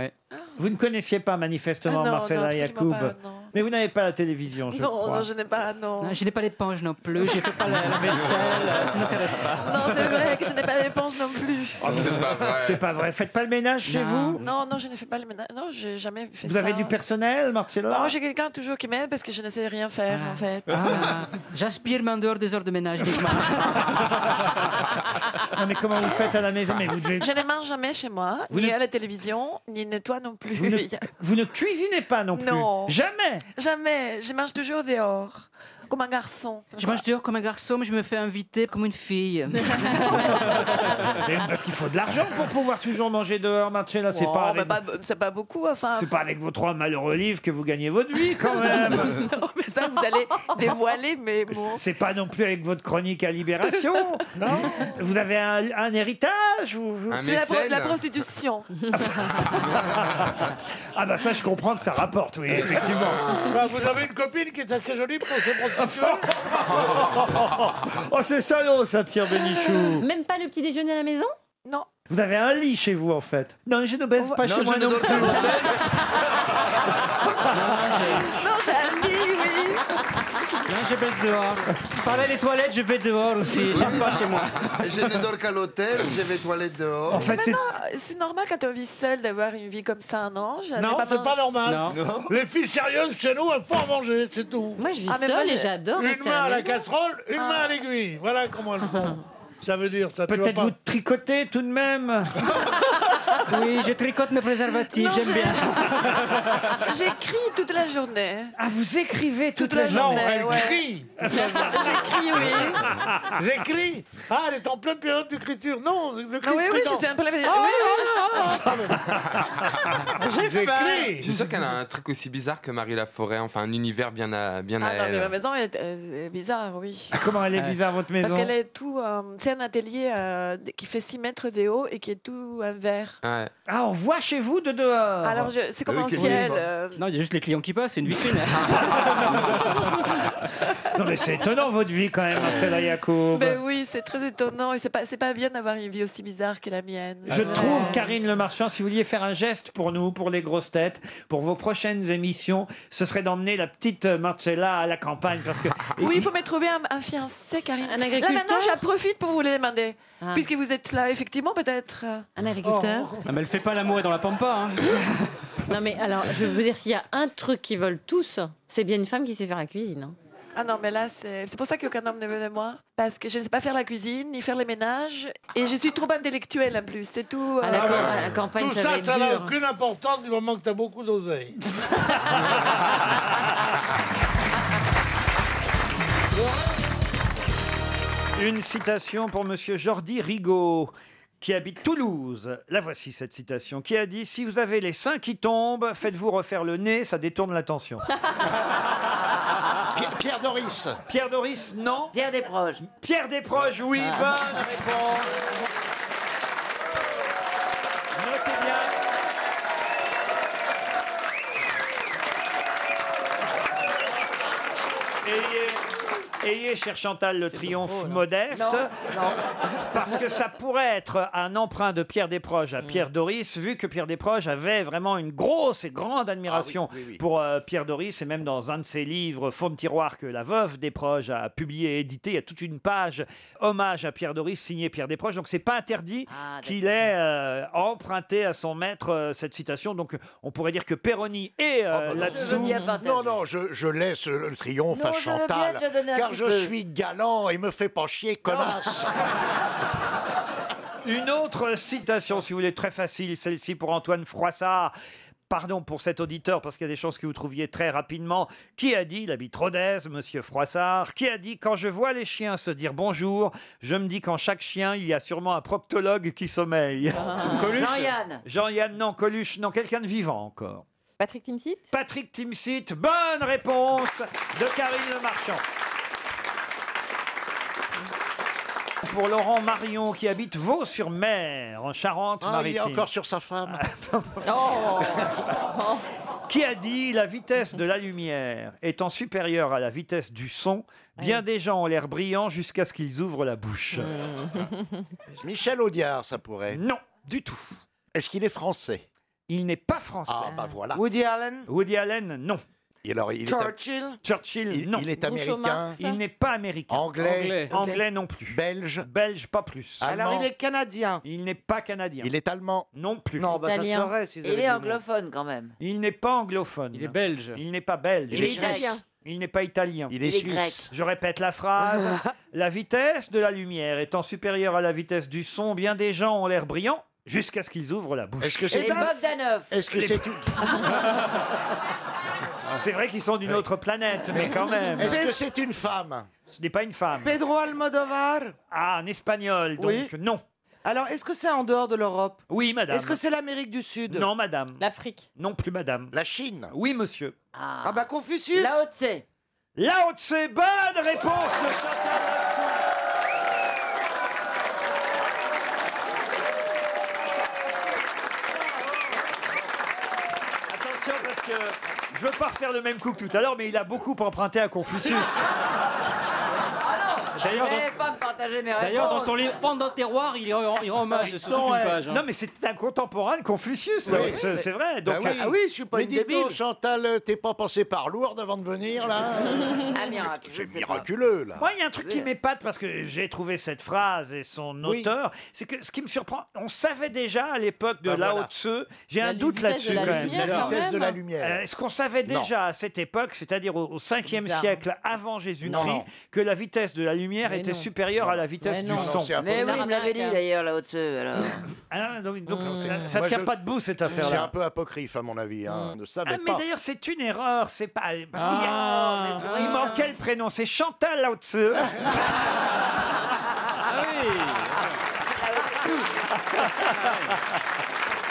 [SPEAKER 2] Vous ne connaissiez pas manifestement
[SPEAKER 22] Ah non,
[SPEAKER 2] Marcella
[SPEAKER 22] non,
[SPEAKER 2] Yacoub.
[SPEAKER 22] absolument pas,
[SPEAKER 2] Mais vous n'avez pas la télévision, je
[SPEAKER 16] non,
[SPEAKER 2] crois.
[SPEAKER 16] non, je n'ai pas, non.
[SPEAKER 20] Je n'ai pas l'éponge non plus, je ne fais pas la, la vaisselle, euh, ça ne m'intéresse pas.
[SPEAKER 16] Non, c'est vrai que je n'ai pas d'éponge non plus.
[SPEAKER 2] Ah, c'est pas vrai. Faites pas le ménage chez vous
[SPEAKER 16] Non, non, je ne fais pas le ménage. Non, j'ai jamais fait
[SPEAKER 2] Vous
[SPEAKER 16] ça.
[SPEAKER 2] avez du personnel, Marcella
[SPEAKER 16] Moi, j'ai quelqu'un toujours qui m'aide parce que je ne sais rien faire, en fait.
[SPEAKER 20] Ah, J'aspire main dehors des heures de ménage. doucement.
[SPEAKER 2] Non, mais comment vous faites à la maison Mais vous devez-
[SPEAKER 16] Je ne mange jamais chez moi,
[SPEAKER 2] Vous
[SPEAKER 16] ni
[SPEAKER 2] ne-
[SPEAKER 16] à la télévision, ni nettoie non plus.
[SPEAKER 2] Vous ne, vous ne cuisinez pas non plus.
[SPEAKER 16] Non.
[SPEAKER 2] Jamais.
[SPEAKER 16] Jamais. Je mange toujours dehors, comme un garçon.
[SPEAKER 20] Je mange dehors comme un garçon, mais je me fais inviter comme une fille.
[SPEAKER 2] Mais Parce qu'il faut de l'argent pour pouvoir toujours manger dehors, Marcella. C'est
[SPEAKER 16] Oh,
[SPEAKER 2] pas,
[SPEAKER 16] mais
[SPEAKER 2] avec...
[SPEAKER 16] pas- c'est pas beaucoup, enfin.
[SPEAKER 2] c'est pas avec vos trois malheureux livres que vous gagnez votre vie, quand même.
[SPEAKER 16] Non,
[SPEAKER 6] ah.
[SPEAKER 16] mais ça, vous allez dévoiler, mais bon.
[SPEAKER 2] C'est pas non plus avec votre chronique à Libération. non. Vous avez un, un héritage ou...
[SPEAKER 16] C'est la, pro- la prostitution.
[SPEAKER 2] Ah bah ça, je comprends que ça rapporte, oui, effectivement.
[SPEAKER 8] Bah, vous avez une copine qui est assez jolie pour se prostituer
[SPEAKER 2] oh, c'est salaud, ça, Pierre Bénichou.
[SPEAKER 22] Même pas le petit déjeuner à la maison
[SPEAKER 16] Non.
[SPEAKER 2] Vous avez un lit chez vous, en fait. Non, je ne baisse
[SPEAKER 16] Oh,
[SPEAKER 2] pas
[SPEAKER 22] Non,
[SPEAKER 2] chez
[SPEAKER 22] je
[SPEAKER 2] moi
[SPEAKER 22] ne
[SPEAKER 2] non
[SPEAKER 22] dors
[SPEAKER 2] plus.
[SPEAKER 16] Non, j'ai un lit, oui.
[SPEAKER 20] Non, je baisse dehors. Pareil, les toilettes, je vais dehors aussi. J'aime pas chez moi.
[SPEAKER 19] Je ne dors qu'à l'hôtel, je vais aux toilettes dehors.
[SPEAKER 16] Mais non, c'est normal quand on vit seul d'avoir une vie comme ça, non Je n'ai
[SPEAKER 8] Non, c'est
[SPEAKER 16] besoin-
[SPEAKER 8] pas normal.
[SPEAKER 19] Non.
[SPEAKER 8] Les filles sérieuses chez nous, elles font à manger, c'est tout.
[SPEAKER 22] Moi, je vis Ah, mais seule moi, et j'ai- j'adore
[SPEAKER 8] Une
[SPEAKER 22] rester
[SPEAKER 8] main
[SPEAKER 22] à
[SPEAKER 8] à la
[SPEAKER 22] la maison.
[SPEAKER 8] casserole, une main à l'aiguille. Voilà comment elles font. Ça veut dire, ça tu vois
[SPEAKER 2] Peut-être
[SPEAKER 8] pas.
[SPEAKER 2] vous tricotez tout de même.
[SPEAKER 20] Oui, je tricote mes préservatifs,
[SPEAKER 7] Non,
[SPEAKER 20] j'aime
[SPEAKER 7] je-
[SPEAKER 20] bien.
[SPEAKER 7] J'écris toute la journée.
[SPEAKER 2] Ah, vous écrivez
[SPEAKER 20] toute la
[SPEAKER 7] journée
[SPEAKER 20] journée,
[SPEAKER 7] ouais.
[SPEAKER 8] J'écris, oui. J'écris Ah, elle est en pleine période d'écriture. Non, de
[SPEAKER 7] Non, oui, oui, j'étais un peu la
[SPEAKER 8] Ah,
[SPEAKER 7] oui,
[SPEAKER 8] ah, ah,
[SPEAKER 7] oui.
[SPEAKER 8] J'écris
[SPEAKER 11] Je suis sûr qu'elle a un truc aussi bizarre que Marie Laforêt, enfin un univers bien à, bien à
[SPEAKER 7] Ah non, mais ma
[SPEAKER 11] elle.
[SPEAKER 7] maison est, euh, est bizarre, oui.
[SPEAKER 2] Comment elle est bizarre, votre maison
[SPEAKER 7] Parce qu'elle est tout. euh, c'est un atelier euh, qui fait 6 mètres de haut et qui est tout en verre.
[SPEAKER 11] Ouais.
[SPEAKER 2] Ah, on voit chez vous de
[SPEAKER 20] Ah.
[SPEAKER 2] dehors
[SPEAKER 7] Alors, je- c'est comme un ciel. euh,
[SPEAKER 20] Non, il y a juste les clients qui passent, c'est une vitrine.
[SPEAKER 2] Non, mais c'est étonnant, votre vie, quand même, Marcella Yacoub.
[SPEAKER 7] Mais Euh, ben oui, c'est très étonnant et c'est pas, c'est pas bien d'avoir une vie aussi bizarre que la mienne.
[SPEAKER 2] Je trouve, Karine Le Marchand, si vous vouliez faire un geste pour nous, pour les grosses têtes, pour vos prochaines émissions, ce serait d'emmener la petite euh, Marcella à la campagne. Parce que
[SPEAKER 7] Oui, il faut me trouver un, un fiancé, Karine.
[SPEAKER 22] Un
[SPEAKER 7] là,
[SPEAKER 22] agriculteur
[SPEAKER 7] maintenant, j'en profite pour vous les demander.
[SPEAKER 22] Ah.
[SPEAKER 7] Puisque vous êtes là, effectivement, peut-être.
[SPEAKER 22] Un agriculteur
[SPEAKER 20] Non, mais elle fait pas l'amour et dans la pampa. hein.
[SPEAKER 22] Non, mais alors, je veux vous dire, s'il y a un truc qu'ils veulent tous, c'est bien une femme qui sait faire la cuisine. hein.
[SPEAKER 7] Ah non, mais là, c'est c'est pour ça qu'aucun homme ne veut de moi. Parce que je ne sais pas faire la cuisine, ni faire les ménages. Et je suis trop intellectuelle en plus, c'est tout. euh,
[SPEAKER 22] la-
[SPEAKER 8] ouais.
[SPEAKER 22] à Ah, la campagne,
[SPEAKER 8] Ah, Tout
[SPEAKER 22] ça va
[SPEAKER 8] ça,
[SPEAKER 22] être
[SPEAKER 8] ça n'a
[SPEAKER 22] dur.
[SPEAKER 8] aucune importance du moment que tu as beaucoup d'oseille.
[SPEAKER 2] Une citation pour Monsieur Jordi Rigaud, qui habite Toulouse. La voici, cette citation, qui a dit « Si vous avez les seins qui tombent, faites-vous refaire le nez, ça détourne l'attention.
[SPEAKER 17] Pierre, Pierre Doris. »
[SPEAKER 2] Pierre Doris, non.
[SPEAKER 17] Pierre Desproges. Ah.
[SPEAKER 2] Pierre Desproges, oui, bonne réponse. Notez bien. Ayez, ayez, cher Chantal, le triomphe
[SPEAKER 17] hein.
[SPEAKER 2] modeste. Parce que ça pourrait être un emprunt de Pierre Desproges
[SPEAKER 17] Mm.
[SPEAKER 2] à Pierre Doris, vu que Pierre Desproges avait vraiment une grosse et grande admiration
[SPEAKER 17] Ah oui, oui, oui.
[SPEAKER 2] pour euh, Pierre Doris, et même dans un de ses livres, Fond de tiroir, que la veuve Desproges a publié et édité, il y a toute une page hommage à Pierre Doris, signé Pierre Desproges, donc c'est pas interdit
[SPEAKER 17] Ah,
[SPEAKER 2] qu'il ait euh, emprunté à son maître euh, cette citation, donc on pourrait dire que Péroni est
[SPEAKER 17] Ah,
[SPEAKER 2] euh,
[SPEAKER 17] bah
[SPEAKER 2] là-dessous.
[SPEAKER 17] Non, non, je, je laisse le triomphe
[SPEAKER 2] Non,
[SPEAKER 17] à
[SPEAKER 2] je veux bien
[SPEAKER 17] Chantal,
[SPEAKER 2] te donner un
[SPEAKER 17] car
[SPEAKER 2] petit
[SPEAKER 17] je
[SPEAKER 2] peu.
[SPEAKER 17] suis galant et me fais pas chier, connasse.
[SPEAKER 2] Une autre citation, si vous voulez, très facile, celle-ci pour Antoine Froissart. Pardon pour cet auditeur, parce qu'il y a des chances que vous trouviez très rapidement. Qui a dit, il habite Rodez, monsieur Froissart, qui a dit Quand je vois les chiens se dire bonjour, je me dis qu'en chaque chien, il y a sûrement un proctologue qui sommeille. Coluche
[SPEAKER 22] Ah. Jean-Yann.
[SPEAKER 2] Jean-Yann, non. Coluche, non. Quelqu'un de vivant encore.
[SPEAKER 22] Patrick Timsit
[SPEAKER 2] Patrick Timsit, bonne réponse de Karine Le Marchand. Pour Laurent Marion qui habite Vaux-sur-Mer en
[SPEAKER 17] Ah, il est
[SPEAKER 2] Charente-Maritime.
[SPEAKER 17] encore sur sa femme.
[SPEAKER 2] Qui a dit la vitesse de la lumière étant supérieure à la vitesse du son, bien des gens ont l'air brillants jusqu'à ce qu'ils ouvrent la bouche.
[SPEAKER 17] Michel Audiard, ça pourrait.
[SPEAKER 2] Non, du tout.
[SPEAKER 17] Est-ce qu'il est français
[SPEAKER 2] Il n'est pas français.
[SPEAKER 17] Ah, bah voilà.
[SPEAKER 2] Woody Allen Woody Allen, non.
[SPEAKER 17] Et alors, il est-
[SPEAKER 2] Churchill,
[SPEAKER 17] Il-
[SPEAKER 2] non.
[SPEAKER 17] il est américain Groucho Marx
[SPEAKER 2] Il n'est pas américain.
[SPEAKER 17] Anglais
[SPEAKER 2] Anglais non plus.
[SPEAKER 17] Belge
[SPEAKER 2] Belge, pas plus.
[SPEAKER 17] Alors, il est
[SPEAKER 2] canadien. Il n'est pas canadien.
[SPEAKER 17] Il est allemand
[SPEAKER 2] Non plus.
[SPEAKER 17] Non,
[SPEAKER 2] bah, ça Italien. se saurait s'ils
[SPEAKER 16] Il
[SPEAKER 2] avaient
[SPEAKER 16] est
[SPEAKER 2] dit non.
[SPEAKER 16] anglophone quand même.
[SPEAKER 2] Il n'est pas anglophone. Il est
[SPEAKER 20] belge.
[SPEAKER 2] Il n'est pas belge.
[SPEAKER 16] Il est Il est grec. italien.
[SPEAKER 2] Il n'est pas italien.
[SPEAKER 17] Il est Il est suisse. grec.
[SPEAKER 2] Je répète la phrase. la vitesse de la lumière étant supérieure à la vitesse du son, bien des gens ont l'air brillants jusqu'à ce qu'ils ouvrent la bouche. Est-ce
[SPEAKER 17] que c'est Et pas- Bob
[SPEAKER 16] Danoff.
[SPEAKER 17] Est-ce que
[SPEAKER 2] Les-
[SPEAKER 17] c'est tout
[SPEAKER 2] C'est vrai qu'ils sont d'une autre planète, mais quand même.
[SPEAKER 17] Est-ce que c'est une femme
[SPEAKER 2] Ce n'est pas une femme.
[SPEAKER 1] Pedro Almodovar
[SPEAKER 2] Ah, un espagnol, donc
[SPEAKER 1] Oui.
[SPEAKER 2] non.
[SPEAKER 1] Alors, est-ce que c'est en dehors de l'Europe
[SPEAKER 2] Oui, madame.
[SPEAKER 1] Est-ce que c'est l'Amérique du Sud
[SPEAKER 2] Non, madame.
[SPEAKER 22] L'Afrique
[SPEAKER 2] Non plus, madame.
[SPEAKER 17] La Chine
[SPEAKER 2] Oui, monsieur.
[SPEAKER 1] Ah, bah Confucius
[SPEAKER 16] Lao Tse.
[SPEAKER 2] Lao Tse, bonne réponse de Chantal Latsou. Attention parce que je veux pas refaire le même coup que tout à l'heure, mais il a beaucoup emprunté à Confucius.
[SPEAKER 20] D'ailleurs,
[SPEAKER 16] Je vais
[SPEAKER 20] dans-
[SPEAKER 16] pas me partager mes
[SPEAKER 20] D'ailleurs, dans son
[SPEAKER 16] réponses.
[SPEAKER 20] livre Fond d'un terroir, il rend, il rend hommage sur toute
[SPEAKER 17] Non,
[SPEAKER 20] une
[SPEAKER 17] ouais.
[SPEAKER 20] page. hein.
[SPEAKER 2] Non, mais c'est un contemporain de Confucius,
[SPEAKER 17] Oui.
[SPEAKER 2] Lao Tse, c'est vrai. Donc,
[SPEAKER 17] Bah
[SPEAKER 16] Ah
[SPEAKER 2] euh,
[SPEAKER 17] Mais dites donc, Chantal, euh, t'es pas passé par Lourdes avant de venir, là
[SPEAKER 16] Un miracle, je ne sais pas.
[SPEAKER 17] Miraculeux, là.
[SPEAKER 2] Moi, il y a un truc qui m'épate parce que j'ai trouvé cette phrase et son
[SPEAKER 17] Oui.
[SPEAKER 2] auteur. C'est que ce qui me surprend, on savait déjà à l'époque de
[SPEAKER 17] Bah
[SPEAKER 2] Lao
[SPEAKER 17] voilà.
[SPEAKER 2] Tse. J'ai
[SPEAKER 17] La
[SPEAKER 2] un doute
[SPEAKER 17] vitesse
[SPEAKER 2] là-dessus
[SPEAKER 17] de la
[SPEAKER 2] quand même.
[SPEAKER 17] lumière, La quand vitesse de même. la lumière.
[SPEAKER 2] Euh, Est-ce qu'on savait
[SPEAKER 17] Non.
[SPEAKER 2] déjà à cette époque, c'est-à-dire au, 5e
[SPEAKER 17] Bizarre.
[SPEAKER 2] siècle avant
[SPEAKER 17] Non,
[SPEAKER 2] Jésus-Christ,
[SPEAKER 17] non.
[SPEAKER 2] que la vitesse de la lumière
[SPEAKER 16] Mais
[SPEAKER 2] était
[SPEAKER 16] non.
[SPEAKER 2] supérieure à la vitesse
[SPEAKER 16] Mais
[SPEAKER 2] du
[SPEAKER 16] non.
[SPEAKER 2] son.
[SPEAKER 16] Mais oui, il me l'avait dit
[SPEAKER 2] hein.
[SPEAKER 16] d'ailleurs là-dessus. Alors.
[SPEAKER 2] Ah, donc, donc, ça- ça
[SPEAKER 5] Moi,
[SPEAKER 2] tient
[SPEAKER 5] je-
[SPEAKER 2] pas debout cette
[SPEAKER 5] C'est un
[SPEAKER 2] affaire-là.
[SPEAKER 5] peu apocryphe, à mon avis.
[SPEAKER 10] Mmh.
[SPEAKER 5] Hein. Ne savez
[SPEAKER 2] Ah, mais
[SPEAKER 5] pas.
[SPEAKER 2] d'ailleurs, c'est une erreur, c'est pas. Parce qu'il y a- Oh,
[SPEAKER 5] Ah.
[SPEAKER 2] mais bon, il manquait le prénom, c'est Chantal lao Tseu. Ah
[SPEAKER 12] Ah oui